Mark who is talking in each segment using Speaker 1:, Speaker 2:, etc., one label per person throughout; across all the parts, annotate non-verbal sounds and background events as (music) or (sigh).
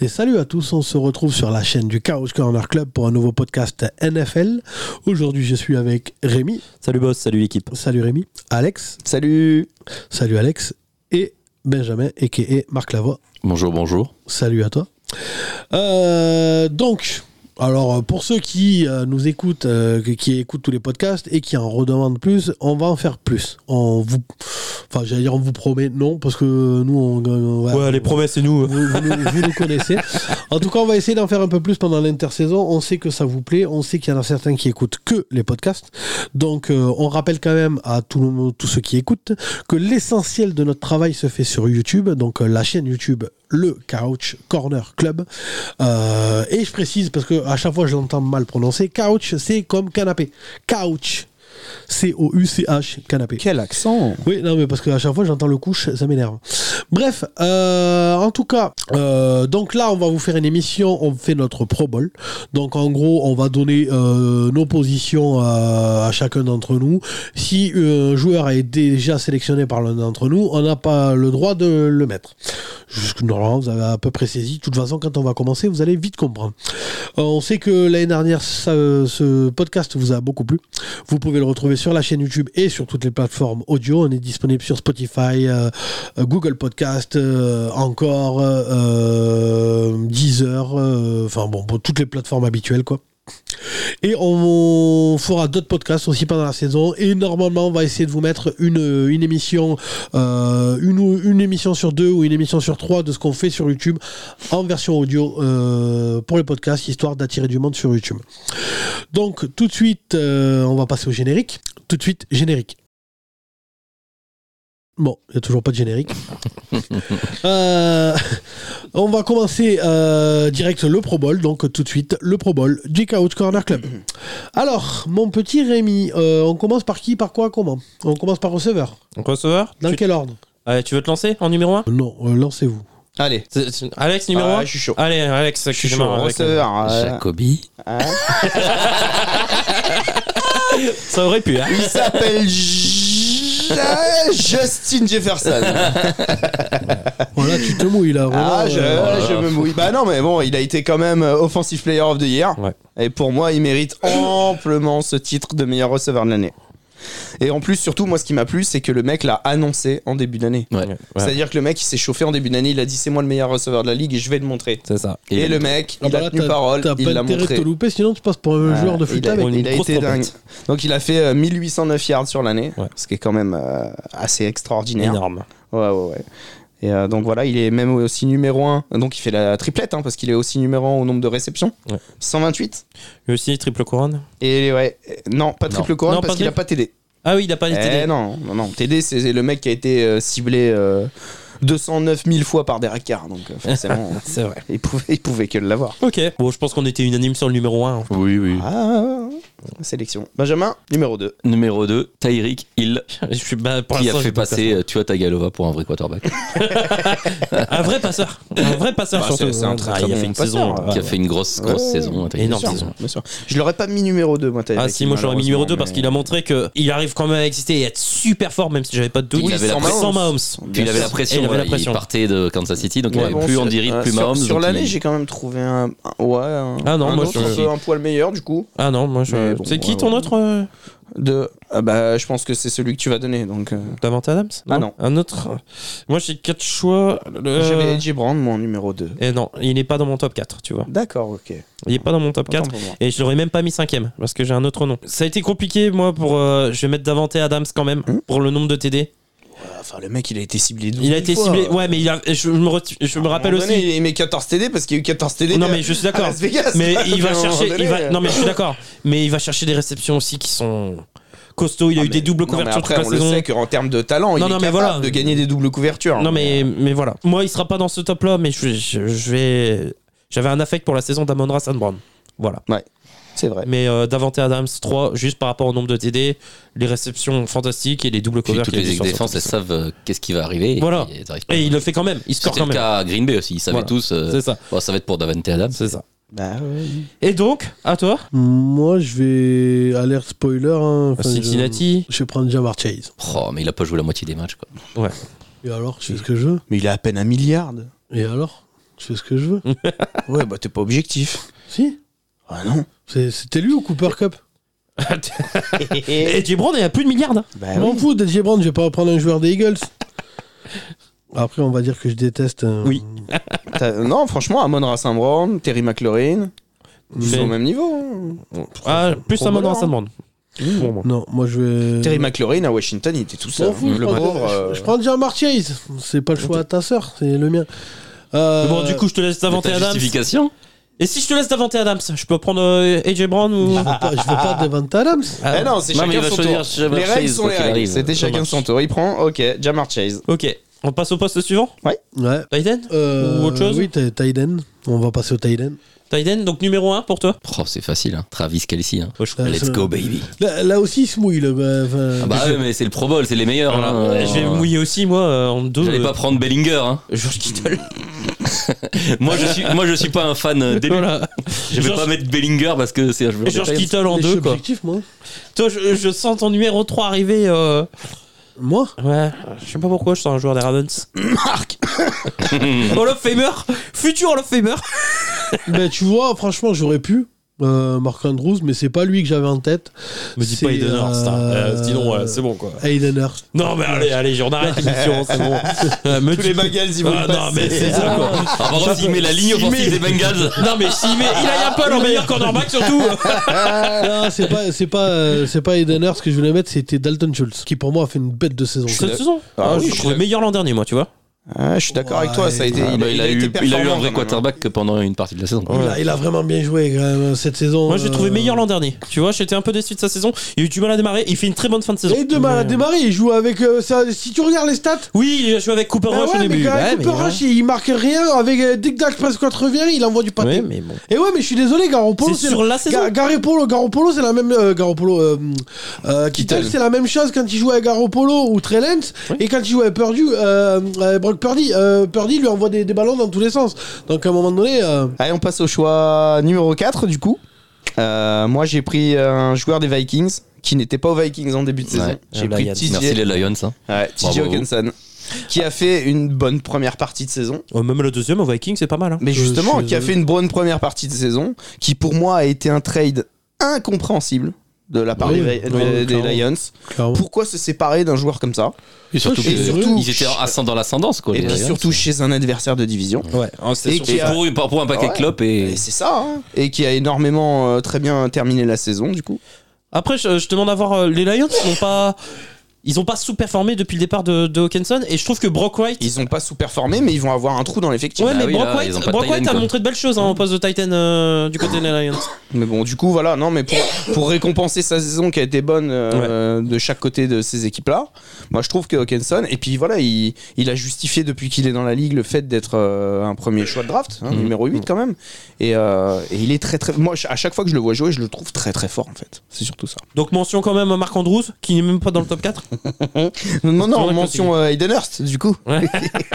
Speaker 1: Et salut à tous, on se retrouve sur la chaîne du Chaos Corner Club pour un nouveau podcast NFL. Aujourd'hui, je suis avec Rémi.
Speaker 2: Salut boss, salut équipe.
Speaker 1: Salut Rémi. Alex.
Speaker 3: Salut
Speaker 1: Salut Alex. Et Benjamin, et Marc Lavoie.
Speaker 4: Bonjour, bonjour.
Speaker 1: Salut à toi. Euh, donc, alors, pour ceux qui euh, nous écoutent, euh, qui écoutent tous les podcasts et qui en redemandent plus, on va en faire plus. On vous, enfin, j'allais dire, on vous promet, non, parce que nous, on, on- voilà,
Speaker 2: Ouais, les promesses, c'est nous.
Speaker 1: vous, vous nous, vous nous connaissez. En tout cas, on va essayer d'en faire un peu plus pendant l'intersaison. On sait que ça vous plaît. On sait qu'il y en a certains qui écoutent que les podcasts. Donc, euh, on rappelle quand même à tout le monde- tous ceux qui écoutent que l'essentiel de notre travail se fait sur YouTube. Donc, euh, la chaîne YouTube, le Couch Corner Club. Euh, et je précise parce que à chaque fois, je l'entends mal prononcer. Couch, c'est comme canapé. Couch. C-O-U-C-H, canapé.
Speaker 3: Quel accent
Speaker 1: Oui, non, mais parce qu'à chaque fois j'entends le couche, ça m'énerve. Bref, euh, en tout cas, euh, donc là, on va vous faire une émission, on fait notre Pro Bowl. Donc en gros, on va donner euh, nos positions à, à chacun d'entre nous. Si un joueur est déjà sélectionné par l'un d'entre nous, on n'a pas le droit de le mettre. Jusque- Normalement, vous avez à peu près saisi. De toute façon, quand on va commencer, vous allez vite comprendre. Euh, on sait que l'année dernière, ça, euh, ce podcast vous a beaucoup plu. Vous pouvez le retrouver sur la chaîne YouTube et sur toutes les plateformes audio. On est disponible sur Spotify, euh, euh, Google Podcast, euh, encore euh, Deezer, euh, enfin bon, pour toutes les plateformes habituelles quoi. Et on fera d'autres podcasts aussi pendant la saison. Et normalement, on va essayer de vous mettre une, une émission, euh, une, ou- une émission sur deux ou une émission sur trois de ce qu'on fait sur YouTube en version audio euh, pour le podcast, histoire d'attirer du monde sur YouTube. Donc tout de suite, euh, on va passer au générique. Tout de suite, générique. Bon, il n'y a toujours pas de générique. Euh, on va commencer euh, direct le Pro Bowl, donc tout de suite le Pro Bowl du Couch Corner Club. Alors, mon petit Rémi, euh, on commence par qui, par quoi, comment On commence par receveur.
Speaker 2: Receveur
Speaker 1: Dans
Speaker 2: tu...
Speaker 1: quel ordre
Speaker 2: Allez, tu veux te lancer en numéro 1
Speaker 1: Non, euh, lancez-vous.
Speaker 3: Allez,
Speaker 2: Alex, numéro
Speaker 3: Ah,
Speaker 2: 1
Speaker 3: Je suis chaud.
Speaker 2: Allez, Alex,
Speaker 3: Je suis
Speaker 2: excusez-moi,
Speaker 3: chaud,
Speaker 2: Alex.
Speaker 3: receveur. euh,
Speaker 4: Jacobi.
Speaker 3: hein.
Speaker 2: Ça aurait pu, hein
Speaker 3: Il s'appelle J- Ah, Justin Jefferson.
Speaker 1: Voilà, tu te mouilles là. vraiment,
Speaker 3: Ah, je,
Speaker 1: euh,
Speaker 3: je me mouille. Bah non, mais bon, il a été quand même euh, Offensive Player of the Year.
Speaker 2: Ouais.
Speaker 3: Et pour moi, il mérite amplement ce titre de meilleur receveur de l'année. Et en plus, surtout, moi, ce qui m'a plu, c'est que le mec l'a annoncé en début d'année.
Speaker 4: Ouais.
Speaker 2: Ouais,
Speaker 3: C'est-à-dire que le mec, il s'est chauffé en début d'année. Il a dit, c'est moi le meilleur receveur de la ligue et je vais le montrer.
Speaker 2: C'est ça.
Speaker 3: Et,
Speaker 4: Et
Speaker 3: le mec,
Speaker 1: Ah
Speaker 3: il
Speaker 1: bah
Speaker 3: a
Speaker 1: là,
Speaker 3: tenu
Speaker 1: t'as-
Speaker 3: parole,
Speaker 1: T'as pas
Speaker 3: il l'a
Speaker 1: intérêt de
Speaker 3: montré.
Speaker 1: te louper, sinon tu passes pour un
Speaker 3: Ouais,
Speaker 1: joueur de foot
Speaker 3: il a,
Speaker 1: avec.
Speaker 2: une
Speaker 3: il a
Speaker 2: grosse
Speaker 3: été dingue.
Speaker 2: trompette.
Speaker 3: Donc il a fait euh, 1809 yards sur l'année,
Speaker 2: Ouais.
Speaker 3: ce qui est quand même euh, assez extraordinaire.
Speaker 2: Énorme.
Speaker 3: Ouais, ouais, ouais. Et euh, donc voilà, il est même aussi numéro 1. Donc il fait la triplette, hein, parce qu'il est aussi numéro 1 au nombre de réceptions.
Speaker 2: Ouais.
Speaker 3: 128.
Speaker 2: Lui aussi, triple couronne.
Speaker 3: Et ouais, euh, non, pas
Speaker 4: Non.
Speaker 3: triple couronne
Speaker 2: Non,
Speaker 3: parce
Speaker 2: pas
Speaker 3: qu'il a
Speaker 2: triple.
Speaker 3: pas TD.
Speaker 2: Ah oui, il a pas les
Speaker 3: Eh
Speaker 2: TD.
Speaker 3: non, non, non. TD, c'est le mec qui a été euh, ciblé euh, 209 000 fois par Derek Carr. Donc euh,
Speaker 2: (laughs)
Speaker 3: forcément,
Speaker 2: C'est vrai.
Speaker 3: il, pouvait, il pouvait que l'avoir.
Speaker 2: Ok. Bon, je pense qu'on était unanime sur le numéro 1.
Speaker 4: Oui, oui.
Speaker 3: Ah, sélection. Benjamin, numéro 2.
Speaker 4: Ah, Numéro 2, Tyreek Hill,
Speaker 2: Je suis bah, pour
Speaker 4: qui a
Speaker 2: l'instant,
Speaker 4: fait
Speaker 2: je peux
Speaker 4: passer euh, Tua Tagalova pour un vrai quarterback.
Speaker 2: pas. Un vrai passeur. Un vrai passeur,
Speaker 3: Bah,
Speaker 2: surtout.
Speaker 3: c'est- c'est un très,
Speaker 2: Ah,
Speaker 3: très
Speaker 2: Il a
Speaker 3: bon
Speaker 2: fait une
Speaker 3: passeur,
Speaker 2: saison.
Speaker 3: hein,
Speaker 2: ouais. Oh.
Speaker 4: qui a fait une grosse, grosse
Speaker 3: Ouais,
Speaker 4: saison.
Speaker 3: bien
Speaker 4: énorme
Speaker 3: sûr.
Speaker 4: saison.
Speaker 3: Oh. Bien sûr. Je l'aurais pas mis numéro 2, moi,
Speaker 2: Ah
Speaker 3: Tyreek
Speaker 2: si,
Speaker 3: Hill,
Speaker 2: moi je l'aurais mis numéro 2 parce
Speaker 3: malheureusement,
Speaker 2: qu'il a montré qu'il arrive quand même à exister et à être super fort, même si j'avais pas de doute.
Speaker 4: Oui, il avait la
Speaker 2: sans
Speaker 3: pression.
Speaker 2: Mahomes.
Speaker 3: mais-
Speaker 4: Puis il avait la pression,
Speaker 2: Et il avait
Speaker 4: voilà,
Speaker 2: la pression.
Speaker 4: partait de Kansas City, donc il
Speaker 3: Ouais,
Speaker 4: avait
Speaker 3: bon,
Speaker 4: plus
Speaker 3: sur-
Speaker 4: Andy Reid,
Speaker 3: euh,
Speaker 4: plus
Speaker 3: sur,
Speaker 4: Mahomes.
Speaker 3: Sur
Speaker 4: donc
Speaker 3: l'année,
Speaker 4: il-
Speaker 3: j'ai quand même trouvé un, un- ouais, un,
Speaker 2: Ah non,
Speaker 3: un
Speaker 2: moi,
Speaker 3: autre,
Speaker 2: je-
Speaker 3: un peu un poil meilleur du coup.
Speaker 2: Ah non, moi je.
Speaker 3: Mais bon,
Speaker 2: c'est qui
Speaker 3: ouais,
Speaker 2: ton
Speaker 3: ouais.
Speaker 2: autre euh,
Speaker 3: De, ah bah, je pense que c'est celui que tu vas donner. Donc, euh,
Speaker 2: Davante Adams
Speaker 3: Ah non.
Speaker 2: Un autre Moi j'ai 4 choix. le-
Speaker 3: j'avais AJ Brown, moi, en numéro 2.
Speaker 2: Et non, il n'est pas dans mon top 4, tu vois.
Speaker 3: D'accord, ok.
Speaker 2: Il est pas dans mon top 4.
Speaker 3: Autant pour moi.
Speaker 2: Et je l'aurais même pas mis cinquième parce que j'ai un autre nom. Ça a été compliqué, moi, pour. euh, je vais mettre Davante Adams quand même
Speaker 3: Hmm.
Speaker 2: pour le nombre de TD.
Speaker 3: Bah, Enfin, le mec, il a été ciblé 12
Speaker 2: Il a été
Speaker 3: fois.
Speaker 2: ciblé. Ouais, mais il a- je me, re- je me
Speaker 3: À un
Speaker 2: rappelle
Speaker 3: moment donné,
Speaker 2: aussi.
Speaker 3: Il met 14 TD parce qu'il y a eu 14 TD.
Speaker 2: Non, mais je suis
Speaker 3: à
Speaker 2: d'accord.
Speaker 3: Las Vegas.
Speaker 2: Mais il
Speaker 3: (laughs) À un
Speaker 2: va
Speaker 3: moment
Speaker 2: chercher.
Speaker 3: donné,
Speaker 2: il va-
Speaker 3: euh,
Speaker 2: Non, mais je suis d'accord. Mais il va chercher des réceptions aussi qui sont costauds. Il a
Speaker 3: ah,
Speaker 2: eu des
Speaker 3: mais-
Speaker 2: doubles
Speaker 3: non, mais
Speaker 2: couvertures
Speaker 3: après,
Speaker 2: toute la
Speaker 3: on le
Speaker 2: saison.
Speaker 3: sait qu'en termes de talent,
Speaker 2: Non,
Speaker 3: il
Speaker 2: non,
Speaker 3: est
Speaker 2: mais
Speaker 3: capable
Speaker 2: voilà.
Speaker 3: de gagner des doubles couvertures.
Speaker 2: Non mais,
Speaker 3: euh,
Speaker 2: mais voilà. Moi, il sera pas dans ce top là, mais je, je- je vais. J'avais un affect pour la saison d'Amondra Brown. Voilà.
Speaker 3: C'est vrai.
Speaker 2: Mais euh, Davante Adams 3, juste par rapport au nombre de TD, les réceptions fantastiques et les doubles
Speaker 4: Puis
Speaker 2: covers
Speaker 4: toutes
Speaker 2: qu'il a
Speaker 4: les
Speaker 2: mis sur
Speaker 4: défenses,
Speaker 2: son
Speaker 4: elles
Speaker 2: top.
Speaker 4: savent euh, qu'est-ce qui va arriver.
Speaker 2: Voilà.
Speaker 4: Et, ils arrivent pas.
Speaker 2: Et il le fait quand même, il score
Speaker 4: C'était
Speaker 2: quand
Speaker 4: le
Speaker 2: même.
Speaker 4: cas à Green Bay aussi. Ils savaient
Speaker 2: Voilà.
Speaker 4: tous. euh,
Speaker 2: C'est ça,
Speaker 4: bon, ça va être pour Davante Adams.
Speaker 2: c'est ça.
Speaker 3: Bah, ouais.
Speaker 2: Et donc, à toi
Speaker 1: Moi, je vais. Alerte spoiler. hein. Enfin,
Speaker 2: Cincinnati.
Speaker 1: Je... je vais prendre Jamar Chase.
Speaker 4: Oh, mais il a pas joué la moitié des matchs. Quoi.
Speaker 1: Et alors, je fais ce que je veux.
Speaker 3: Mais il est à peine un milliard.
Speaker 1: Et alors Je fais ce que je
Speaker 2: Mm.
Speaker 1: veux.
Speaker 3: Ouais, bah t'es pas objectif.
Speaker 1: si
Speaker 3: Ah non.
Speaker 1: C'est- C'était lui ou Cooper Cup
Speaker 2: Et Jay Brown est à plus de milliards. hein.
Speaker 3: (laughs) Bah
Speaker 1: Je m'en fous d'Edgy Brand, je vais pas prendre un joueur des Eagles. Après, on va dire que je déteste. euh,
Speaker 3: Oui. T'as- Non, franchement, Amon Ra Saint Brown, Terry McLaurin, ils
Speaker 2: Mais-
Speaker 3: sont au même niveau. hein.
Speaker 2: Ah, plus
Speaker 3: Pro
Speaker 2: un moment
Speaker 3: Bowler,
Speaker 2: à ça demande. Bon, bon.
Speaker 1: Non, moi je vais.
Speaker 3: hein. Terry McLaurin à Washington, il était tout seul.
Speaker 1: M'en fous, je
Speaker 3: le
Speaker 1: prends-
Speaker 3: pauvre.
Speaker 1: je-
Speaker 3: euh,
Speaker 1: Je prends déjà Chase. C'est pas le choix à ta sœur, c'est le mien. Euh,
Speaker 2: Bon, du coup, je te laisse
Speaker 4: T'as
Speaker 2: t'inventer
Speaker 4: ta
Speaker 2: Adams.
Speaker 4: justification
Speaker 2: Et si je te laisse t'inventer Adams, je peux prendre euh, AJ Brown ou.
Speaker 1: je veux pas, je veux pas Devante Adams.
Speaker 2: Ah,
Speaker 3: eh non, c'est
Speaker 4: non, mais il
Speaker 3: chacun
Speaker 4: va
Speaker 3: son
Speaker 4: choisir
Speaker 3: tour.
Speaker 4: Jamar
Speaker 3: Les règles
Speaker 4: Chase,
Speaker 3: sont
Speaker 4: quoi
Speaker 3: les
Speaker 4: qu'il
Speaker 3: règles.
Speaker 4: arrive.
Speaker 3: C'était
Speaker 2: Ça
Speaker 3: chacun
Speaker 2: marche.
Speaker 3: son tour. Il prend, ok, Jamar Chase.
Speaker 2: Ok, on passe au poste suivant
Speaker 1: Ouais.
Speaker 2: Tyden
Speaker 1: Euh,
Speaker 2: Ou autre chose
Speaker 1: Oui, Ty- Tyden. On va passer au Tyden.
Speaker 2: Tyden, donc numéro 1 pour toi
Speaker 4: Oh, c'est facile, hein. Travis Kelsey. Hein.
Speaker 2: Oh, je-
Speaker 1: Euh,
Speaker 4: Let's
Speaker 1: ça-
Speaker 4: go, baby.
Speaker 1: Là, là aussi, il se mouille. Le, bah, enfin,
Speaker 4: Ah bah ouais, mais c'est le Pro Bowl, c'est les meilleurs.
Speaker 2: Voilà.
Speaker 4: hein.
Speaker 2: Ouais, Je vais mouiller aussi, moi, euh, en deux.
Speaker 4: J'allais
Speaker 2: euh,
Speaker 4: pas prendre Bellinger. Hein.
Speaker 2: George Kittle.
Speaker 4: (laughs) Moi, je suis, moi, je suis pas un fan euh, d'élu.
Speaker 2: Voilà.
Speaker 4: Je vais
Speaker 2: George-
Speaker 4: pas mettre Bellinger parce que c'est. je veux
Speaker 2: Et George
Speaker 4: dire-
Speaker 2: Kittle en
Speaker 1: mais je suis
Speaker 2: deux, quoi.
Speaker 1: objectif, moi.
Speaker 2: Toi, je, je sens ton numéro 3 arriver. euh,
Speaker 1: Moi
Speaker 2: Ouais, je sais pas pourquoi, je sens un joueur des Ravens. Marc (coughs) (laughs) Hall of Famer Futur Hall of Famer
Speaker 1: Ben, tu vois, franchement, j'aurais pu. Euh, Mark Andrews, mais c'est pas lui que j'avais en tête.
Speaker 2: Me dis pas
Speaker 1: C'est,
Speaker 2: Hayden Hurst, hein.
Speaker 1: euh,
Speaker 2: Euh, sinon, euh, c'est bon, quoi.
Speaker 1: Hayden Hurst.
Speaker 2: Non, mais allez, allez, on arrête l'émission, c'est bon. Euh, me
Speaker 3: Tous
Speaker 2: dis-
Speaker 3: les bagels, ils vont
Speaker 2: Ah,
Speaker 3: le
Speaker 2: non, mais
Speaker 3: passer.
Speaker 2: c'est ça, quoi.
Speaker 4: (laughs) Ah, par contre, s'il met la ligne offensive des Bengals. Ah,
Speaker 2: Non, mais s'il met, il a un peu leur meilleur cornerback, (laughs) surtout. Ah.
Speaker 1: Non, c'est pas, c'est pas, euh, c'est pas Hayden Hurst que je voulais mettre, c'était Dalton Schultz, qui pour moi a fait une bête de saison.
Speaker 2: Cette saison
Speaker 3: Ah
Speaker 2: Ah,
Speaker 3: oui,
Speaker 2: Je
Speaker 3: je
Speaker 2: trouve
Speaker 3: suis
Speaker 2: meilleur l'an dernier, moi, tu vois.
Speaker 3: Ah, je suis d'accord avec toi, ça a été.
Speaker 4: Ah, bah, il, a
Speaker 3: été
Speaker 4: eu, il a eu
Speaker 3: performant,
Speaker 4: un vrai
Speaker 3: quand même, hein.
Speaker 4: quarterback que pendant une partie de la saison.
Speaker 1: Il, a, il a vraiment bien joué quand même, cette saison.
Speaker 2: Moi, j'ai trouvé
Speaker 1: euh,
Speaker 2: meilleur l'an dernier. Tu vois, j'étais un peu déçu de sa saison. Il a eu du mal à démarrer. Il fait une très bonne fin de saison.
Speaker 1: Et demain, à démarrer, il joue avec. euh, ça, si tu regardes les stats.
Speaker 2: Oui, il a joué avec Cooper
Speaker 1: ben
Speaker 2: Rush
Speaker 1: ouais, mais
Speaker 2: au début.
Speaker 1: quand même,
Speaker 2: Ouais, mais
Speaker 1: Cooper
Speaker 2: voilà.
Speaker 1: Rush, il marque rien. Avec, euh, dès que Dak Prescott revient, il envoie du pâté.
Speaker 2: Ouais, mais bon.
Speaker 1: Et Eh ouais, mais je suis désolé, Garoppolo.
Speaker 2: C'est sur la saison.
Speaker 1: Ga- Garoppolo, Garoppolo, c'est la même. euh, Garoppolo. euh, euh, Kittle,
Speaker 3: Kittle.
Speaker 1: c'est la même chose quand il jouait à Garoppolo ou Trellens. Et quand il jouait à Purdy, euh, euh, Brock Purdy. euh, Purdy lui envoie des, des ballons dans tous les sens. Donc à un moment donné. euh,
Speaker 3: Allez, on passe au choix numéro 4 du coup. Euh, moi, j'ai pris un joueur des Vikings qui n'était pas aux Vikings en début de saison.
Speaker 4: Ouais.
Speaker 3: J'ai
Speaker 2: Ah,
Speaker 3: pris
Speaker 2: Lions.
Speaker 3: TJ,
Speaker 4: Merci les Lions. Hein.
Speaker 3: ouais, TJ
Speaker 4: Bravo.
Speaker 3: Hawkinson qui a fait une bonne première partie de saison.
Speaker 2: Oh, même le deuxième au Viking, c'est pas mal. hein.
Speaker 3: Mais
Speaker 1: Je- je
Speaker 3: justement,
Speaker 1: suis
Speaker 3: qui a
Speaker 1: désolé.
Speaker 3: fait une bonne première partie de saison, qui pour moi a été un trade incompréhensible de la part
Speaker 1: Oui,
Speaker 3: des, Vi-
Speaker 1: oui,
Speaker 3: des- des
Speaker 1: clairement.
Speaker 3: Lions. Pourquoi se séparer d'un joueur comme ça
Speaker 4: Et surtout,
Speaker 1: Et
Speaker 4: que-
Speaker 1: surtout-
Speaker 4: ils étaient ascend- dans l'ascendance. Quoi,
Speaker 3: Et
Speaker 4: les
Speaker 3: puis
Speaker 4: Lions.
Speaker 3: surtout chez un adversaire de division.
Speaker 2: Ouais, hein, c'est
Speaker 3: Et
Speaker 2: surtout-
Speaker 4: Et Ah
Speaker 3: qui a-
Speaker 4: pour, pour- pour un paquet
Speaker 3: Ouais.
Speaker 4: de clopes et.
Speaker 3: Et c'est ça. hein. Et qui a énormément euh, très bien terminé la saison du coup.
Speaker 2: Après, je, je demande à voir euh, les Lions. Ils n'ont pas, ils ont pas sous-performé depuis le départ de, de Hawkinson. Et je trouve que Brock White.
Speaker 3: Ils ont pas sous-performé, mais ils vont avoir un trou dans l'effectif.
Speaker 2: Ouais,
Speaker 4: Bah
Speaker 2: mais
Speaker 4: oui,
Speaker 2: Brock
Speaker 4: là, ils ont
Speaker 2: White,
Speaker 4: pas de
Speaker 2: Brock
Speaker 4: tight end,
Speaker 2: White a
Speaker 4: quoi.
Speaker 2: montré de belles choses hein, au poste de Titan euh, du côté des Lions.
Speaker 3: Mais bon, du coup, voilà, non, mais pour, pour récompenser sa saison qui a été bonne euh, de chaque côté de ces équipes-là, moi je trouve que Hawkinson, et puis voilà, il, il a justifié depuis qu'il est dans la ligue le fait d'être euh, un premier choix de draft, hein,
Speaker 4: Mhm.
Speaker 3: numéro 8 quand même, et, euh, et il est très très. Moi, à chaque fois que je le vois jouer, je le trouve très très fort en fait, c'est surtout ça.
Speaker 2: Donc mention quand même à Marc Andrews, qui n'est même pas dans le top 4.
Speaker 3: Non,
Speaker 2: Sur
Speaker 3: non,
Speaker 2: la
Speaker 3: mention euh, Hayden Hurst, du coup.
Speaker 1: (laughs)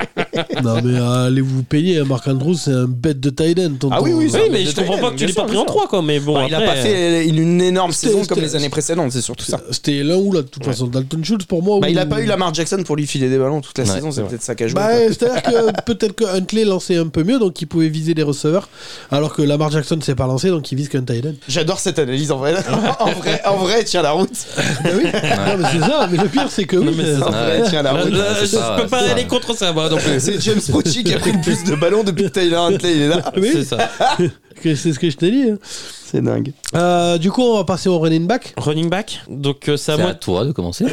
Speaker 1: Non mais euh, allez vous payer, hein, Mark Andrews c'est un bête de Tyden. tonton.
Speaker 3: Ah oui, oui,
Speaker 2: Oui,
Speaker 3: c'est un
Speaker 2: mais
Speaker 3: mec
Speaker 2: je
Speaker 3: de
Speaker 2: comprends
Speaker 3: Titan,
Speaker 2: pas que tu
Speaker 3: bien
Speaker 2: l'aies
Speaker 3: sûr,
Speaker 2: pas pris
Speaker 3: bien
Speaker 2: en
Speaker 3: sûr.
Speaker 2: 3, quoi. Mais bon,
Speaker 3: Enfin, Bah, il a
Speaker 2: après, euh,
Speaker 3: pas fait une, une énorme
Speaker 1: C'était-
Speaker 3: saison
Speaker 1: c'était-
Speaker 3: comme les années précédentes, c'est surtout ça.
Speaker 1: Euh, C'était l'un ou l'autre, de toute façon. Dalton Schultz pour moi.
Speaker 3: Bah,
Speaker 1: ou-
Speaker 3: il a pas eu Lamar Jackson pour lui filer des ballons toute la
Speaker 4: Ouais,
Speaker 3: saison,
Speaker 4: c'est
Speaker 3: c'est
Speaker 4: vrai.
Speaker 3: peut-être ça qu'a joué.
Speaker 1: Bah, C'est-à-dire
Speaker 3: (laughs)
Speaker 1: que peut-être que Huntley lançait un peu mieux, donc il pouvait viser les receveurs, alors que Lamar Jackson s'est pas lancé, donc il vise qu'un Tyden.
Speaker 3: J'adore cette analyse en vrai. (laughs) en vrai, en vrai, elle tient la route.
Speaker 1: Bah oui, non, mais c'est ça, mais le pire c'est que oui,
Speaker 2: Ah, mais c'est
Speaker 1: euh,
Speaker 2: Ah,
Speaker 3: En vrai, elle tient la
Speaker 2: là,
Speaker 3: route.
Speaker 2: là,
Speaker 4: c'est
Speaker 2: je
Speaker 4: ça,
Speaker 2: peux
Speaker 4: c'est
Speaker 2: pas
Speaker 4: ça.
Speaker 2: aller contre ça, moi. Donc, euh,
Speaker 3: C'est James Prochi qui a pris le plus de ballons depuis
Speaker 2: (laughs)
Speaker 3: que Tyler Huntley il est là.
Speaker 1: oui,
Speaker 2: c'est ça.
Speaker 1: que- c'est ce que je t'ai dit. hein.
Speaker 3: C'est dingue.
Speaker 1: Euh, du coup, on va passer au running back.
Speaker 2: Running back. Donc, euh, c'est à
Speaker 4: C'est à
Speaker 2: moi.
Speaker 4: toi de commencer.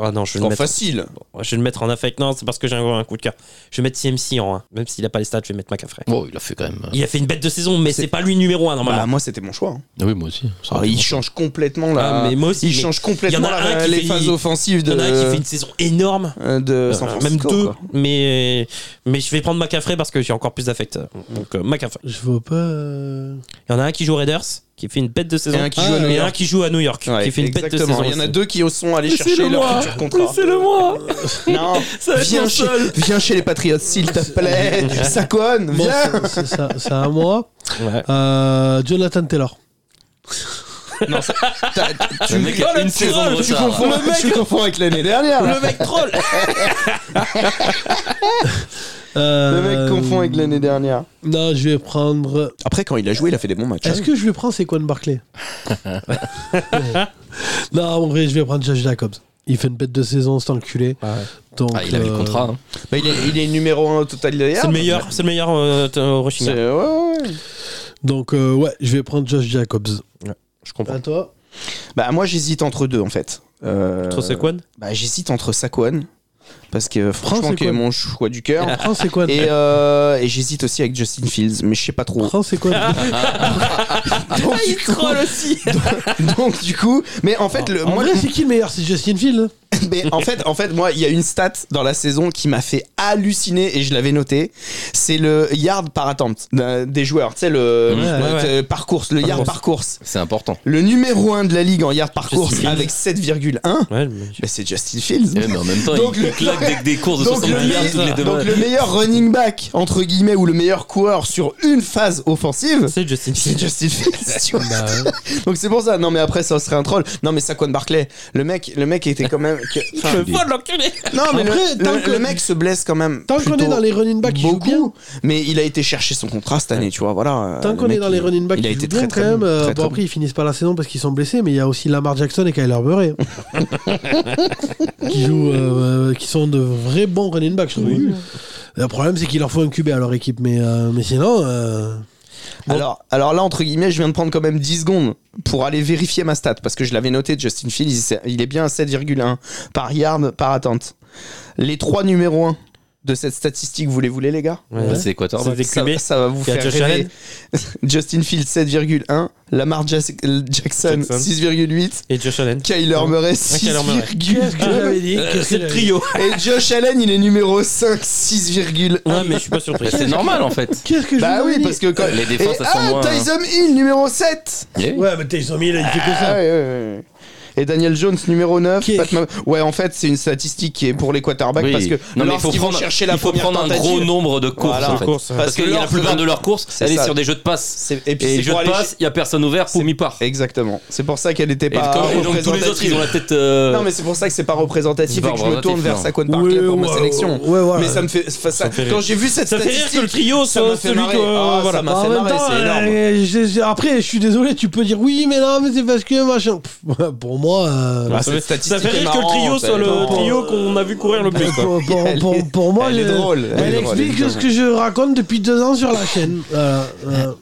Speaker 2: Ah non, je vais le
Speaker 3: Trop
Speaker 2: mettre.
Speaker 3: facile.
Speaker 2: Je vais le mettre en affect. Non, c'est parce que j'ai un un coup de cœur. Je vais mettre CMC en 1. Même s'il a pas les stats, je vais mettre McAfrey.
Speaker 4: Oh, il a fait quand même. euh,
Speaker 2: Il a fait une bête de saison, mais c'est pas lui numéro 1
Speaker 3: Bah,
Speaker 2: normalement.
Speaker 3: moi, c'était mon choix. hein.
Speaker 4: Oui, moi aussi.
Speaker 3: Ah, il change complètement là.
Speaker 2: Ah, mais moi aussi,
Speaker 3: il
Speaker 2: mais
Speaker 3: change complètement
Speaker 2: il y en a
Speaker 3: la-
Speaker 2: un qui
Speaker 3: les
Speaker 2: fait-
Speaker 3: phases offensives
Speaker 2: Il
Speaker 3: de,
Speaker 2: y en a un qui fait une saison énorme.
Speaker 3: euh, de San
Speaker 2: Euh,
Speaker 3: Francisco.
Speaker 2: même deux,
Speaker 3: quoi.
Speaker 2: mais, mais je vais prendre McAfrey parce que j'ai encore plus d'affect. Donc euh, McCaffrey.
Speaker 1: Je vois pas. euh,
Speaker 2: Il y en a un qui joue aux Raiders, qui fait une bête de saison. Ah,
Speaker 3: Et un qui joue à New
Speaker 2: et un
Speaker 3: York.
Speaker 2: qui joue à New York,
Speaker 3: Ouais,
Speaker 2: qui fait une bête de
Speaker 3: exactement.
Speaker 2: saison.
Speaker 3: Il y en a
Speaker 2: aussi.
Speaker 3: deux qui sont allés chercher
Speaker 2: Laissez-le
Speaker 3: leur
Speaker 2: moi.
Speaker 3: futur contrat.
Speaker 2: Laissez-le moi
Speaker 3: Non,
Speaker 2: (laughs) Ça va être
Speaker 3: viens
Speaker 2: mon
Speaker 3: chez,
Speaker 2: seul.
Speaker 3: viens chez les Patriots, s'il te plaît. Saquon,
Speaker 1: Bon,
Speaker 3: viens.
Speaker 1: c'est- c'est ça, c'est à moi.
Speaker 2: Ouais.
Speaker 1: Euh, Jonathan Taylor.
Speaker 3: T'as-
Speaker 4: Le mec
Speaker 2: Oh,
Speaker 4: a
Speaker 2: le
Speaker 4: une saison de
Speaker 2: troll, tu
Speaker 4: retard.
Speaker 2: confonds. Le mec-
Speaker 3: Tu confonds avec l'année dernière. là.
Speaker 2: Le mec troll
Speaker 1: Euh,
Speaker 3: Le mec confond avec l'année dernière.
Speaker 1: Non, je vais prendre.
Speaker 3: Après, quand il a joué, il a fait des bons matchs.
Speaker 1: Est-ce que je vais prendre Saquon
Speaker 3: (laughs)
Speaker 1: Barclay Non, en vrai, je vais prendre Josh Jacobs. Il fait une bête de saison, c'est enculé. Donc,
Speaker 4: Ah, il avait le
Speaker 1: euh,
Speaker 4: contrat. hein.
Speaker 3: Bah, il, est, il est numéro 1 au total derrière.
Speaker 2: C'est le meilleur, c'est le meilleur euh, t- euh, rushing.
Speaker 3: C'est- ouais, ouais, ouais.
Speaker 1: Donc, euh, ouais, je vais prendre Josh Jacobs.
Speaker 2: Je comprends.
Speaker 1: À toi
Speaker 3: Bah, moi, j'hésite entre deux en fait. Euh,
Speaker 2: Trop c'est quoi
Speaker 3: Bah, j'hésite entre Saquon parce que franchement,
Speaker 1: Saquon.
Speaker 3: qui est mon choix du cœur.
Speaker 1: Prends Saquon.
Speaker 3: Et, euh, et j'hésite aussi avec Justin Fields, mais je sais pas (laughs) trop.
Speaker 1: Prends Saquon.
Speaker 3: Donc, du coup,
Speaker 2: aussi
Speaker 3: (laughs) donc, du coup, mais en fait, le,
Speaker 1: en
Speaker 3: moi,
Speaker 1: vrai, c'est qui le meilleur C'est Justin Field. hein
Speaker 3: mais en fait, en fait, moi, il y a une stat dans la saison qui m'a fait halluciner et je l'avais noté. C'est le yard par attente d'un- des joueurs. Tu sais le
Speaker 4: Ouais,
Speaker 3: le-
Speaker 2: ouais,
Speaker 3: euh, par course, le yard par course.
Speaker 4: C'est important.
Speaker 3: Le numéro 1 de la ligue en yard par
Speaker 2: Justin
Speaker 3: course
Speaker 2: Fields.
Speaker 3: avec 7,1.
Speaker 2: Ouais, mais-
Speaker 3: Bah, c'est Justin Fields.
Speaker 4: Eh, mais en même temps,
Speaker 3: Donc,
Speaker 4: il
Speaker 3: le-
Speaker 4: claque des, des courses de
Speaker 3: Donc, le,
Speaker 4: 70 yards
Speaker 3: meilleur-
Speaker 4: tous les deux
Speaker 3: donc
Speaker 4: matchs.
Speaker 3: le meilleur running back entre guillemets ou le meilleur coureur sur une phase offensive,
Speaker 2: c'est Justin
Speaker 3: c'est
Speaker 2: Fields.
Speaker 3: Justin Fields. tu vois. Donc c'est pour ça. Non mais après ça serait un troll. Non mais Saquon Barclay, le mec, le mec était quand même. que- enfin,
Speaker 2: Faut l'enculé
Speaker 3: non mais
Speaker 1: Après,
Speaker 3: le,
Speaker 1: tant
Speaker 3: le-
Speaker 1: que-
Speaker 3: le mec se blesse quand même.
Speaker 1: Tant qu'on est
Speaker 3: euh, plutôt
Speaker 1: dans les running backs Bah, qui jouent
Speaker 3: beaucoup,
Speaker 1: bien,
Speaker 3: mais il a été chercher son contrat cette année, tu vois. Voilà.
Speaker 1: tant
Speaker 3: Le
Speaker 1: qu'on
Speaker 3: Euh, mec,
Speaker 1: est dans les
Speaker 3: il-
Speaker 1: running backs
Speaker 3: il a
Speaker 1: qui
Speaker 3: été
Speaker 1: jouent
Speaker 3: très
Speaker 1: bien,
Speaker 3: très
Speaker 1: quand même,
Speaker 3: bon,
Speaker 1: euh,
Speaker 3: très,
Speaker 1: bon,
Speaker 3: très
Speaker 1: après, ils finissent pas la saison parce qu'ils sont blessés, mais il y a aussi Lamar Jackson et Kyler Murray hein.
Speaker 3: (laughs)
Speaker 1: qui jouent, euh, euh, qui sont de vrais bons running backs, je trouve. Le problème, c'est qu'il leur faut un QB à leur équipe, mais, euh, mais sinon. euh,
Speaker 3: bon. Alors, alors là entre guillemets, je viens de prendre quand même 10 secondes pour aller vérifier ma stat parce que je l'avais noté. Justin Fields, il s'est- il est bien à 7,1 par yard par attente. Les trois numéros 1 de cette statistique, vous les voulez les gars
Speaker 4: Bah, c'est Équateur.
Speaker 2: C'est des
Speaker 3: ça,
Speaker 2: QB.
Speaker 3: ça va vous
Speaker 2: Il y a
Speaker 3: faire
Speaker 2: Josh
Speaker 3: rêver. (laughs) Justin Fields 7,1, Lamar Jas-
Speaker 2: Jackson.
Speaker 3: Jackson, 6,8,
Speaker 2: Et Josh Allen.
Speaker 3: Kyler Murray
Speaker 2: Kyler Murray.
Speaker 1: Ah,
Speaker 3: 6,2
Speaker 1: dit
Speaker 2: C'est le trio.
Speaker 3: et Josh Allen il est numéro 5 6,1.
Speaker 2: Ouais, mais je suis pas surpris.
Speaker 4: Bah, c'est normal en
Speaker 3: (laughs)
Speaker 4: fait.
Speaker 1: Qu'est-ce que je
Speaker 3: Bah
Speaker 1: vous ai
Speaker 3: oui
Speaker 1: dit
Speaker 3: parce que quand...
Speaker 4: Les défenses,
Speaker 3: et,
Speaker 4: elles sont
Speaker 3: ah,
Speaker 4: moins- hein.
Speaker 3: Tyson Hill numéro 7.
Speaker 4: Yeah.
Speaker 1: Ouais, mais Tyson Hill, il fait que
Speaker 3: Ah,
Speaker 1: ça.
Speaker 3: ouais, ouais, ouais. Et Daniel Jones numéro 9.
Speaker 1: Qui-
Speaker 3: Pat Ma- Ouais en fait c'est une statistique qui est pour les quarterbacks
Speaker 4: Oui.
Speaker 3: bah, parce que
Speaker 4: non, mais il faut
Speaker 3: lorsqu'ils vont
Speaker 4: prendre,
Speaker 3: chercher la
Speaker 4: il faut
Speaker 3: première
Speaker 4: prendre un
Speaker 3: tentative,
Speaker 4: gros nombre de courses
Speaker 3: Voilà.
Speaker 4: en fait.
Speaker 2: Course, ouais.
Speaker 4: Parce,
Speaker 3: Parce
Speaker 4: que,
Speaker 3: que
Speaker 4: y a la
Speaker 3: leur-
Speaker 4: plupart de leurs courses,
Speaker 3: C'est
Speaker 4: elle est
Speaker 3: ça.
Speaker 4: sur des jeux de passe.
Speaker 3: c'est- et puis
Speaker 4: Et
Speaker 3: c'est
Speaker 4: les jeux
Speaker 3: pour
Speaker 4: de
Speaker 3: aller
Speaker 4: passe, il n'y a personne ouvert, poum, il part. Et,
Speaker 3: Exactement. C'est pour ça qu'elle était pas
Speaker 4: comme- et donc tous les autres,
Speaker 3: représentative.
Speaker 4: ils ont la tête. euh,
Speaker 3: bah, Non, mais c'est pour ça que c'est pas représentatif
Speaker 4: Bah,
Speaker 3: et que je me tourne
Speaker 4: représentatif,
Speaker 3: vers
Speaker 4: non.
Speaker 3: Saquon
Speaker 1: Ouais,
Speaker 3: Barclay pour ma
Speaker 1: ouais,
Speaker 3: sélection.
Speaker 1: ouais, ouais.
Speaker 3: Mais ça me fait. ça-
Speaker 2: Ça me fait rire.
Speaker 3: quand j'ai vu cette
Speaker 2: Ça fait rire que le
Speaker 3: statistique.
Speaker 2: trio
Speaker 3: ça
Speaker 2: soit
Speaker 3: m'a fait
Speaker 2: celui
Speaker 3: marrer.
Speaker 2: que.
Speaker 3: Ah, ça
Speaker 2: voilà.
Speaker 3: m'a fait
Speaker 1: Bah, en même
Speaker 3: marrer,
Speaker 1: temps,
Speaker 3: c'est énorme.
Speaker 1: euh, je- je- après, je suis désolé, tu peux dire oui, mais non, mais c'est parce que machin. Pff, pour moi, euh,
Speaker 2: ça,
Speaker 3: Ah, cette
Speaker 2: fait, ça
Speaker 3: statistique
Speaker 2: fait
Speaker 3: est
Speaker 2: rire que le trio
Speaker 3: marrante,
Speaker 2: soit
Speaker 3: elle est
Speaker 2: le
Speaker 3: marrante.
Speaker 2: trio qu'on a vu courir le plus.
Speaker 1: pour,
Speaker 2: quoi.
Speaker 1: pour-
Speaker 3: Elle
Speaker 1: pour-
Speaker 3: est-
Speaker 1: pour moi,
Speaker 3: elle est
Speaker 1: je-
Speaker 3: drôle, elle
Speaker 1: Elle,
Speaker 3: est drôle,
Speaker 1: explique
Speaker 3: évidemment.
Speaker 1: ce que je raconte depuis deux ans sur la chaîne. Voilà, euh,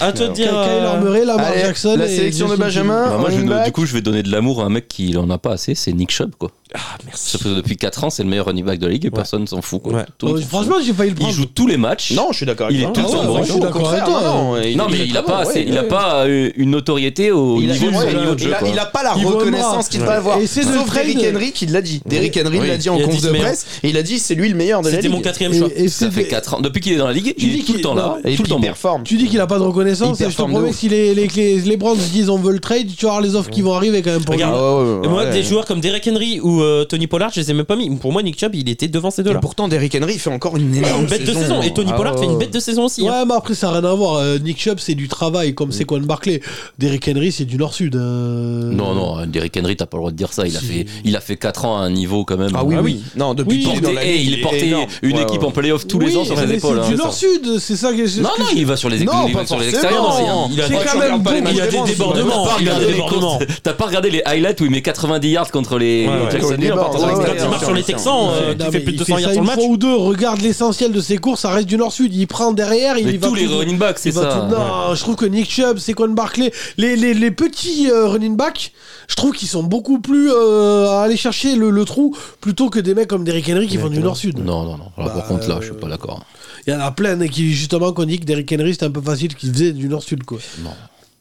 Speaker 2: À te dire.
Speaker 1: Kyler
Speaker 2: euh,
Speaker 1: Murray, Lamar
Speaker 3: Allez,
Speaker 1: Jackson,
Speaker 3: la
Speaker 1: et
Speaker 3: sélection de
Speaker 1: Justin
Speaker 3: Benjamin.
Speaker 4: Bah, moi, je
Speaker 3: running
Speaker 4: ne-
Speaker 3: back.
Speaker 4: du coup, je vais donner de l'amour à un mec qui en a pas assez, c'est Nick Chubb, quoi.
Speaker 2: Ah, merci.
Speaker 4: Sauf que depuis 4 ans, c'est le meilleur running back de la ligue et
Speaker 2: Ouais.
Speaker 4: personne s'en fout, quoi.
Speaker 2: Ouais.
Speaker 4: Tout le
Speaker 1: Fields.
Speaker 4: monde
Speaker 1: Euh,
Speaker 4: s'en
Speaker 1: franchement, j'ai failli le
Speaker 4: fout. il
Speaker 1: prendre.
Speaker 4: joue tous les matchs.
Speaker 3: Oh, Non, je suis d'accord avec
Speaker 4: Il est
Speaker 3: toi.
Speaker 4: tout le
Speaker 3: Ah
Speaker 4: temps
Speaker 3: ouais,
Speaker 4: bon.
Speaker 3: ouais,
Speaker 4: Je
Speaker 3: au
Speaker 1: suis d'accord
Speaker 3: contraire,
Speaker 1: avec toi.
Speaker 3: Non, non,
Speaker 4: Non, mais
Speaker 3: est
Speaker 4: il a
Speaker 3: très
Speaker 4: pas
Speaker 3: bon,
Speaker 4: assez-
Speaker 3: ouais,
Speaker 4: il a
Speaker 3: ouais.
Speaker 4: pas euh, une notoriété au
Speaker 3: Il a-
Speaker 4: niveau
Speaker 3: ouais,
Speaker 4: au niveau de
Speaker 3: il
Speaker 4: jeu,
Speaker 3: a-
Speaker 4: quoi.
Speaker 3: il a pas la
Speaker 1: Il voit moi.
Speaker 3: reconnaissance qu'il
Speaker 1: Ouais.
Speaker 3: devrait avoir.
Speaker 1: Et c'est de
Speaker 3: Sauf
Speaker 1: trade.
Speaker 3: Derrick Henry qui l'a dit. Derrick Henry
Speaker 4: Oui.
Speaker 3: l'a dit en
Speaker 2: Il a dit
Speaker 3: conf de
Speaker 2: c'est meilleur.
Speaker 3: presse et il a dit c'est lui le meilleur de la
Speaker 2: C'était
Speaker 3: ligue.
Speaker 2: mon quatrième choix.
Speaker 1: Et- et
Speaker 4: Ça
Speaker 1: c'est-
Speaker 4: fait 4 ans. Depuis qu'il est dans la
Speaker 1: Tu
Speaker 4: ligue, il
Speaker 1: dis
Speaker 4: est tout le
Speaker 1: qu'il-
Speaker 4: temps là,
Speaker 3: Et
Speaker 4: tout le
Speaker 3: puis
Speaker 4: temps bon.
Speaker 3: il performe.
Speaker 1: Tu dis qu'il a pas de reconnaissance,
Speaker 3: Il
Speaker 1: et je te
Speaker 3: performe de
Speaker 1: promets
Speaker 3: ouf.
Speaker 1: que si les, les, les, les Browns disent on veut le trade, tu vas avoir les offres qui vont arriver quand même pour lui.
Speaker 2: Regarde,
Speaker 3: Ah ouais, ouais, ouais,
Speaker 2: Et moi,
Speaker 3: ouais.
Speaker 2: des joueurs comme Derek Henry ou euh, Tony Pollard, je les ai même pas mis. Pour moi, Nick Chubb, il était devant ces
Speaker 3: Et
Speaker 2: deux-là.
Speaker 3: pourtant, Derrick Henry fait encore une énorme
Speaker 2: Une bête de saison. Et Tony
Speaker 3: Ah
Speaker 2: Pollard
Speaker 3: ouais,
Speaker 2: fait une
Speaker 3: ouais.
Speaker 2: bête de saison aussi. hein.
Speaker 1: Ouais, mais après, ça n'a rien à voir. Euh, Nick Chubb, c'est du travail,
Speaker 4: Mm.
Speaker 1: comme c'est Quan Barclay. Derrick Henry, c'est du Nord-Sud. euh.
Speaker 4: Non, non, Derrick Henry, t'as pas le droit de dire ça. Il a fait, il a fait 4 ans à un niveau quand même.
Speaker 3: Ah oui,
Speaker 4: euh,
Speaker 3: oui. Non, depuis
Speaker 1: Oui,
Speaker 3: qu'il est dans
Speaker 4: porté,
Speaker 3: la
Speaker 4: eh,
Speaker 3: ligue,
Speaker 4: il est porté
Speaker 3: énorme.
Speaker 4: une
Speaker 3: Ouais,
Speaker 4: équipe
Speaker 3: ouais.
Speaker 4: en playoff tous les
Speaker 1: Oui,
Speaker 4: ans sur
Speaker 1: mais
Speaker 4: ses épaules.
Speaker 1: C'est
Speaker 4: hein,
Speaker 1: du
Speaker 4: ça.
Speaker 1: Nord-Sud, c'est ça que c'est ce
Speaker 4: Non,
Speaker 1: que
Speaker 4: non,
Speaker 1: je-
Speaker 4: il va sur les,
Speaker 3: Non,
Speaker 4: il va
Speaker 3: pas
Speaker 4: sur les
Speaker 3: forcément.
Speaker 4: extérieurs. il y a- il a-
Speaker 2: Il
Speaker 1: C'est quand
Speaker 2: a-
Speaker 3: tu
Speaker 1: même
Speaker 3: regardes pas les
Speaker 1: bon.
Speaker 3: matchs
Speaker 1: Il y a
Speaker 3: des
Speaker 1: des
Speaker 3: Browns, tu
Speaker 1: débordements.
Speaker 4: T'as pas regardé les courses-
Speaker 2: débordements.
Speaker 4: T'as pas regardé les highlights où il met 90 yards contre les
Speaker 2: Ouais, ouais.
Speaker 4: Jacksonville
Speaker 3: Ouais,
Speaker 4: en partant
Speaker 3: ouais,
Speaker 4: à
Speaker 3: ouais.
Speaker 2: Quand
Speaker 4: l'extérieur.
Speaker 2: il marche sur les Texans, euh,
Speaker 1: Non,
Speaker 2: qui fait
Speaker 1: mais
Speaker 2: plus de
Speaker 1: il
Speaker 2: 200
Speaker 1: ça
Speaker 2: yards sur le
Speaker 1: une
Speaker 2: match.
Speaker 1: fois ou deux, regarde l'essentiel de ses courses, ça reste du Nord-Sud. Il prend derrière, il
Speaker 4: Mais
Speaker 1: y va
Speaker 4: tous les
Speaker 1: tout-
Speaker 4: running backs, c'est
Speaker 1: il va
Speaker 4: ça.
Speaker 1: tout- Non, je trouve que Nick Chubb, c'est Quan Barclay, les, les, les petits euh, running backs, je trouve qu'ils sont beaucoup plus euh, à aller chercher le, le trou plutôt que des mecs comme Derrick Henry qui font du Nord-Sud.
Speaker 4: Non, non, non. Alors,
Speaker 1: Bah,
Speaker 4: par contre, là, je
Speaker 1: euh,
Speaker 4: suis pas d'accord.
Speaker 1: Il y en a plein hein, qui, justement, qu'on dit que Derrick Henry, c'était un peu facile, qu'ils faisaient du Nord-Sud, quoi.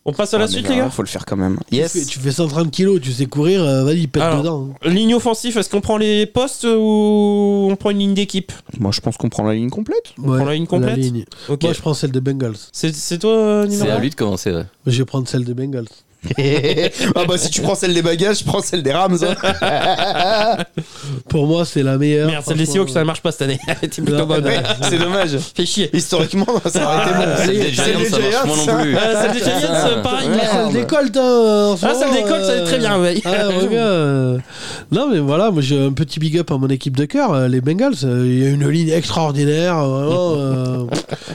Speaker 2: On passe à la
Speaker 3: Ah, mais
Speaker 2: suite,
Speaker 3: là,
Speaker 2: les gars.
Speaker 3: Faut le faire quand même.
Speaker 1: Tu, fais,
Speaker 3: Yes.
Speaker 1: tu fais 130 kilos, tu sais courir, euh, vas-y, pète
Speaker 2: Alors,
Speaker 1: dedans.
Speaker 2: Ligne offensive, est-ce qu'on prend les postes ou on prend une ligne d'équipe
Speaker 3: Moi, je pense qu'on prend la ligne complète.
Speaker 1: Ouais,
Speaker 2: prend la ligne complète
Speaker 1: ligne.
Speaker 2: Ok.
Speaker 1: Moi, je prends celle des Bengals.
Speaker 2: C'est c'est toi, euh, Nino
Speaker 4: C'est à lui de commencer. ouais.
Speaker 1: Je vais prendre celle des Bengals.
Speaker 3: ah bah si tu prends celle des bagages, je prends celle des Rams. hein.
Speaker 1: Pour moi, c'est la meilleure.
Speaker 2: Merde, celle des
Speaker 1: franchement.
Speaker 2: Seahawks, ça ne marche pas cette année. Elle était plutôt
Speaker 1: Non,
Speaker 2: bonne.
Speaker 3: Ouais, c'est dommage.
Speaker 2: (laughs) Fais chier.
Speaker 3: Historiquement, (laughs) ça aurait été bon.
Speaker 4: Celle des Giants, ça marche moins non plus.
Speaker 2: Euh, celle des Giants, euh, pareil.
Speaker 1: Ah, ça le décolte, hein, en ce
Speaker 2: Ah, ça le
Speaker 1: moment,
Speaker 2: décolle, ça
Speaker 1: euh,
Speaker 2: va très bien, ouais.
Speaker 1: (laughs) Ah, regarde, euh, Non, mais voilà, moi j'ai un petit big up à mon équipe de cœur, euh, les Bengals. euh, Il y a une ligne extraordinaire, euh, vraiment, euh,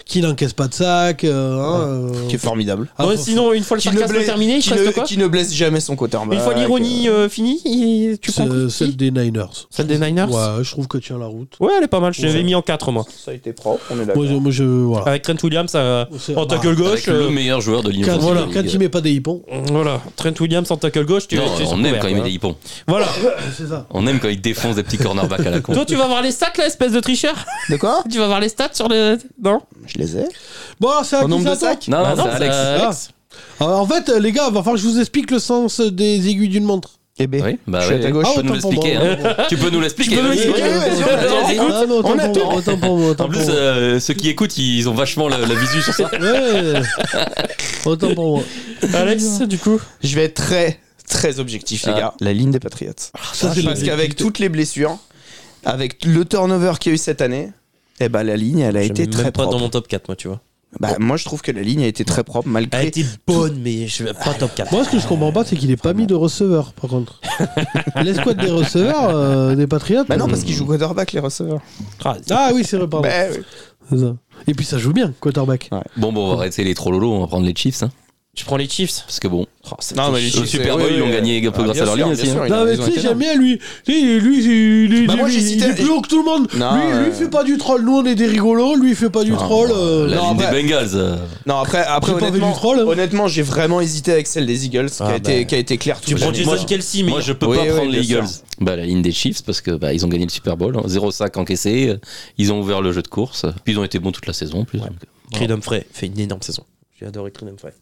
Speaker 1: qui n'encaisse pas de sac. euh, hein, euh,
Speaker 3: Qui est formidable.
Speaker 1: ah,
Speaker 2: (laughs) Ouais,
Speaker 1: faut-
Speaker 2: sinon, une fois le
Speaker 3: Qui ne,
Speaker 2: sarcasme
Speaker 3: blesse,
Speaker 2: terminé, il
Speaker 3: qui
Speaker 2: te reste
Speaker 3: ne-
Speaker 2: quoi
Speaker 3: qui ne blesse jamais son Bah, quarterback.
Speaker 2: Une fois l'ironie euh, finie, il- tu prends
Speaker 1: c'est-
Speaker 2: qui
Speaker 1: Celle des Niners.
Speaker 2: Celle des Niners
Speaker 1: Ouais, je trouve que tient la route.
Speaker 2: Ouais, elle est pas mal. Je l'avais mis en 4, moi.
Speaker 3: Ça a été propre, on est
Speaker 1: Moi,
Speaker 3: d'accord.
Speaker 1: je, moi, je- voilà.
Speaker 2: Avec Trent Williams euh,
Speaker 1: C'est-
Speaker 2: en
Speaker 1: bah,
Speaker 2: tackle
Speaker 4: Avec
Speaker 2: gauche.
Speaker 4: le
Speaker 2: euh,
Speaker 4: meilleur joueur de
Speaker 1: Quand,
Speaker 4: l'Union.
Speaker 1: voilà, quand il met pas des hippons,
Speaker 2: Voilà, Trent Williams en tackle gauche, tu
Speaker 4: Non,
Speaker 2: tu es
Speaker 4: on aime
Speaker 2: couvert,
Speaker 4: quand il met
Speaker 2: voilà.
Speaker 4: des hippons.
Speaker 2: Voilà.
Speaker 1: c'est ça.
Speaker 4: On aime quand il défonce des petits cornerbacks à la
Speaker 2: (laughs)
Speaker 4: con.
Speaker 2: Toi, tu vas voir les stats, là, espèce de tricheur
Speaker 3: De quoi
Speaker 2: Tu vas voir les stats sur les. Non
Speaker 3: Je les ai.
Speaker 1: Bon, alors, c'est à
Speaker 3: Au
Speaker 1: Ah, qui
Speaker 3: nombre
Speaker 1: ça
Speaker 3: de sacs
Speaker 4: Non,
Speaker 2: Bah
Speaker 4: non, c'est
Speaker 2: ça-
Speaker 4: Alex.
Speaker 1: Ah, En fait, euh, les gars, va falloir que je vous explique le sens des aiguilles d'une montre.
Speaker 3: Eh ben,
Speaker 4: Oui, bah
Speaker 3: je suis à
Speaker 4: oui.
Speaker 3: ta gauche.
Speaker 4: Tu
Speaker 1: Ah,
Speaker 4: peux nous
Speaker 1: autant pour moi,
Speaker 4: l'expliquer.
Speaker 1: (laughs) autant
Speaker 4: hein.
Speaker 1: pour moi.
Speaker 4: Tu peux nous l'expliquer.
Speaker 2: Tu peux nous
Speaker 4: vas-y.
Speaker 2: l'expliquer,
Speaker 4: Vas-y,
Speaker 3: vas-y,
Speaker 4: vas-y,
Speaker 3: on
Speaker 4: vas-y.
Speaker 1: Ah, non, autant
Speaker 3: on a
Speaker 1: pour moi,
Speaker 3: tout.
Speaker 1: autant pour moi, autant
Speaker 4: En plus,
Speaker 1: pour moi.
Speaker 4: euh, ceux qui écoutent, ils ont vachement la, la
Speaker 1: (laughs)
Speaker 4: visu sur ça.
Speaker 1: Ouais. Autant pour moi.
Speaker 2: Alex, du coup
Speaker 3: Je vais être très, très objectif, les
Speaker 4: Ah.
Speaker 3: gars. La ligne des Patriots.
Speaker 1: Ah, Ça, c'est
Speaker 3: Parce
Speaker 1: le-
Speaker 3: qu'avec toutes les blessures, avec le turnover qu'il y a eu cette année, eh ben, la ligne, elle a été très
Speaker 2: pas
Speaker 3: propre.
Speaker 2: dans mon top 4, moi, tu vois.
Speaker 3: Bah, moi, je trouve que la ligne a été très propre, malgré.
Speaker 2: Elle était bonne, mais je pas top 4.
Speaker 1: Moi, ce que je comprends pas, c'est qu'il est pas mis de receveur, par
Speaker 3: (laughs)
Speaker 1: contre. L'escouade des receveurs, euh, des Patriotes.
Speaker 3: Bah non,
Speaker 1: euh,
Speaker 4: Mmh.
Speaker 3: parce qu'ils jouent quarterback, les receveurs.
Speaker 1: Ah oui, c'est vrai, pardon.
Speaker 3: Bah, oui.
Speaker 1: C'est ça. Et puis ça joue bien, quarterback.
Speaker 4: Bon, bon, on va arrêter les trollolos, on va prendre les Chiefs. hein.
Speaker 2: Je prends les Chiefs.
Speaker 4: Parce que bon,
Speaker 2: Oh, c'est-
Speaker 3: Non, mais les
Speaker 4: le
Speaker 3: Chiefs,
Speaker 4: Super
Speaker 3: c'est-
Speaker 4: Bowl,
Speaker 3: oui,
Speaker 4: ils l'ont
Speaker 3: oui.
Speaker 4: gagné un peu
Speaker 3: Ah,
Speaker 4: grâce
Speaker 3: bien
Speaker 4: à leur
Speaker 3: sûr,
Speaker 4: ligne
Speaker 3: bien
Speaker 4: aussi. hein.
Speaker 3: sûr, ils
Speaker 1: non,
Speaker 3: ont-
Speaker 1: mais
Speaker 3: ils ont
Speaker 1: tu sais,
Speaker 3: été
Speaker 1: j'aime bien lui. Tu sais, il est- lui, c'est- il est,
Speaker 3: Bah,
Speaker 1: lui,
Speaker 3: moi, j'ai
Speaker 1: il
Speaker 3: cité-
Speaker 1: est plus haut que tout le monde.
Speaker 3: Non, Ah,
Speaker 1: lui, lui,
Speaker 3: euh,
Speaker 1: il fait pas du troll. Nous, on est des rigolos. Lui, il fait pas du troll. euh,
Speaker 4: La
Speaker 3: non,
Speaker 4: ligne des
Speaker 3: après-
Speaker 4: Bengals. euh,
Speaker 3: Non, après, après
Speaker 1: J'ai pas vu
Speaker 3: honnêtement,
Speaker 1: du troll, hein.
Speaker 3: honnêtement, j'ai vraiment hésité avec celle des Eagles, qui,
Speaker 2: Ah,
Speaker 3: a
Speaker 2: bah.
Speaker 3: été, qui a été claire
Speaker 2: Tu
Speaker 3: tout
Speaker 2: prends
Speaker 3: le
Speaker 4: jamais- moi,
Speaker 2: Jason Kelsey, mais.
Speaker 4: Moi, je peux
Speaker 3: Oui,
Speaker 4: pas
Speaker 3: oui,
Speaker 4: prendre les
Speaker 3: bien
Speaker 4: Eagles.
Speaker 3: sûr.
Speaker 4: Bah, la ligne des Chiefs, parce que bah, ils ont gagné le Super Bowl. hein. 0 sac encaissé. euh, Ils ont ouvert le jeu de course. Puis ils ont été bons toute la saison. en Plus.
Speaker 2: Ouais.
Speaker 4: Donc, euh,
Speaker 2: Creed Humphrey fait une énorme saison. J'ai adoré Creed Humphrey.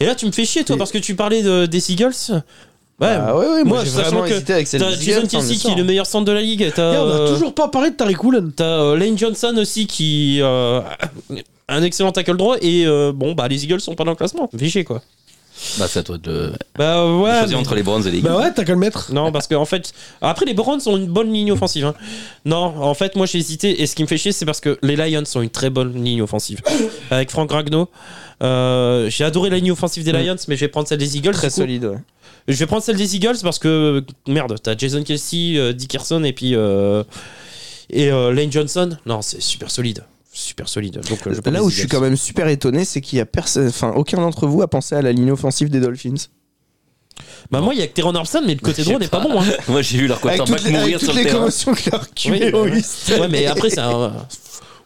Speaker 2: Et là, tu me fais chier, toi, parce que tu parlais de- des Seagulls. Ouais.
Speaker 3: Ah ouais,
Speaker 2: Moi,
Speaker 3: ouais, moi, j'ai
Speaker 2: sachant
Speaker 3: vraiment
Speaker 2: que
Speaker 3: hésité avec celle
Speaker 2: T'as
Speaker 3: des Eagles.
Speaker 2: Jason
Speaker 3: ça, on le
Speaker 2: Kelsey qui
Speaker 3: sort.
Speaker 2: est le hein, meilleur centre de la ligue. T'as
Speaker 1: Et on a
Speaker 2: euh,
Speaker 1: toujours pas parlé de Tariq Woolen.
Speaker 2: t'as, euh, Lane Johnson aussi qui euh, un excellent tackle droit et euh, bon bah les Eagles sont pas dans le classement. Fais chier, quoi.
Speaker 4: bah, c'est à toi de, de
Speaker 2: Bah euh, ouais.
Speaker 4: choisir
Speaker 2: mais-
Speaker 4: entre les Browns et les Eagles.
Speaker 1: Bah ouais, t'as qu'à le mettre.
Speaker 2: Non parce que en fait après les Browns ont une bonne ligne offensive. hein. Non en fait moi j'ai hésité et ce qui me fait chier c'est parce que les Lions ont une très bonne ligne offensive (coughs) avec Frank Ragno. euh, j'ai adoré la ligne offensive des Lions mais je vais prendre celle des Eagles.
Speaker 3: Mm. Très
Speaker 2: du coup.
Speaker 3: solide, ouais.
Speaker 2: Je vais prendre celle des Eagles parce que merde, t'as Jason Kelsey, euh, Dickerson et puis euh, et euh, Lane Johnson. Non, c'est super solide, super solide. Donc euh, je prends
Speaker 3: Là
Speaker 2: les
Speaker 3: où je suis
Speaker 2: Eagles.
Speaker 3: quand même super étonné, c'est qu'il y a personne, enfin aucun d'entre vous a pensé à la ligne offensive des Dolphins.
Speaker 2: Bah moi il y a que Teron Armstrong mais le côté droit n'est pas bon. hein.
Speaker 4: (laughs)
Speaker 3: (laughs)
Speaker 4: Moi, j'ai vu leur
Speaker 3: Avec
Speaker 4: quarterback
Speaker 3: toutes les, avec
Speaker 4: mourir sur
Speaker 3: toutes
Speaker 4: le
Speaker 3: les
Speaker 4: terrain.
Speaker 3: commotions que leur QB
Speaker 2: Oui,
Speaker 3: ont
Speaker 2: ouais.
Speaker 3: eues cette
Speaker 2: Ouais mais
Speaker 3: année.
Speaker 2: après c'est un euh,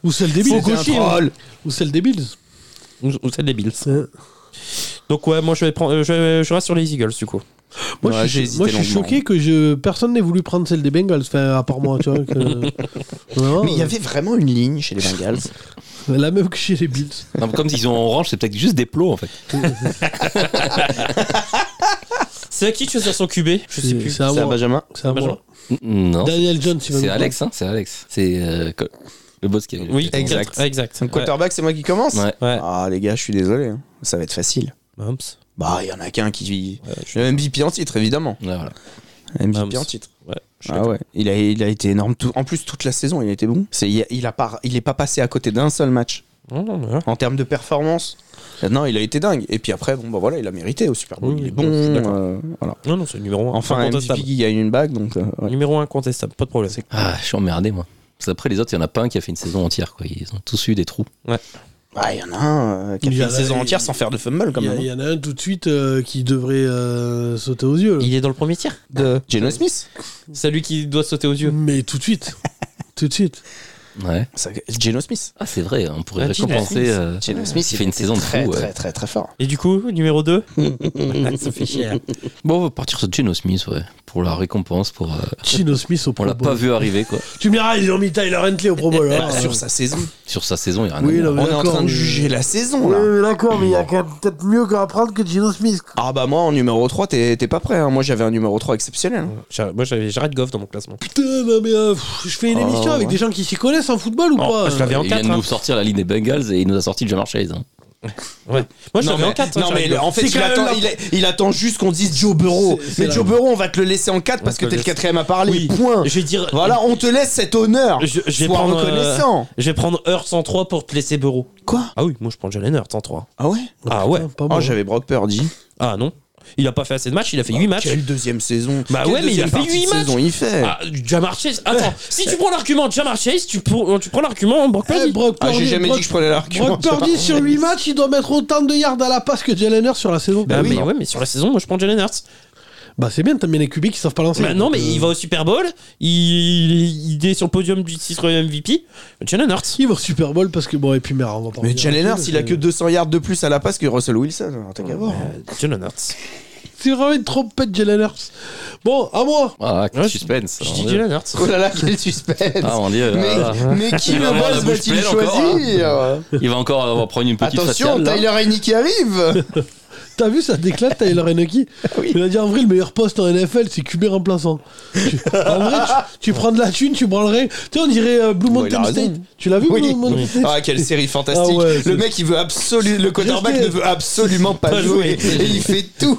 Speaker 1: Ou celle des
Speaker 3: C'est
Speaker 1: Bills.
Speaker 3: un
Speaker 1: aussi,
Speaker 3: troll.
Speaker 1: hein. Ou celle des Bills.
Speaker 2: ou- ou celle des Bills.
Speaker 1: Ouais.
Speaker 2: Donc ouais moi je vais prendre, euh, je, je reste sur les Eagles du coup.
Speaker 1: Moi,
Speaker 3: Ouais,
Speaker 1: je suis,
Speaker 3: j'ai hésité
Speaker 1: moi, je suis
Speaker 3: longuement.
Speaker 1: choqué que je, personne n'ait voulu prendre celle des Bengals, enfin, à part moi, tu vois. que- Vraiment,
Speaker 2: euh,
Speaker 3: Mais il y avait vraiment une ligne chez les Bengals.
Speaker 1: euh, la même que chez les Bills.
Speaker 4: Non, mais comme ils ont orange, c'est peut-être juste des plots en fait.
Speaker 2: C'est à qui tu vas sur son QB Je sais
Speaker 1: C'est-
Speaker 2: plus.
Speaker 1: C'est à
Speaker 3: C'est à
Speaker 1: moi.
Speaker 3: Benjamin.
Speaker 1: C'est à moi.
Speaker 2: Benjamin.
Speaker 4: Non.
Speaker 1: Daniel Jones, il va
Speaker 4: C'est
Speaker 1: nous
Speaker 4: Alex, hein, c'est Alex. C'est euh, co- le boss qui a
Speaker 2: Oui
Speaker 3: Exact.
Speaker 2: quatre- exact.
Speaker 3: Le quarterback, c'est moi qui commence
Speaker 4: Ouais.
Speaker 2: Ouais. ouais.
Speaker 3: Ah les gars, je suis désolé. hein. Ça va être facile.
Speaker 2: Humps.
Speaker 3: Bah, il y en a qu'un qui. Le MVP en titre, évidemment.
Speaker 4: Ouais, voilà.
Speaker 2: Ah,
Speaker 3: MVP
Speaker 2: Hams.
Speaker 3: en titre.
Speaker 2: Ouais. je suis
Speaker 3: Ah
Speaker 2: d'accord.
Speaker 3: ouais. Il a, il a été énorme. Tout- en plus, toute la saison, il a été bon. C'est, il, a- il a pas, il est pas passé à côté d'un seul match
Speaker 2: Non, non, mais ouais.
Speaker 3: en termes de performance. Non, il a été dingue. Et puis après, bon bah voilà, il a mérité au Super Bowl.
Speaker 2: Oui,
Speaker 3: il est
Speaker 2: je
Speaker 3: bon.
Speaker 2: suis d'accord.
Speaker 3: euh, voilà.
Speaker 2: Non, non, c'est le numéro 1.
Speaker 3: Enfin, MVP
Speaker 2: incontestable.
Speaker 3: qui gagne une bague, donc. euh, ouais.
Speaker 2: Numéro 1 contestable, pas de problème.
Speaker 4: Ah, je suis emmerdé moi. Parce qu'après les autres, il n'y en a pas un qui a fait une saison entière. Quoi. Ils ont tous eu des trous.
Speaker 3: Bah, il y en a un euh, qui a
Speaker 1: Il
Speaker 3: fait
Speaker 1: y en
Speaker 3: une
Speaker 1: a-
Speaker 3: saison
Speaker 1: il-
Speaker 3: entière sans faire de fumble, quand
Speaker 1: Il y, a-
Speaker 3: même. hein.
Speaker 1: il y en a un tout de suite euh, qui devrait euh, sauter aux yeux. là.
Speaker 2: Il est dans le premier tir
Speaker 3: De Geno Smith.
Speaker 2: Celui qui doit sauter aux yeux.
Speaker 1: Mais tout de suite. tout de suite.
Speaker 4: Ouais.
Speaker 3: Ça- Geno Smith.
Speaker 4: Ah, c'est vrai, on pourrait
Speaker 2: Ah, Gino
Speaker 4: récompenser.
Speaker 2: Smith.
Speaker 4: euh,
Speaker 3: Geno Smith,
Speaker 4: il fait une saison de
Speaker 3: très,
Speaker 4: fou. ouais.
Speaker 3: Très, très, très fort.
Speaker 2: Et du coup, numéro
Speaker 3: (laughs)
Speaker 2: 2 (laughs) Ça fait chier. hein.
Speaker 4: euh, Bon, on va partir sur Geno Smith, ouais, pour la récompense, pour. euh,
Speaker 1: Chino Smith au
Speaker 4: on
Speaker 1: Pro
Speaker 4: l'a pas
Speaker 1: Bowl.
Speaker 4: vu arriver, quoi.
Speaker 1: Tu me diras, ils ont mis Tyler Huntley au Pro Bowl. hein.
Speaker 3: Bah, (laughs) sur sa saison.
Speaker 4: Sur sa saison, il n'y a rien
Speaker 1: Oui,
Speaker 4: à dire.
Speaker 1: non, mais
Speaker 3: On est en
Speaker 1: d'accord,
Speaker 3: train de
Speaker 1: mais-
Speaker 3: juger la saison,
Speaker 1: Oui,
Speaker 3: là.
Speaker 1: mais d'accord, mais il y a quand même peut-être mieux qu'à apprendre que Gino Smith. quoi.
Speaker 3: Ah bah moi en numéro 3 t'es t'es pas prêt hein. moi j'avais un numéro 3 exceptionnel. hein.
Speaker 2: J'a- Moi, j'avais Jared Goff dans mon classement.
Speaker 1: Putain, non, mais euh, pff, je fais une
Speaker 3: Oh,
Speaker 1: émission avec
Speaker 3: ouais.
Speaker 1: des gens qui s'y connaissent en football ou
Speaker 2: Ah, Oh,
Speaker 1: pas
Speaker 2: je l'avais en
Speaker 4: Il vient
Speaker 2: 4.
Speaker 4: de nous sortir la ligne des Bengals et il nous a sorti Jamar Chase. hein.
Speaker 2: Ouais. Moi, je l'avais
Speaker 3: non, mais,
Speaker 2: en hein, 4.
Speaker 3: non, mais en fait,
Speaker 1: C'est
Speaker 3: il
Speaker 1: quand même
Speaker 3: attend,
Speaker 1: la-
Speaker 3: il, il attend juste qu'on dise Joe Burrow.
Speaker 1: C'est- c'est
Speaker 3: Mais
Speaker 1: la-
Speaker 3: Joe Burrow, on va te le laisser en 4 parce
Speaker 2: On
Speaker 3: que
Speaker 2: te
Speaker 3: t'es le
Speaker 2: laisse-
Speaker 3: quatrième à parler.
Speaker 2: Oui.
Speaker 3: Point.
Speaker 2: Je vais dire.
Speaker 3: Voilà, on te laisse cet honneur.
Speaker 2: Je, je vais
Speaker 3: Sois
Speaker 2: prendre. euh,
Speaker 3: reconnaissant.
Speaker 2: je vais prendre Heurt 103 pour te laisser Burrow.
Speaker 3: Quoi
Speaker 2: Ah oui, moi je prends Jalen Hurts en 3.
Speaker 3: Ah ouais
Speaker 2: Ah ouais.
Speaker 1: euh, Putain, pas
Speaker 3: Oh,
Speaker 1: moi.
Speaker 3: j'avais Brock Purdy.
Speaker 2: Ah non. Il a pas fait assez de matchs, il a fait 8 matchs.
Speaker 3: Quelle deuxième saison
Speaker 2: Bah
Speaker 3: Quelle
Speaker 2: ouais, mais il a
Speaker 3: deuxième
Speaker 2: fait
Speaker 3: partie
Speaker 2: huit
Speaker 3: de
Speaker 2: matchs.
Speaker 3: saison il fait
Speaker 2: Ah, Jamar Chase. (laughs) Attends, si tu prends l'argument Jamar Chase, tu, pour- tu prends l'argument Brock
Speaker 1: Eh,
Speaker 2: Purdy.
Speaker 1: Brock
Speaker 3: Ah, j'ai
Speaker 1: Purdy-
Speaker 3: jamais
Speaker 1: Brock-
Speaker 3: dit que je prenais l'argument. (laughs)
Speaker 1: Brock Purdy sur 8 matchs, il doit mettre autant de yards à la passe que Jalen Hurts sur la saison.
Speaker 2: Bah,
Speaker 3: oui,
Speaker 2: mais
Speaker 3: non.
Speaker 2: ouais, mais sur la saison, moi je prends Jalen Hurts.
Speaker 1: Bah, c'est bien, t'as bien les cubiques qui savent pas lancer.
Speaker 2: Bah non, mais
Speaker 1: Euh,
Speaker 2: il va au Super Bowl, il, il est sur le podium du titre MVP. Jalen Hurts.
Speaker 1: Il va au Super Bowl parce que bon, et puis merde, on va pas
Speaker 3: Mais
Speaker 1: revenir
Speaker 3: Jalen
Speaker 1: là-dessus,
Speaker 3: Hurts, il a
Speaker 1: mais-
Speaker 3: que 200 yards de plus à la passe que Russell Wilson. alors T'as qu'à voir.
Speaker 2: Euh, Jalen Hurts.
Speaker 1: C'est vraiment une trompette, Jalen Hurts. Bon, à moi.
Speaker 4: Ah, quel
Speaker 2: Ouais,
Speaker 4: suspense.
Speaker 2: Je
Speaker 4: mon
Speaker 2: dis
Speaker 4: Dieu.
Speaker 2: Jalen Hurts.
Speaker 3: Oh là là, quel suspense
Speaker 4: Ah, mon dieu.
Speaker 3: mais,
Speaker 4: ah.
Speaker 3: mais qui
Speaker 4: Il va
Speaker 3: le
Speaker 4: avoir la
Speaker 3: boss
Speaker 4: bouche
Speaker 3: va-t-il
Speaker 4: pleine encore, hein.
Speaker 3: choisir
Speaker 4: Il va encore avoir prendre une petite
Speaker 3: Attention,
Speaker 4: faciale. là.
Speaker 3: Tyler Heineke qui arrive
Speaker 1: T'as vu, ça déclate Tyler Henneke
Speaker 3: (laughs) Oui.
Speaker 1: Il a dit en vrai, le meilleur poste en NFL, c'est QB remplaçant. Tu- en vrai, tu, tu prends de la thune, tu prends le Tu sais, on dirait euh, Blue
Speaker 3: Bon, il a
Speaker 1: Mountain
Speaker 3: raison.
Speaker 1: State. Tu l'as vu,
Speaker 3: Oui.
Speaker 1: Blue Mountain
Speaker 2: Oui.
Speaker 1: State
Speaker 3: Ah, quelle série fantastique
Speaker 1: Ah ouais, c'est-
Speaker 3: Le mec, il veut absolument... Le quarterback
Speaker 1: Restez.
Speaker 3: ne veut absolument pas,
Speaker 2: Pas
Speaker 3: jouer.
Speaker 2: jouer.
Speaker 3: Et il fait tout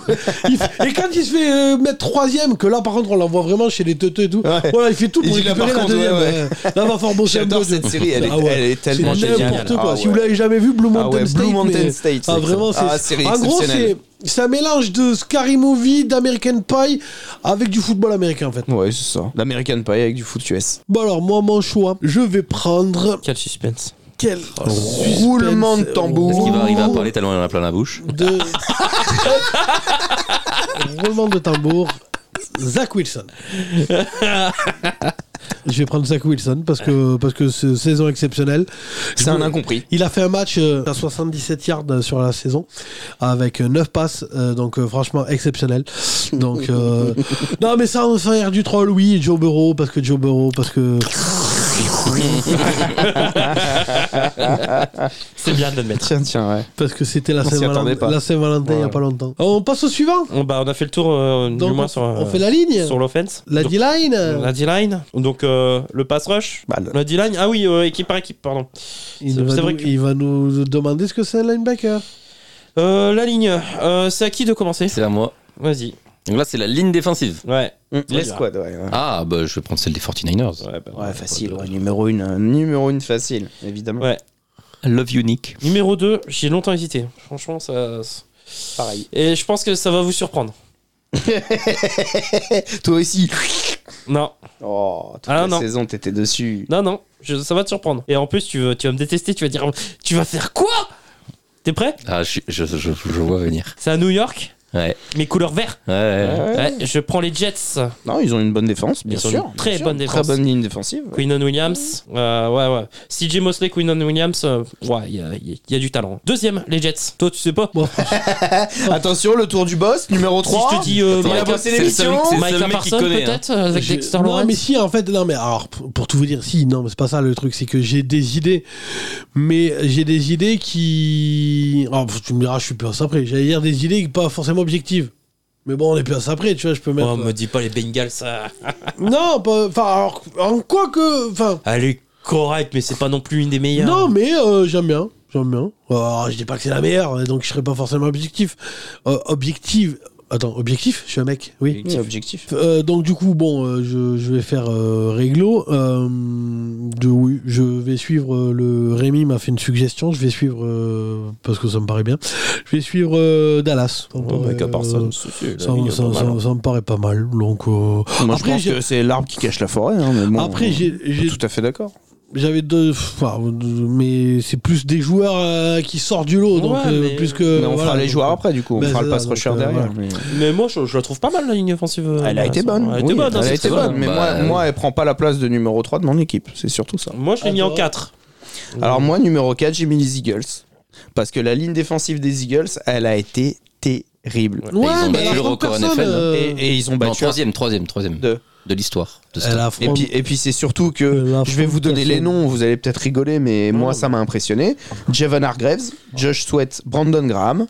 Speaker 1: Il fait- Et quand il se fait euh, mettre troisième, que là par contre on l'envoie vraiment chez les teuteux et tout,
Speaker 3: Ouais.
Speaker 1: voilà, il fait tout
Speaker 3: Il
Speaker 1: pour
Speaker 3: dit, là,
Speaker 1: récupérer la
Speaker 3: par contre,
Speaker 1: deuxième.
Speaker 3: ouais, ouais.
Speaker 1: ouais. (laughs) Là va falloir bosser un
Speaker 3: J'adore
Speaker 1: peu.
Speaker 3: cette série, elle est,
Speaker 1: Ah ouais.
Speaker 3: elle est
Speaker 1: C'est
Speaker 3: tellement géniale.
Speaker 1: n'importe quoi.
Speaker 3: Ah
Speaker 1: Si vous
Speaker 3: ouais.
Speaker 1: l'avez jamais vu, Blue Mountain
Speaker 3: Ah ouais,
Speaker 1: State.
Speaker 3: Blue Mountain
Speaker 1: mais-
Speaker 3: State,
Speaker 1: Ah,
Speaker 3: c'est
Speaker 1: vraiment,
Speaker 3: ça. Ah,
Speaker 1: c'est.
Speaker 3: série
Speaker 1: en gros, c'est
Speaker 3: exceptionnelle.
Speaker 1: c'est un mélange de Scary Movie, d'American Pie, avec du football américain en fait.
Speaker 3: Ouais, c'est ça. L'American Pie avec du foot US.
Speaker 1: Bon alors, moi, mon choix, je vais prendre.
Speaker 2: Quel suspense.
Speaker 1: Quel
Speaker 3: roulement de tambour.
Speaker 4: Est-ce qu'il va arriver à parler tellement il en a plein la bouche
Speaker 1: de. (laughs) Roulement de tambour. Zach Wilson. Je vais prendre Zach Wilson parce que parce que c'est une saison exceptionnelle.
Speaker 3: C'est un incompris.
Speaker 1: Il a fait un match euh, à 77 yards sur la saison avec euh, 9 passes, euh, donc euh, franchement exceptionnel. Donc
Speaker 4: (laughs)
Speaker 1: euh, non mais ça on va faire du troll, oui, Joe Burrow parce que Joe Burrow parce que
Speaker 2: C'est bien de l'admettre.
Speaker 3: Tiens, tiens, ouais.
Speaker 1: parce que c'était la
Speaker 3: On s'y attendait
Speaker 1: Saint-Valentin,
Speaker 3: pas.
Speaker 1: la Saint-Valentin il y a
Speaker 3: Voilà.
Speaker 1: pas longtemps. Oh, On passe au suivant.
Speaker 2: On, bah, on a fait le tour, euh, du
Speaker 1: Donc,
Speaker 2: moins,
Speaker 1: on,
Speaker 2: sur, euh,
Speaker 1: on fait la ligne, euh,
Speaker 2: sur l'offense.
Speaker 1: la
Speaker 2: Donc,
Speaker 1: D-line.
Speaker 2: La D-line. Donc, euh, le pass rush.
Speaker 3: Bah, le-
Speaker 2: La D-line. Ah oui, euh, équipe par équipe, pardon.
Speaker 1: Il,
Speaker 2: C'est-
Speaker 1: va
Speaker 2: c'est
Speaker 1: nous,
Speaker 2: vrai que-
Speaker 1: il va nous demander ce que c'est un linebacker.
Speaker 2: Euh, la ligne. Euh, c'est à qui de commencer
Speaker 4: C'est à moi.
Speaker 2: Vas-y.
Speaker 4: Donc là, c'est la ligne défensive.
Speaker 2: Ouais.
Speaker 3: Les squads, Mm. ouais. ouais.
Speaker 4: Ah, bah je vais prendre celle des 49ers.
Speaker 2: Ouais, bah.
Speaker 3: Ouais, facile, ouais, numéro une, euh, numéro une facile, évidemment.
Speaker 2: Ouais.
Speaker 4: Love Unique.
Speaker 2: Numéro 2, j'ai longtemps hésité. Franchement, ça.
Speaker 3: Pareil.
Speaker 2: Et je pense que ça va vous surprendre.
Speaker 3: (laughs) Toi aussi.
Speaker 2: Non,
Speaker 3: Oh, toute
Speaker 2: Ah,
Speaker 3: la
Speaker 2: non.
Speaker 3: saison, t'étais dessus.
Speaker 2: non, non, je- ça va te surprendre. Et en plus, tu, veux- tu vas me détester, tu vas dire Tu vas faire quoi T'es prêt
Speaker 4: Ah, je, suis- je, je, je vois venir.
Speaker 2: C'est à New York,
Speaker 4: Ouais.
Speaker 2: mais couleur vert.
Speaker 4: Ouais, ouais.
Speaker 3: Ouais.
Speaker 2: Ouais, je prends les Jets.
Speaker 3: Non, ils ont une bonne défense, bien
Speaker 2: Ils ont
Speaker 3: sûr.
Speaker 2: une
Speaker 3: bien
Speaker 2: très
Speaker 3: sûr.
Speaker 2: bonne défense.
Speaker 3: Très bonne ligne défensive. ouais.
Speaker 2: Quinnon Williams. Euh, ouais, ouais. CJ Mosley, Quinnon Williams. euh, ouais, il y a, il y a du talent. Deuxième, les Jets. Toi, tu sais pas
Speaker 1: Bon,
Speaker 3: Attention, le tour du boss, numéro 3.
Speaker 2: Si je te dis euh,
Speaker 4: Attends,
Speaker 3: il a
Speaker 2: Mike,
Speaker 3: bossé
Speaker 4: c'est le seul-
Speaker 3: l'émission.
Speaker 4: c'est le
Speaker 2: Mike
Speaker 4: seul mec qui
Speaker 2: Parsons,
Speaker 4: connaît, hein.
Speaker 2: peut-être euh, Avec
Speaker 1: j'ai-
Speaker 2: Dexter
Speaker 1: non
Speaker 2: Lawrence
Speaker 1: mais si en fait non mais alors p- pour tout vous dire si non mais c'est pas ça le truc c'est que j'ai des idées mais j'ai des idées qui oh, pff, tu me diras je suis plus à ça près j'allais dire des idées pas forcément objectives mais bon on est plus à ça près tu vois je peux mettre
Speaker 2: Oh, me dis pas les Bengals. ça.
Speaker 1: (laughs) non pas- enfin alors, en quoi que enfin
Speaker 2: Elle est correcte, mais c'est pas non plus une des meilleures.
Speaker 1: Non, mais euh, j'aime bien. J'aime bien. Alors, je dis pas que c'est la meilleure, euh, donc je serais pas forcément objectif. Euh, objectif. Attends, objectif Je suis un mec, oui.
Speaker 3: C'est objectif.
Speaker 1: Euh, donc du coup, bon, euh, je, je vais faire euh, réglo. Euh, de, oui, je vais suivre euh, le... Rémi m'a fait une suggestion, je vais suivre, euh, parce que ça me paraît bien, je vais suivre euh, Dallas. Euh, ça, me- ça- ça- ça me paraît pas mal. Donc, euh,
Speaker 3: Moi,
Speaker 1: Après,
Speaker 3: je pense
Speaker 1: j'ai-
Speaker 3: que c'est l'arbre qui cache la forêt. hein, mais bon,
Speaker 1: Après, j'ai-
Speaker 3: on est
Speaker 1: j'ai-
Speaker 3: tout à fait d'accord.
Speaker 1: J'avais deux, enfin, deux- mais c'est plus des joueurs euh, qui sortent du lot, donc
Speaker 2: Ouais,
Speaker 1: euh,
Speaker 2: mais-
Speaker 1: plus que.
Speaker 3: mais on
Speaker 1: voilà,
Speaker 3: fera les
Speaker 1: donc,
Speaker 3: joueurs après, du coup. On
Speaker 1: ben,
Speaker 3: fera le
Speaker 1: c'est
Speaker 3: pass
Speaker 1: ça,
Speaker 3: rusher
Speaker 1: donc, euh, voilà.
Speaker 3: derrière. mais-
Speaker 2: Mais moi, je, je la trouve pas mal, la ligne offensive. euh,
Speaker 3: Elle a été bonne.
Speaker 2: Elle a
Speaker 3: oui,
Speaker 2: été bonne. hein,
Speaker 3: Elle a
Speaker 2: cette
Speaker 3: été
Speaker 2: saison.
Speaker 3: bonne. Mais
Speaker 4: Bah,
Speaker 3: moi,
Speaker 4: euh,
Speaker 3: moi, elle prend pas la place de numéro 3 de mon équipe. C'est surtout ça.
Speaker 2: Moi, je l'ai mis en 4.
Speaker 3: Alors, moi, numéro 4, j'ai mis les Eagles. Parce que la ligne défensive des Eagles, elle a été terrible.
Speaker 1: Ouais,
Speaker 4: Ils ont
Speaker 1: mais
Speaker 4: battu
Speaker 1: elle
Speaker 4: le
Speaker 1: affronte
Speaker 4: record
Speaker 1: personne,
Speaker 4: NFL, hein.
Speaker 1: euh,
Speaker 3: Et, et ils ont
Speaker 4: Non,
Speaker 3: battu. un-
Speaker 4: troisième, troisième, troisième.
Speaker 3: De-
Speaker 4: De l'histoire. de ce
Speaker 1: elle
Speaker 4: temps.
Speaker 1: affronte-
Speaker 3: Et puis, et puis c'est surtout que
Speaker 1: Elle
Speaker 3: je vais vous donner les noms, vous allez peut-être rigoler, mais moi ça m'a impressionné. Javon Hargreaves, Josh Sweat, Brandon Graham,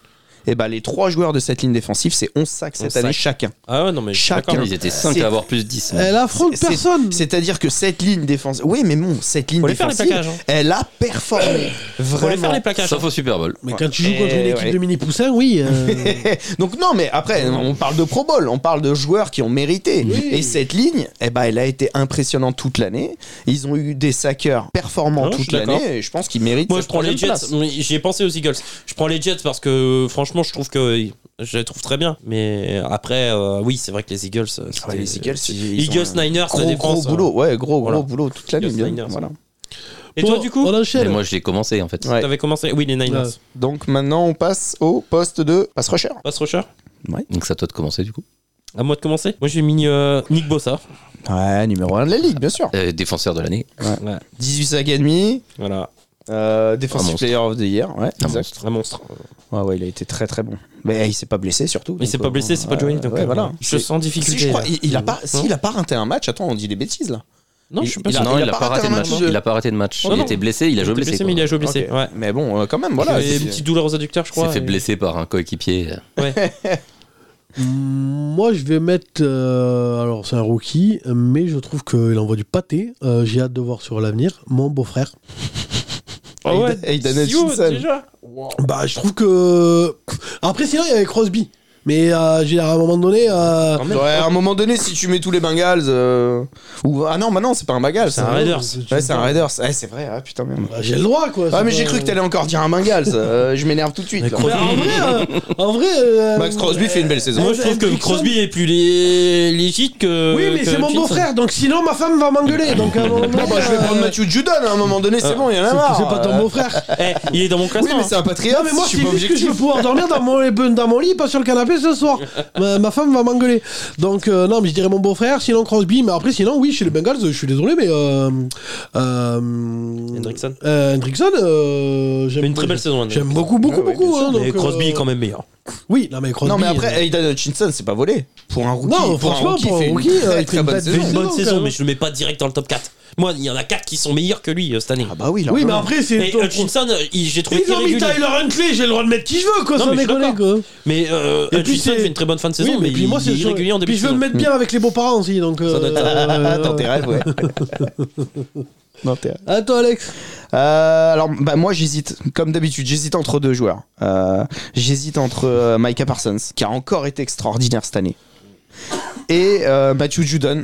Speaker 3: et ben les trois joueurs de cette ligne défensive, c'est 11 sacs cette
Speaker 2: 11
Speaker 3: année
Speaker 2: sacs.
Speaker 3: chacun.
Speaker 2: Ah ouais, non, mais je suis
Speaker 3: Chacun.
Speaker 2: d'accord.
Speaker 4: Ils étaient 5
Speaker 3: C'est-
Speaker 4: à avoir plus hein. 10.
Speaker 1: Elle affronte
Speaker 3: C'est-
Speaker 1: personne.
Speaker 3: C'est-à-dire que cette ligne défensive. Oui, mais bon, cette ligne
Speaker 2: Faut les faire, les
Speaker 3: défensive.
Speaker 2: plaquages. hein.
Speaker 3: elle a performé.
Speaker 2: Faut les faire,
Speaker 3: Vraiment.
Speaker 2: les plaquages.
Speaker 4: Sauf au Super Bowl.
Speaker 1: Mais
Speaker 3: Ouais.
Speaker 1: quand tu joues contre une
Speaker 3: Eh
Speaker 1: équipe
Speaker 3: ouais.
Speaker 1: de mini poussins, oui.
Speaker 3: (laughs)
Speaker 1: euh,
Speaker 3: (laughs) Donc non, mais après,
Speaker 2: Hmm.
Speaker 3: on parle de Pro Bowl, on parle de joueurs qui ont mérité.
Speaker 1: Oui.
Speaker 3: Et cette ligne, eh ben, elle a été impressionnante toute l'année. Ils ont eu des sackers
Speaker 2: Ah
Speaker 3: performants
Speaker 2: Non, je suis
Speaker 3: toute
Speaker 2: d'accord.
Speaker 3: l'année. Et je pense qu'ils méritent.
Speaker 2: Moi, je
Speaker 3: cette
Speaker 2: prends les
Speaker 3: troisième
Speaker 2: Jets.
Speaker 3: place.
Speaker 2: mais J'y ai pensé aux Eagles. Je prends les Jets parce que, euh, franchement, je trouve que je les trouve très bien. Mais après, euh, oui, c'est vrai que les Eagles. euh,
Speaker 3: Ah ouais, les
Speaker 2: c'était-
Speaker 3: Eagles, ils ont
Speaker 2: Eagles,
Speaker 3: un
Speaker 2: Niners, la
Speaker 3: Gros, gros
Speaker 2: défense, hein.
Speaker 3: boulot, ouais, gros,
Speaker 2: Voilà.
Speaker 3: gros boulot toute l'année.
Speaker 2: Yes,
Speaker 3: bien.
Speaker 2: Niners. hein.
Speaker 3: Voilà.
Speaker 2: Et
Speaker 1: bon,
Speaker 2: toi, du coup
Speaker 1: On
Speaker 4: Mais
Speaker 1: enchaîne.
Speaker 4: moi, j'ai commencé en fait.
Speaker 3: Ouais.
Speaker 2: T'avais commencé Oui, les Niners.
Speaker 1: Ouais.
Speaker 3: Donc maintenant, on passe au poste de pass rusher.
Speaker 2: Pass rusher
Speaker 4: Donc, c'est à toi de commencer du coup.
Speaker 2: À moi de commencer Moi, j'ai mis euh, Nick Bossa.
Speaker 3: Ouais, numéro 1 de la ligue, bien sûr.
Speaker 4: Euh, défenseur de l'année.
Speaker 3: 18 sacs et demi,
Speaker 2: Voilà,
Speaker 3: euh,
Speaker 4: Un
Speaker 3: defensive
Speaker 4: monstre.
Speaker 3: player of the year. Ouais,
Speaker 4: Un
Speaker 3: exact.
Speaker 2: un monstre.
Speaker 3: Ouais, ouais, il a été très très bon. Mais il s'est pas blessé surtout.
Speaker 2: Il s'est pas blessé, c'est pas Johnny. Donc, euh,
Speaker 3: voilà.
Speaker 2: Je sens difficulté.
Speaker 3: Si, je crois,
Speaker 2: là.
Speaker 3: il, il a pas,
Speaker 2: Non,
Speaker 3: si, il a pas raté un match, attends, on dit des bêtises là.
Speaker 2: non, je suis pas
Speaker 3: Ah, il
Speaker 2: sûr.
Speaker 3: a-
Speaker 4: non, il a
Speaker 3: pas
Speaker 4: pas raté
Speaker 3: raté
Speaker 4: de
Speaker 3: un
Speaker 4: match.
Speaker 3: match de-
Speaker 4: Il a pas raté de match.
Speaker 2: Non,
Speaker 4: il
Speaker 2: non.
Speaker 4: était blessé, il a joué
Speaker 2: était
Speaker 4: blessé.
Speaker 2: mais
Speaker 4: quoi.
Speaker 2: il a joué blessé.
Speaker 3: Ok.
Speaker 2: Ouais.
Speaker 3: Mais bon, euh, quand même, voilà.
Speaker 2: Des
Speaker 3: c'est-
Speaker 2: petites douleurs aux adducteurs, je
Speaker 4: Il
Speaker 2: crois.
Speaker 4: s'est fait
Speaker 2: et-
Speaker 4: blesser par un coéquipier. euh,
Speaker 2: Ouais.
Speaker 1: Mm, Moi, je vais mettre. euh, alors, c'est un rookie, mais je trouve qu'il envoie du pâté. Euh, J'ai hâte de voir sur l'avenir. Mon beau-frère.
Speaker 2: Ah ouais,
Speaker 3: Aidan
Speaker 2: si haut,
Speaker 3: Hutchinson.
Speaker 2: déjà.
Speaker 1: Bah, je trouve que. Après, sinon, il y avait Crosby. Mais euh, j'ai- à un moment donné. euh,
Speaker 2: Quand
Speaker 3: Ouais,
Speaker 2: même.
Speaker 3: à un moment donné, si tu mets tous les Bengals. euh, Ou... Ah non, bah non, c'est pas un Bengals.
Speaker 2: C'est un Raiders.
Speaker 3: Ouais, c'est un Raiders. Ouais, c'est vrai, ah, putain, merde.
Speaker 1: Bah, j'ai le droit, quoi.
Speaker 3: Ah,
Speaker 1: c'est
Speaker 3: mais
Speaker 1: pas-
Speaker 3: j'ai cru que t'allais encore dire un Bengals. euh, je m'énerve tout de suite.
Speaker 2: Mais
Speaker 3: là.
Speaker 1: Ouais, en vrai, euh, en vrai euh,
Speaker 3: Max Crosby fait une belle saison.
Speaker 2: Moi, je trouve que
Speaker 1: Hendrickson-
Speaker 2: Crosby est plus lé- légit que.
Speaker 1: euh, Oui, mais
Speaker 2: que
Speaker 1: c'est mon
Speaker 2: Hutchinson.
Speaker 1: beau-frère, donc sinon ma femme va m'engueuler. Donc à un moment
Speaker 3: euh, (laughs) Non,
Speaker 1: donné,
Speaker 3: bah, je vais
Speaker 1: euh,
Speaker 3: prendre Mathieu Judon à un moment donné, c'est
Speaker 2: Ah,
Speaker 3: bon, il y en
Speaker 1: c'est-
Speaker 3: a marre.
Speaker 1: C'est pas ton
Speaker 3: Euh,
Speaker 1: beau-frère.
Speaker 2: Eh, il est dans mon
Speaker 3: Oui,
Speaker 2: classement.
Speaker 3: mais c'est un patriote.
Speaker 1: Non, mais moi,
Speaker 3: si
Speaker 1: c'est
Speaker 3: je suis
Speaker 1: juste
Speaker 3: pas
Speaker 1: que je
Speaker 3: objectif.
Speaker 1: veux pouvoir dormir dans mon, euh, dans mon lit, pas sur le canapé ce soir. ma, ma femme va m'engueuler. Donc, euh, non, mais je dirais mon beau-frère, sinon Crosby. Mais après, sinon, oui, chez les Bengals, je suis désolé, mais. Euh, euh,
Speaker 2: Hendrickson.
Speaker 1: euh, Hendrickson, euh, j'aime
Speaker 2: Mais une très belle saison. Hendrickson.
Speaker 1: J'aime beaucoup, beaucoup,
Speaker 3: Ah ouais,
Speaker 1: beaucoup.
Speaker 3: bien sûr.
Speaker 1: hein,
Speaker 2: Mais
Speaker 1: donc,
Speaker 2: Crosby
Speaker 1: euh,
Speaker 2: est quand même meilleur.
Speaker 1: Oui, non, mais Crosby.
Speaker 3: Non, mais après, eh,
Speaker 1: euh,
Speaker 3: Aidan Hutchinson, c'est pas volé. Pour un rookie,
Speaker 1: Non,
Speaker 3: pour
Speaker 1: franchement,
Speaker 3: un rookie,
Speaker 1: pour un
Speaker 3: il fait une
Speaker 1: rookie, euh, il
Speaker 3: très,
Speaker 1: fait
Speaker 3: très
Speaker 1: une
Speaker 3: bonne
Speaker 1: belle
Speaker 2: Il fait
Speaker 3: saison.
Speaker 2: une
Speaker 1: saison,
Speaker 2: bonne
Speaker 1: quand
Speaker 2: saison,
Speaker 1: même.
Speaker 2: mais je le mets pas direct dans le top 4. Moi, il y en a 4 qui sont meilleurs que lui euh, cette année.
Speaker 3: Ah bah
Speaker 1: Oui,
Speaker 3: oui,
Speaker 1: mais
Speaker 3: (laughs) largement.
Speaker 1: après, c'est.
Speaker 2: Et Hutchinson, euh, il- j'ai trouvé
Speaker 1: Ils ont mis
Speaker 2: irrégulier.
Speaker 1: Tyler Huntley, j'ai le droit de mettre qui je veux, quoi,
Speaker 2: Non,
Speaker 1: sans
Speaker 2: mais je suis
Speaker 1: déconner, quoi.
Speaker 2: Mais euh,
Speaker 1: Et puis,
Speaker 2: Hutchinson
Speaker 1: c'est-
Speaker 2: fait une très bonne fin de saison,
Speaker 1: Oui,
Speaker 2: mais
Speaker 1: puis moi,
Speaker 2: il
Speaker 1: c'est
Speaker 2: est irrégulier en début
Speaker 1: Puis
Speaker 2: de
Speaker 1: je veux
Speaker 2: saison.
Speaker 1: le mettre bien avec les beaux-parents aussi, donc.
Speaker 2: Ça doit être- (laughs)
Speaker 1: euh,
Speaker 3: Dans tes rêves, ouais.
Speaker 1: (laughs)
Speaker 3: Dans tes rêves.
Speaker 1: À toi, Alex.
Speaker 3: Euh, alors, bah, moi, j'hésite. Comme d'habitude, j'hésite entre deux joueurs. Euh, j'hésite entre euh, Micah Parsons, qui a encore été extraordinaire cette année, et euh, Matthew Judon,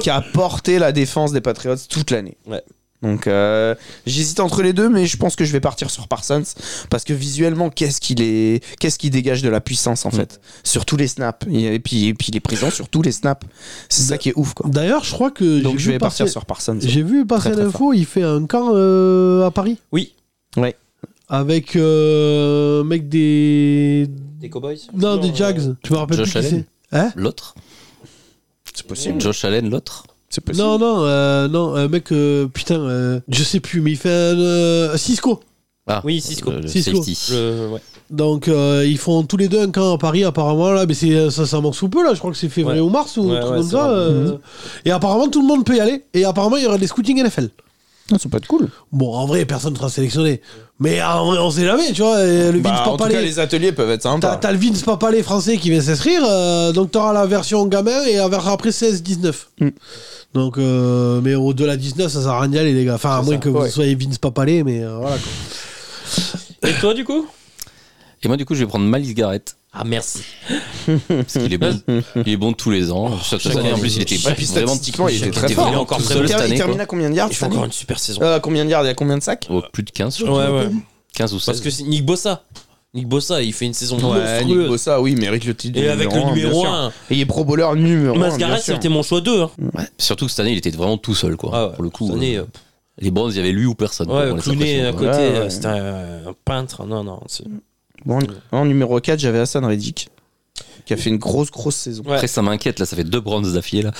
Speaker 3: qui a porté la défense des Patriots toute l'année.
Speaker 2: Ouais.
Speaker 3: Donc, euh, j'hésite entre les deux, mais je pense que je vais partir sur Parsons parce que visuellement, qu'est-ce qu'il est, qu'est-ce qu'il dégage de la puissance en fait sur tous les snaps. Et puis, et puis, il est présent sur tous les snaps. C'est ça qui est ouf, quoi.
Speaker 1: D'ailleurs, je crois que.
Speaker 3: Donc,
Speaker 1: j'ai
Speaker 3: je
Speaker 1: vu
Speaker 3: vais
Speaker 1: passer-
Speaker 3: partir sur Parsons.
Speaker 1: J'ai vu passer
Speaker 3: Très, très
Speaker 1: l'info, il fait un camp euh, à Paris.
Speaker 2: Oui.
Speaker 3: Ouais.
Speaker 1: Avec euh, un mec des.
Speaker 2: Des Cowboys
Speaker 1: Non, des Jags. Je me rappelle
Speaker 4: Josh
Speaker 1: plus qui
Speaker 4: Allen.
Speaker 1: c'est. Hein
Speaker 4: L'autre
Speaker 3: C'est possible.
Speaker 4: Josh Allen, l'autre
Speaker 3: C'est possible.
Speaker 1: Non, non, euh, non, un mec, euh, putain, euh, je sais plus, mais il fait un. euh, Cisco.
Speaker 4: Ah,
Speaker 2: Oui, Cisco.
Speaker 4: le- le
Speaker 1: Cisco.
Speaker 4: safety.
Speaker 2: Le- ouais.
Speaker 1: Donc, euh, ils font tous les deux un camp à Paris, apparemment, là, mais c'est, euh, ça, ça m'en sous peu, là, je crois que c'est février
Speaker 2: Ouais.
Speaker 1: ou mars ou
Speaker 2: Ouais,
Speaker 1: un truc
Speaker 2: ouais,
Speaker 1: comme
Speaker 2: c'est
Speaker 1: ça.
Speaker 2: vrai.
Speaker 1: euh,
Speaker 3: Mhm.
Speaker 1: Et apparemment, tout le monde peut y aller, et apparemment, il y aura des scootings NFL.
Speaker 3: Non, c'est pas de cool.
Speaker 1: Bon, en vrai, personne ne sera sélectionné. Mais en vrai, on sait jamais, tu vois, et le Vince
Speaker 3: Bah, en tout
Speaker 1: Papale-
Speaker 3: cas, les ateliers peuvent être
Speaker 1: T'as,
Speaker 3: sympas.
Speaker 1: t'as le Vince Papalé français qui vient s'inscrire, euh, donc t'auras la version gamin et la version après 16-19.
Speaker 3: Mm.
Speaker 1: Donc, euh, mais au-delà de 19, ça sert à rien d'y aller, les gars. Enfin, à
Speaker 2: C'est
Speaker 1: moins
Speaker 2: ça,
Speaker 1: que vous
Speaker 3: ouais.
Speaker 1: soyez Vince Papalé, mais euh, voilà. quoi.
Speaker 2: Et toi, du coup
Speaker 4: Et moi, du coup, je vais prendre Malice Garrett.
Speaker 2: Ah, merci.
Speaker 4: Parce qu'il est bon. Il est bon tous les ans. Chaque
Speaker 2: chaque
Speaker 4: année, en
Speaker 2: année.
Speaker 4: plus, il était
Speaker 3: Ouais, puis
Speaker 4: vraiment
Speaker 3: statistiquement, il était très
Speaker 4: était
Speaker 3: fort.
Speaker 4: vraiment
Speaker 2: Encore
Speaker 4: tout
Speaker 2: très
Speaker 4: seul
Speaker 2: bon.
Speaker 3: Il
Speaker 4: cette
Speaker 3: termine- il
Speaker 4: année.
Speaker 3: termine à combien de yards
Speaker 2: Il
Speaker 3: cette
Speaker 2: fait
Speaker 3: année
Speaker 2: encore une super saison.
Speaker 3: Euh, Combien de yards Il y a combien de sacs
Speaker 4: quoi. Oh, plus de 15, je crois.
Speaker 2: Ouais, ouais.
Speaker 4: 15 ou 16.
Speaker 2: Parce que c'est Nick Bossa. Nick Bossa, il fait une saison
Speaker 3: Nick
Speaker 2: monstrueuse.
Speaker 3: Bossa, oui, il mérite le titre. de
Speaker 2: Et avec le
Speaker 3: un, bien
Speaker 2: numéro
Speaker 3: sûr.
Speaker 2: 1,
Speaker 3: Et il est pro bowler numéro 1.
Speaker 2: Masgaret, c'était mon choix 2. Hein.
Speaker 4: Ouais. Surtout que cette année, il était vraiment tout seul, quoi.
Speaker 2: Ah ouais,
Speaker 4: Pour le coup,
Speaker 2: cette année,
Speaker 4: euh,
Speaker 2: euh,
Speaker 4: les Browns, il y avait lui ou personne. quoi,
Speaker 2: Ouais,
Speaker 4: pour les
Speaker 2: Clooney à
Speaker 4: impressions, quoi.
Speaker 2: côté,
Speaker 3: Ouais,
Speaker 2: euh,
Speaker 3: ouais.
Speaker 2: c'était un, un peintre. Non, non. c'est-
Speaker 3: Bon, en numéro 4, j'avais Hassan Reddick, qui a fait une grosse, grosse saison.
Speaker 2: Ouais.
Speaker 4: Après, ça m'inquiète, là, ça fait deux Browns d'affilée, là.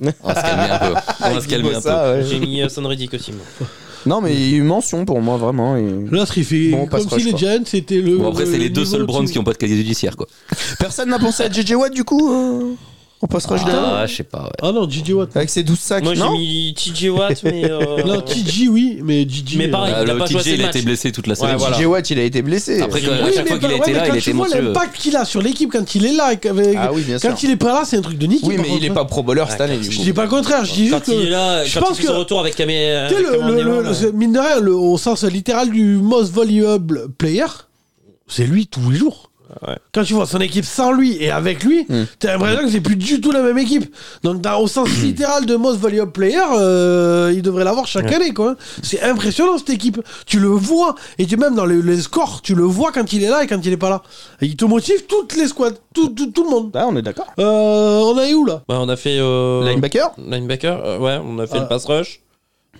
Speaker 4: On va se calmer un peu. On va se
Speaker 3: Nick
Speaker 4: calmer un peu.
Speaker 3: Bossa, ouais.
Speaker 2: J'ai mis euh, Son Reddick aussi. moi.
Speaker 3: Non, mais il y a eu mention pour moi, vraiment. et-
Speaker 1: L'autre, il fait
Speaker 3: Bon, passe
Speaker 1: comme si
Speaker 3: rush,
Speaker 1: les
Speaker 3: quoi.
Speaker 1: Giants c'était le.
Speaker 4: Bon, après, c'est les deux seuls Browns qui
Speaker 1: ont.
Speaker 4: n'ont pas de casier judiciaire, quoi.
Speaker 3: Personne n'a pensé à JJ Watt, du coup euh On passera juste
Speaker 4: Ah, je sais pas. ouais.
Speaker 1: Ah non, Gigi Watt.
Speaker 3: avec ses 12 sacs.
Speaker 2: Moi j'ai
Speaker 3: non
Speaker 2: mis TJ Watt, mais. euh,
Speaker 1: Ah, (laughs) Non, TJ, oui, mais Gigi.
Speaker 2: Mais pareil.
Speaker 4: Bah,
Speaker 2: il a
Speaker 4: le
Speaker 2: pas joué
Speaker 4: TJ, il
Speaker 2: ses
Speaker 4: a été
Speaker 2: matchs.
Speaker 4: blessé toute la
Speaker 2: Ouais,
Speaker 4: série.
Speaker 2: voilà.
Speaker 3: TJ Watt, il a été blessé.
Speaker 4: Après, quand-
Speaker 1: euh, Oui,
Speaker 4: à chaque
Speaker 1: mais bah
Speaker 4: fois qu'il a
Speaker 1: ouais,
Speaker 4: été
Speaker 1: mais
Speaker 4: là,
Speaker 1: quand
Speaker 4: il
Speaker 1: tu
Speaker 4: était
Speaker 1: vois
Speaker 4: monstrueux.
Speaker 1: l'impact qu'il a sur l'équipe quand il est là, et qu'avec-
Speaker 3: Ah oui, bien sûr.
Speaker 1: quand il est pas là, c'est un truc de nique.
Speaker 3: Oui, mais il est pas pro bowler cette
Speaker 4: Ah,
Speaker 3: année.
Speaker 4: quand
Speaker 3: du
Speaker 1: hein. Je
Speaker 3: coup.
Speaker 1: dis pas le contraire, je dis juste
Speaker 2: Quand il est
Speaker 1: que.
Speaker 2: là,
Speaker 1: je
Speaker 2: quand
Speaker 1: pense
Speaker 2: il fait
Speaker 1: que-
Speaker 2: son retour avec Camé.
Speaker 1: Tu sais,
Speaker 2: avec
Speaker 1: le, le,
Speaker 2: Amandélo,
Speaker 1: le-
Speaker 2: là.
Speaker 1: le- mine de rien, le- au sens littéral du most valuable player, c'est lui tous les jours.
Speaker 2: Ah Ouais.
Speaker 1: Quand tu vois son équipe sans lui et avec lui,
Speaker 3: Mm.
Speaker 1: t'as l'impression que c'est plus du tout la même équipe. Donc, dans- au sens littéral de most valuable player, euh, il devrait l'avoir chaque année, quoi. hein. C'est impressionnant cette équipe. Tu le vois, et tu même dans les, les scores, tu le vois quand il est là et quand il est pas là. Et il te motive toutes les squads, tout, tout, tout le monde.
Speaker 3: Ah, on est d'accord.
Speaker 1: Euh, on a eu où là
Speaker 2: Ouais, on a fait. euh,
Speaker 3: Linebacker
Speaker 2: Linebacker, euh, ouais, on a fait
Speaker 1: Ah.
Speaker 2: le pass rush.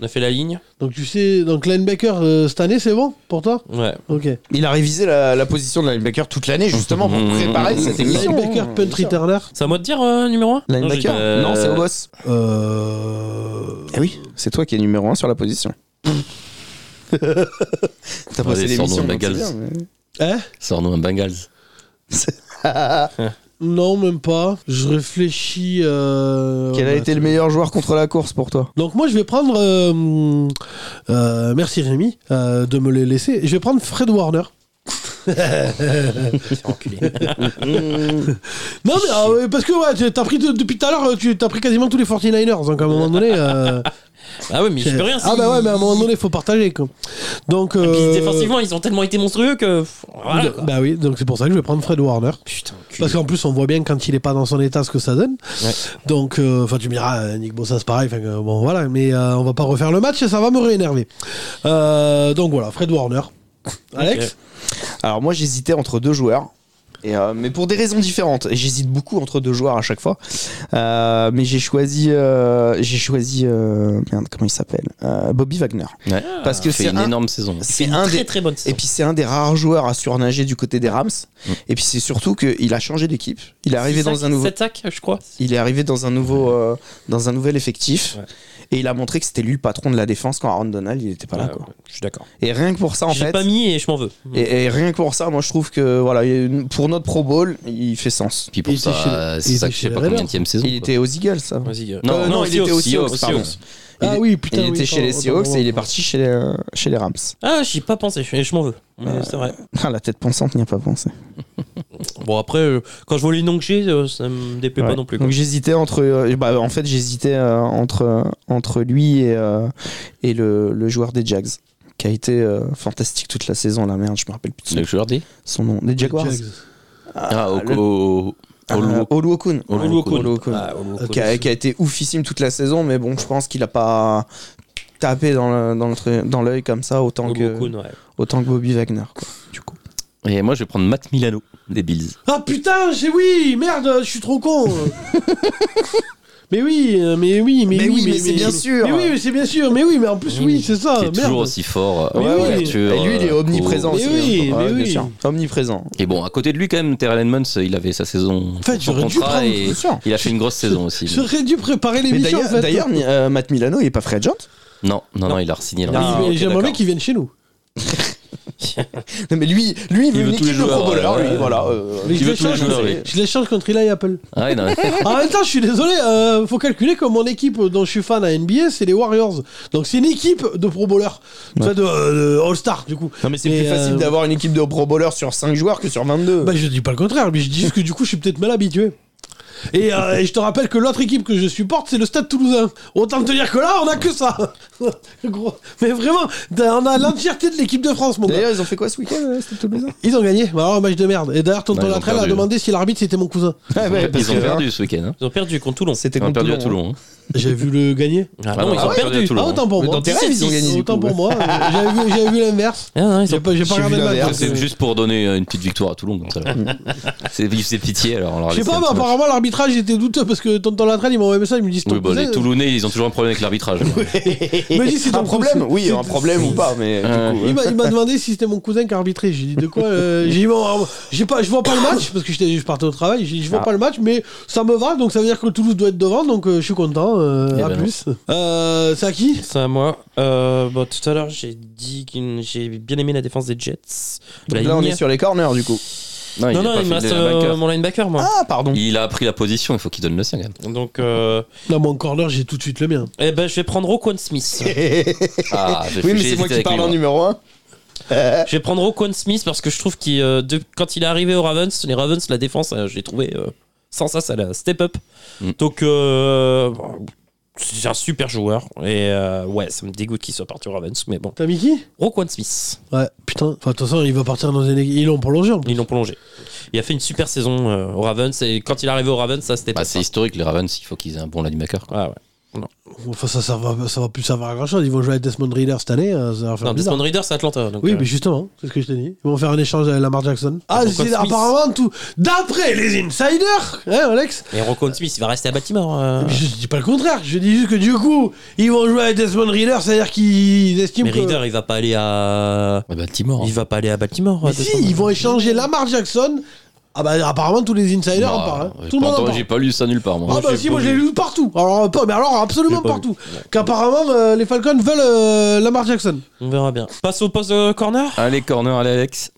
Speaker 2: On a fait la ligne.
Speaker 1: Donc tu sais, donc linebacker euh, cette année, c'est bon pour toi
Speaker 2: Ouais.
Speaker 1: Ok.
Speaker 3: Il a révisé la, la position de linebacker toute l'année justement pour préparer cette émission.
Speaker 1: Linebacker, punt returner.
Speaker 2: C'est à moi de dire euh, numéro 1
Speaker 3: Linebacker
Speaker 4: Euh,
Speaker 3: Mmh. Non, c'est au boss.
Speaker 1: Euh...
Speaker 3: Eh oui, c'est toi qui es numéro 1 sur la (laughs) position. T'as
Speaker 4: Allez,
Speaker 3: passé
Speaker 4: sors-nous
Speaker 3: l'émission,
Speaker 4: un
Speaker 3: donc c'est
Speaker 4: bagels.
Speaker 3: bien, mais- (laughs)
Speaker 1: Hein
Speaker 4: Sors-nous un Bengals.
Speaker 1: Non, même pas. Je réfléchis. euh,
Speaker 3: Quel a
Speaker 1: bah,
Speaker 3: été le
Speaker 1: c'est-
Speaker 3: meilleur joueur contre la course pour toi
Speaker 1: Donc moi, je vais prendre. euh, euh, merci Rémi euh, de me les laisser. Je vais prendre Fred Warner.
Speaker 3: Mmh.
Speaker 1: Non mais ah, ouais, parce que ouais, tu- t'as pris de- depuis tout à l'heure, tu t'as pris quasiment tous les 49ers, donc à un moment donné. euh,
Speaker 2: Ah ouais, mais (laughs) je peux rien.
Speaker 1: ah
Speaker 2: si-
Speaker 1: bah ouais, mais à un moment donné, il faut partager quoi. Donc.
Speaker 2: Et puis
Speaker 1: euh,
Speaker 2: défensivement, ils ont tellement été monstrueux que. pff, Voilà, quoi.
Speaker 1: Bah oui, donc c'est pour ça que je vais prendre Fred Warner.
Speaker 2: Putain, cul.
Speaker 1: Parce qu'en plus, on voit bien quand il est pas dans son état ce que ça donne.
Speaker 2: Ouais.
Speaker 1: Donc, euh, enfin, tu me diras, euh, Nick Bossa, c'est pareil. Enfin, que, bon, voilà, mais euh, on va pas refaire le match et ça va me réénerver. Euh, donc voilà, Fred Warner.
Speaker 2: Euh,
Speaker 1: Alex
Speaker 3: (laughs) Alors moi j'hésitais entre deux joueurs. Et, euh, mais pour des raisons différentes. Et J'hésite beaucoup entre deux joueurs à chaque fois. Euh, mais j'ai choisi, euh, j'ai choisi, euh, merde, comment il s'appelle, Euh, Bobby Wagner.
Speaker 4: Ouais.
Speaker 3: Parce que
Speaker 4: fait
Speaker 3: c'est
Speaker 4: une
Speaker 3: un,
Speaker 4: énorme saison.
Speaker 3: c'est
Speaker 2: Une
Speaker 3: un
Speaker 2: très
Speaker 3: des,
Speaker 2: très bonne
Speaker 3: et
Speaker 2: saison.
Speaker 3: puis c'est un des rares joueurs à surnager du côté des Rams.
Speaker 2: Mm.
Speaker 3: Et puis c'est surtout qu'il a changé d'équipe. Il est arrivé
Speaker 2: Six
Speaker 3: dans
Speaker 2: sacs,
Speaker 3: un nouveau
Speaker 2: sept sacs, je crois.
Speaker 3: il est arrivé dans un nouveau, euh, dans un nouvel effectif
Speaker 2: Ouais.
Speaker 3: et il a montré que c'était lui le patron de la défense quand Aaron Donald il était pas là.
Speaker 2: Ouais,
Speaker 3: quoi.
Speaker 2: ouais, je suis d'accord.
Speaker 3: Et rien que pour ça en
Speaker 2: J'ai
Speaker 3: fait.
Speaker 2: pas mis et je m'en veux.
Speaker 3: Et, et rien que pour ça, moi je trouve que voilà, il- pour notre Pro Bowl, il fait sens.
Speaker 4: Puis pour
Speaker 1: il était chez-
Speaker 4: ça, euh,
Speaker 1: il
Speaker 4: c'est
Speaker 1: était
Speaker 4: ça que je
Speaker 1: chez
Speaker 4: sais pas
Speaker 1: les Raiders.
Speaker 4: combien de saison.
Speaker 3: Il
Speaker 4: quoi.
Speaker 3: était aux Eagles, ça.
Speaker 2: Vas-y. euh.
Speaker 3: Euh, non, il était aux
Speaker 2: Seahawks,
Speaker 3: Seahawks, pardon.
Speaker 1: Ah
Speaker 3: est-
Speaker 1: oui, putain.
Speaker 3: il était
Speaker 1: oui,
Speaker 3: chez
Speaker 1: pardon,
Speaker 3: les
Speaker 1: autant
Speaker 3: Seahawks
Speaker 1: pour
Speaker 3: et il
Speaker 1: moi.
Speaker 3: est parti chez les, euh, chez les Rams.
Speaker 2: Ah, j'y ai pas pensé, je, je m'en veux. Mais c'est vrai.
Speaker 3: Ah, la tête pensante n'y a pas pensé.
Speaker 2: Bon, après, euh, quand je vois les noms que j'ai, euh, ça me déplaît
Speaker 3: Ouais.
Speaker 2: pas non plus. quoi.
Speaker 3: Donc j'hésitais entre, euh, bah, en fait j'hésitais euh, entre euh, entre lui et euh, et le, le joueur des Jags qui a été euh, fantastique toute la saison la merde je me rappelle plus de son
Speaker 4: Le joueur dit
Speaker 3: son nom. Les Jaguars.
Speaker 1: Jags.
Speaker 4: Ah, au-
Speaker 3: le-
Speaker 4: au.
Speaker 3: Ah,
Speaker 4: au-
Speaker 3: Oluokun.
Speaker 4: Oluokun.
Speaker 3: Oluokun.
Speaker 2: Ah, Oluokun.
Speaker 3: Qui a, qui a été oufissime toute la saison, mais bon, je pense qu'il a pas tapé dans le- dans le tru- dans l'œil comme ça autant que,
Speaker 2: Oluokun, ouais.
Speaker 3: autant que Bobby Wagner. quoi.
Speaker 4: Et moi, je vais prendre Matt Milano, des Bills.
Speaker 1: Ah putain, j'ai oui, merde, je suis trop con. Mais oui, euh, mais oui, mais,
Speaker 3: Mais oui,
Speaker 1: oui,
Speaker 3: mais c'est bien sûr.
Speaker 1: Mais oui, mais c'est bien sûr. Mais oui, mais en plus, oui, c'est ça.
Speaker 4: Qui est
Speaker 1: Ah, merde.
Speaker 4: toujours aussi fort.
Speaker 1: Mais
Speaker 4: euh,
Speaker 1: oui.
Speaker 4: ouverture,
Speaker 3: Et lui, il est
Speaker 4: euh,
Speaker 3: omniprésent
Speaker 4: court.
Speaker 1: Mais
Speaker 3: aussi.
Speaker 1: oui,
Speaker 3: hein. Ouais,
Speaker 1: mais
Speaker 3: bien
Speaker 1: oui.
Speaker 3: sûr. Omniprésent.
Speaker 4: Et bon, à côté de lui, quand même, Terrell Edmonds, il avait sa saison.
Speaker 1: En fait,
Speaker 4: son
Speaker 1: j'aurais dû
Speaker 4: contrat
Speaker 1: prendre-
Speaker 4: et
Speaker 3: bien sûr.
Speaker 4: il a fait une grosse saison aussi.
Speaker 1: J'aurais dû préparer
Speaker 3: Mais
Speaker 1: l'émission.
Speaker 3: d'ailleurs,
Speaker 1: en fait.
Speaker 3: d'ailleurs, mi- euh, Matt Milano, il est pas free agent.
Speaker 4: Non, non, non, il a re-signé. le
Speaker 1: Mais
Speaker 4: reste.
Speaker 3: Ah, ok,
Speaker 1: J'aimerais bien
Speaker 3: d'accord.
Speaker 1: qu'ils viennent chez nous.
Speaker 3: Non, mais lui, lui, il veut
Speaker 4: veut
Speaker 3: une
Speaker 4: tous les
Speaker 3: équipe de
Speaker 4: joueurs,
Speaker 3: pro bowler,
Speaker 4: ouais,
Speaker 3: lui,
Speaker 4: ouais.
Speaker 3: voilà. euh,
Speaker 1: Mais
Speaker 4: Tu
Speaker 1: je
Speaker 4: veux
Speaker 1: les
Speaker 4: tous les
Speaker 1: change-
Speaker 4: joueurs, oui.
Speaker 1: je les change contre Eli Apple.
Speaker 4: Ah, ouais, non, mais-
Speaker 1: En même temps, je suis désolé, euh, faut calculer que mon équipe dont je suis fan à NBA, c'est les Warriors. Donc c'est une équipe de pro bowler, enfin de, euh, de All-Star du coup.
Speaker 3: Non, mais c'est
Speaker 1: Mais,
Speaker 3: plus facile
Speaker 1: euh,
Speaker 3: d'avoir une équipe de pro bowler sur 5 joueurs que sur 22.
Speaker 1: Bah je dis pas le contraire, mais je dis juste que du coup, je suis peut-être mal habitué. Et, euh, et je te rappelle que l'autre équipe que je supporte, c'est le Stade Toulousain. Autant te dire que là, on a que ça. (laughs) Gros. Mais vraiment, t'as- on a l'entièreté de l'équipe de France, mon gars.
Speaker 3: D'ailleurs, ils ont fait quoi ce week-end, euh, c'était tout bizarre
Speaker 1: Ils ont gagné. Bah, alors, match de merde. Et d'ailleurs,
Speaker 4: Ouais,
Speaker 1: Tonton
Speaker 4: Bah, ils ont
Speaker 1: Latrelle a
Speaker 4: perdu.
Speaker 1: demandé si l'arbitre c'était mon cousin.
Speaker 3: Ouais, ouais, parce
Speaker 4: Ils ont
Speaker 3: que,
Speaker 4: perdu ce week-end. hein.
Speaker 2: Ils ont perdu contre Toulon.
Speaker 3: C'était
Speaker 4: Ils ont
Speaker 3: contre
Speaker 4: perdu à
Speaker 3: Toulon,
Speaker 4: Toulon. hein.
Speaker 1: J'ai vu le gagner.
Speaker 2: Ah non, ils
Speaker 4: Ah
Speaker 2: ont
Speaker 4: ouais,
Speaker 2: perdu.
Speaker 4: à Toulon.
Speaker 1: Ah, autant pour
Speaker 3: Mais
Speaker 1: moi.
Speaker 3: dans tes rêves, ils ont gagné, du
Speaker 1: Autant
Speaker 3: coup.
Speaker 1: pour moi. euh, J'avais vu, j'avais vu l'inverse.
Speaker 2: Ah non, ils
Speaker 1: J'ai
Speaker 2: ont
Speaker 1: pas, j'ai pas
Speaker 3: J'ai
Speaker 1: regardé
Speaker 3: vu
Speaker 1: le match.
Speaker 3: l'inverse.
Speaker 1: donc,
Speaker 4: C'est
Speaker 1: euh,
Speaker 4: juste pour donner euh, une petite victoire à Toulon comme ça. là. c'est il faisait pitié alors. on leur
Speaker 1: Je sais
Speaker 4: laissait
Speaker 1: pas, mais
Speaker 4: un petit match.
Speaker 1: apparemment l'arbitrage était douteux parce que Tonton Latrelle il m'a envoyé un message, il me dit c'est ton
Speaker 4: Oui, bah,
Speaker 1: cousin.
Speaker 4: les Toulonnais, ils ont toujours un problème avec l'arbitrage. hein.
Speaker 3: (laughs)
Speaker 1: Il m'a dit, c'est
Speaker 3: un
Speaker 1: ton
Speaker 3: problème
Speaker 1: cousin.
Speaker 3: Oui,
Speaker 1: C'est-
Speaker 3: un problème ou pas, mais du
Speaker 4: Euh,
Speaker 3: coup.
Speaker 1: Il m'a, il m'a demandé si c'était mon cousin qui arbitrait. J'ai dit de quoi euh, J'ai dit bon, alors, j'ai pas, je vois pas le match parce que j'étais, je partais au travail. J'ai dit je vois
Speaker 3: Ah.
Speaker 1: pas le match, mais ça me va. Donc ça veut dire que Toulouse doit être devant. Donc euh, je suis content. euh,
Speaker 4: Eh
Speaker 1: à
Speaker 4: ben non.
Speaker 1: plus. Euh, c'est à qui
Speaker 2: C'est à moi. Euh, bon, tout à l'heure, j'ai dit que j'ai bien aimé la défense des Jets. La
Speaker 3: Donc là, on
Speaker 2: ligne.
Speaker 3: est sur les corners, du coup.
Speaker 4: Non,
Speaker 2: non,
Speaker 4: a
Speaker 2: non,
Speaker 4: pas
Speaker 2: il me
Speaker 4: fait
Speaker 2: reste
Speaker 4: le
Speaker 2: euh,
Speaker 4: linebacker.
Speaker 2: mon linebacker, moi.
Speaker 3: Ah, pardon. (laughs)
Speaker 4: Il a pris la position, il faut qu'il donne le sien quand même.
Speaker 3: Ah
Speaker 2: Donc, euh,
Speaker 1: Là, mon corner, j'ai tout de suite le mien.
Speaker 2: eh ben, je vais prendre Roquan
Speaker 1: (laughs)
Speaker 2: Smith.
Speaker 4: Ah, j'ai-
Speaker 3: oui, mais
Speaker 4: j'ai
Speaker 3: c'est
Speaker 4: hésité
Speaker 3: moi qui
Speaker 4: avec
Speaker 3: parle
Speaker 4: lui,
Speaker 3: en
Speaker 4: moi.
Speaker 3: numéro 1.
Speaker 2: je vais prendre Roquan Smith parce que je trouve qu'il, euh, de- quand il est arrivé aux Ravens, les Ravens, la défense, euh, j'ai trouvé euh, sans ça, ça la step up.
Speaker 4: Mm.
Speaker 2: Donc, euh, bon, c'est un super joueur. Et euh, ouais, ça me dégoûte qu'il soit parti aux Ravens, mais bon.
Speaker 1: T'as mis qui
Speaker 2: Roquan Smith,
Speaker 1: Ouais, putain. Enfin, de toute façon, il va partir dans une. Ils l'ont prolongé en plus.
Speaker 2: ils l'ont prolongé. Il a fait une super saison euh, aux Ravens et quand il est arrivé aux Ravens, ça step
Speaker 4: Bah,
Speaker 2: up.
Speaker 4: c'est historique, les Ravens, il faut qu'ils aient un bon linebacker. quoi.
Speaker 2: Ouais, ouais.
Speaker 1: Enfin, ça, ça, va, ça va plus servir à grand chose. Ils vont jouer avec Desmond Reader cette année. euh, Ça va faire
Speaker 2: Non,
Speaker 1: bizarre.
Speaker 2: Desmond Reader, c'est Atlanta. donc,
Speaker 1: Oui,
Speaker 2: euh,
Speaker 1: mais justement, c'est ce que je t'ai dit. Ils vont faire un échange avec Lamar Jackson. Ah,
Speaker 2: Roquan
Speaker 1: c'est
Speaker 2: Smith.
Speaker 1: apparemment tout. D'après les insiders, hein, Alex
Speaker 2: Et Roquan Smith, il va rester à Baltimore. euh.
Speaker 1: Mais Je dis pas le contraire. Je dis juste que du coup, ils vont jouer avec Desmond Reader, c'est-à-dire qu'ils estiment
Speaker 2: Mais
Speaker 1: que.
Speaker 2: Reader, il va pas aller à.
Speaker 4: Ah bah, Timor.
Speaker 2: Il va pas aller à Baltimore.
Speaker 1: Oh. Mais
Speaker 2: euh,
Speaker 1: si,
Speaker 2: Desmond.
Speaker 1: ils vont échanger Lamar Jackson. Ah bah apparemment tous les insiders
Speaker 4: Bah,
Speaker 1: en parlent. hein.
Speaker 4: j'ai
Speaker 1: Tout le monde
Speaker 4: pas
Speaker 1: en
Speaker 4: entendu-
Speaker 1: parle.
Speaker 4: J'ai pas lu ça nulle part, moi.
Speaker 1: Ah bah si, moi j'ai lu partout. Alors euh, pas, mais alors absolument
Speaker 2: J'ai pas
Speaker 1: partout. Qu'apparemment euh, les Falcons veulent euh, Lamar Jackson.
Speaker 2: On verra bien. Passe au poste de corner.
Speaker 4: Allez, corner, allez, Alex.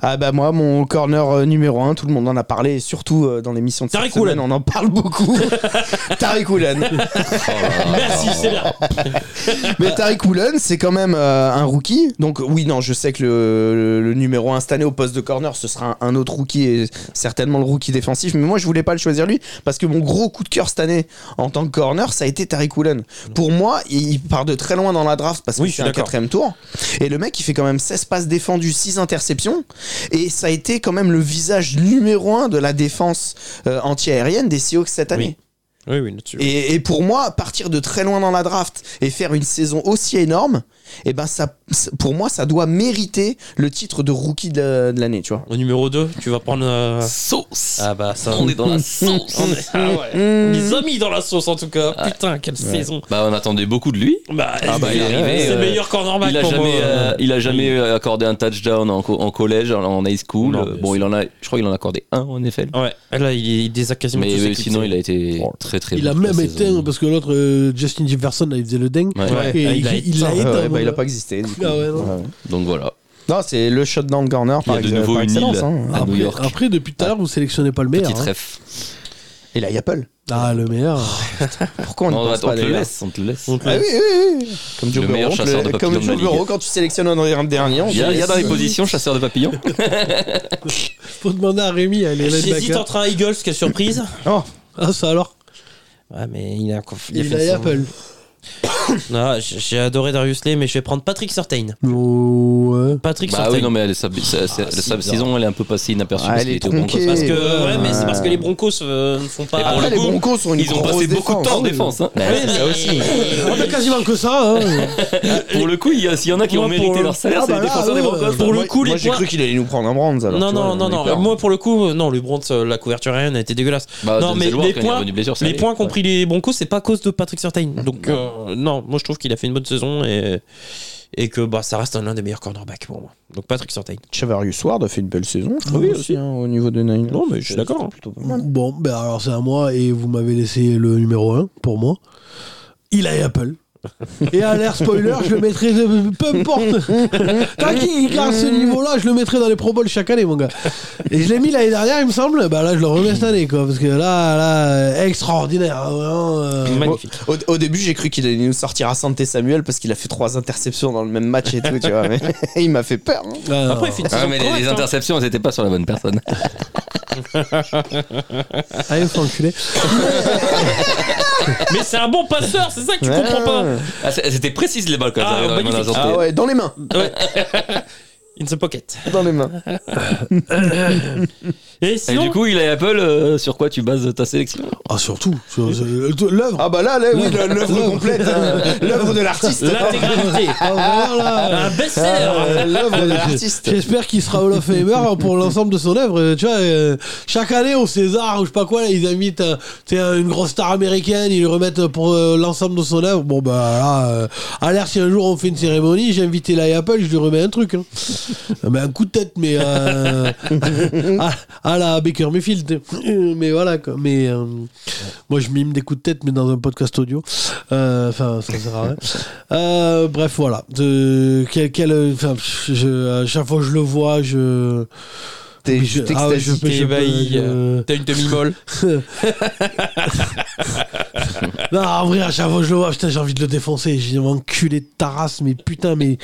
Speaker 3: Ah bah moi, mon corner euh, numéro 1, tout le monde en a parlé, et surtout euh, dans l'émission de cette
Speaker 2: Tariq
Speaker 3: semaine, on en parle beaucoup. Tariq Woolen.
Speaker 4: Oh là là.
Speaker 2: Merci, c'est bien.
Speaker 3: (laughs) Mais Tariq Woolen, c'est quand même euh, un rookie. Donc oui, non, je sais que le, le- le numéro 1 cette année au poste de corner, ce sera un, un autre rookie et certainement le rookie défensif. Mais moi, je voulais pas le choisir lui parce que mon gros coup de cœur cette année en tant que corner, ça a été Tariq Woolen. Pour moi, il il part de très loin dans la draft parce que
Speaker 2: Oui, je suis
Speaker 3: c'est un
Speaker 2: d'accord.
Speaker 3: quatrième tour. Et le mec, il fait quand même 16 passes défendues, 6 interceptions. Et ça a été quand même le visage numéro 1 de la défense euh, anti-aérienne des Seahawks cette année.
Speaker 2: Oui, oui, là-dessus.
Speaker 3: Et, et pour moi, partir de très loin dans la draft et faire une saison aussi énorme, et ben ça, c'est- pour moi, ça doit mériter le titre de rookie de, la- de l'année, tu vois.
Speaker 2: Au numéro 2, tu vas prendre. euh, (laughs)
Speaker 4: Sauce.
Speaker 2: Ah bah ça.
Speaker 4: On est dans la sauce.
Speaker 2: (laughs) On est- Ah (laughs) ouais.
Speaker 1: Hmm.
Speaker 2: On les a mis dans la sauce en tout cas. Putain, quelle saison.
Speaker 4: Bah, on attendait beaucoup de lui.
Speaker 2: Bah,
Speaker 4: Ah bah, il est arrivé,
Speaker 2: c'est
Speaker 4: euh,
Speaker 2: le meilleur cornerback
Speaker 4: Il a
Speaker 2: pour
Speaker 4: jamais,
Speaker 2: moi.
Speaker 4: euh, il a jamais euh, accordé un touchdown en, co- en collège, en, en high school.
Speaker 2: Non,
Speaker 4: Euh,
Speaker 2: mais
Speaker 4: bon,
Speaker 2: c'est-
Speaker 4: il en a, je crois qu'il en a accordé un en NFL.
Speaker 2: Ouais, là il, est- il désacte quasiment
Speaker 4: euh, Mais
Speaker 2: tous ses
Speaker 4: euh,
Speaker 2: clips,
Speaker 4: sinon,
Speaker 2: c'est-
Speaker 4: il a été
Speaker 2: Oh.
Speaker 4: très très
Speaker 1: Il
Speaker 4: bon
Speaker 1: a
Speaker 4: toute
Speaker 1: même
Speaker 4: la
Speaker 1: éteint
Speaker 4: saison.
Speaker 1: parce que l'autre euh, Justin Jefferson là, il faisait le dingue.
Speaker 4: Ouais.
Speaker 2: Ouais,
Speaker 1: Et
Speaker 2: ah,
Speaker 1: il,
Speaker 2: il a
Speaker 1: il l'a
Speaker 2: éteint.
Speaker 1: éteint.
Speaker 3: Ouais, bah, il a
Speaker 1: voilà.
Speaker 3: pas existé. du coup.
Speaker 1: Ah ouais, non.
Speaker 3: Ouais.
Speaker 4: Donc voilà.
Speaker 3: Non, c'est le shotdown corner
Speaker 4: Il y
Speaker 3: par,
Speaker 4: a de
Speaker 3: ex-
Speaker 4: nouveau
Speaker 3: par
Speaker 4: une
Speaker 3: excellence.
Speaker 4: île
Speaker 3: hein.
Speaker 4: à New
Speaker 1: Après-
Speaker 4: York.
Speaker 1: Après, depuis tout à l'heure, vous sélectionnez pas le meilleur.
Speaker 4: Petit
Speaker 1: hein.
Speaker 4: ref.
Speaker 3: Et là, il y a Paul.
Speaker 1: Ah, le meilleur.
Speaker 3: Pourquoi on
Speaker 4: Non,
Speaker 3: n'y
Speaker 4: on,
Speaker 3: pense
Speaker 4: va- on
Speaker 3: pas
Speaker 4: te le
Speaker 3: d'ailleurs
Speaker 4: laisse, on te le laisse.
Speaker 2: Donc,
Speaker 3: Ah
Speaker 2: euh,
Speaker 3: oui, oui, oui. Comme Joe
Speaker 4: Le
Speaker 3: Burrow,
Speaker 4: meilleur
Speaker 3: on te
Speaker 4: chasseur de
Speaker 3: le- comme
Speaker 4: papillons de
Speaker 3: Joe
Speaker 4: la ligue.
Speaker 3: Burrow, quand tu sélectionnes un dernier, on
Speaker 4: Il y, a,
Speaker 3: te
Speaker 4: il y a dans les
Speaker 3: laisse.
Speaker 4: positions chasseur de papillons.
Speaker 1: Faut demander à Rémi, elle est
Speaker 2: J'hésite
Speaker 1: linebacker.
Speaker 2: entre un Eagles,
Speaker 4: (laughs)
Speaker 2: quelle surprise.
Speaker 3: Oh,
Speaker 1: Ah, ça alors
Speaker 2: Ouais, mais il a un conf-
Speaker 1: Il,
Speaker 2: fait
Speaker 1: a
Speaker 2: ça.
Speaker 1: Apple.
Speaker 2: Non, j- j'ai adoré Darius Lay, mais je vais prendre Patrick Surtain.
Speaker 1: Ouais.
Speaker 2: Patrick
Speaker 4: Bah
Speaker 2: Surtain.
Speaker 4: oui, non, mais elle, sa, sa- sa-
Speaker 2: si,
Speaker 4: sa
Speaker 2: non.
Speaker 4: saison, elle est un peu passée inaperçue.
Speaker 3: Ah,
Speaker 4: parce
Speaker 3: elle
Speaker 4: qu'il
Speaker 3: est
Speaker 4: était au Broncos.
Speaker 3: tronquée.
Speaker 4: Parce
Speaker 2: Parce
Speaker 4: que-
Speaker 2: que, ouais, mais c'est
Speaker 3: Ouais.
Speaker 4: Ah.
Speaker 2: parce que les Broncos euh, ne font pas.
Speaker 4: pour
Speaker 3: Après,
Speaker 4: le
Speaker 3: les
Speaker 4: coup,
Speaker 3: Broncos sont une
Speaker 4: Ils ont
Speaker 3: grosse
Speaker 4: passé beaucoup de
Speaker 3: défense,
Speaker 4: temps en
Speaker 3: hein.
Speaker 4: défense. hein.
Speaker 2: Ouais, mais-
Speaker 1: On a Ah, quasiment que ça. Hein.
Speaker 4: (laughs) Pour le coup, il y, a- s'il y en a qui
Speaker 2: Moi,
Speaker 4: ont mérité
Speaker 2: pour-
Speaker 4: leur salaire,
Speaker 1: Ah,
Speaker 4: c'est
Speaker 1: bah
Speaker 4: les
Speaker 1: là,
Speaker 4: défenseurs des
Speaker 1: ouais.
Speaker 4: Broncos.
Speaker 2: (laughs) Pour le
Speaker 3: Moi-
Speaker 2: coup, les
Speaker 3: moi, j'ai
Speaker 2: points-
Speaker 3: cru qu'il allait nous prendre un bronze. alors,
Speaker 2: non,
Speaker 3: tu vois,
Speaker 2: non,
Speaker 3: on
Speaker 2: non,
Speaker 3: est
Speaker 2: non.
Speaker 3: peur.
Speaker 2: Moi, pour le coup, euh, non, le Bronze, euh, la couverture aérienne a été dégueulasse.
Speaker 4: Bah,
Speaker 2: non,
Speaker 4: Denzel
Speaker 2: mais
Speaker 4: Ward,
Speaker 2: les
Speaker 4: quand il est
Speaker 2: points-
Speaker 4: revenu blessure, ça
Speaker 2: Les
Speaker 4: allait.
Speaker 2: points qu'ont pris les Broncos, c'est pas à cause de Patrick Surtain. Donc, euh, non, moi, je trouve qu'il a fait une bonne saison et, et que bah, ça reste un l'un des meilleurs cornerbacks pour moi. Donc, Patrick Surtain.
Speaker 3: Chavarius Ward a fait une belle saison, je trouve,
Speaker 2: Oui,
Speaker 3: aussi, hein, au niveau de Nine.
Speaker 2: Non, mais je suis d'accord.
Speaker 1: Bon, ben alors c'est à moi et vous m'avez laissé le numéro 1 pour moi. Il a Apple. Et à l'air spoiler, je le mettrai de- peu
Speaker 4: (laughs)
Speaker 1: importe. Tant qu'il est à ce niveau-là, je le mettrai dans les Pro Bowl chaque année, mon gars. Et je l'ai mis l'année dernière, il me semble. Bah là, je le remets cette année, quoi. Parce que là, là, extraordinaire. hein, vraiment, euh,
Speaker 2: Magnifique.
Speaker 3: Au, au début, j'ai cru qu'il allait nous sortir à Santé Samuel parce qu'il a fait trois interceptions dans le même match et tout, tu vois. Mais il m'a fait peur. hein.
Speaker 1: euh,
Speaker 2: Après, il fait une
Speaker 4: Ouais,
Speaker 2: saison
Speaker 4: mais les, les
Speaker 2: correcte, hein.
Speaker 4: interceptions, elles étaient pas sur la bonne personne.
Speaker 1: Allez, ah, faut enculer.
Speaker 2: Mais c'est un bon passeur, c'est ça que tu
Speaker 3: Ouais.
Speaker 2: comprends
Speaker 3: (laughs)
Speaker 2: pas.
Speaker 4: Ah, c'est- elles étaient précises les balles quand
Speaker 2: Ah,
Speaker 4: elles arrivaient dans les mains
Speaker 2: magnifique.
Speaker 4: d'un
Speaker 3: Ah
Speaker 4: sorti.
Speaker 3: ouais, dans les mains,
Speaker 2: (laughs) In the pocket.
Speaker 3: dans les mains.
Speaker 2: Et
Speaker 4: Et
Speaker 2: sinon,
Speaker 4: du coup, il a Apple, euh, sur quoi tu bases ta sélection
Speaker 1: Ah, surtout, sur- sur- l'œuvre.
Speaker 3: Ah bah là, là, oui, l'œuvre complète, hein. l'œuvre de
Speaker 1: (laughs)
Speaker 3: l'artiste.
Speaker 2: l'intégralité.
Speaker 1: Ah, voilà.
Speaker 2: Un best-seller.
Speaker 3: Ah, L'œuvre de l'artiste.
Speaker 1: J'espère qu'il sera Hall of Famer hein, pour l'ensemble de son œuvre. Euh, Tu vois, euh, chaque année au César ou je sais pas quoi, là, ils invitent euh, tu sais, une grosse star américaine, ils le remettent pour euh, l'ensemble de son œuvre. Bon, bah là, euh, à l'air, si un jour on fait une cérémonie, j'ai invité la Apple, je lui remets un truc. hein. Ah, mais un coup de tête, mais euh, (laughs) à, à la Baker Mayfield. Euh, Mais voilà, quoi. Mais euh, moi, je mime des coups de tête, mais dans un podcast audio. Euh, Enfin, ça sert à
Speaker 2: (laughs)
Speaker 1: rien. Euh, bref, voilà. De, quel, quel, enfin, je, à chaque fois que je le vois, je.
Speaker 3: T'es
Speaker 1: Mais
Speaker 3: juste
Speaker 1: ah ouais, je peux-
Speaker 3: extasié.
Speaker 2: T'es
Speaker 1: je peux-
Speaker 2: ébahi,
Speaker 1: je-
Speaker 2: euh, T'as une demi-molle.
Speaker 1: Non, en vrai, à chaque fois que je le vois, putain, j'ai envie de le défoncer. J'ai envie d'enculer de ta race, mais putain, mais,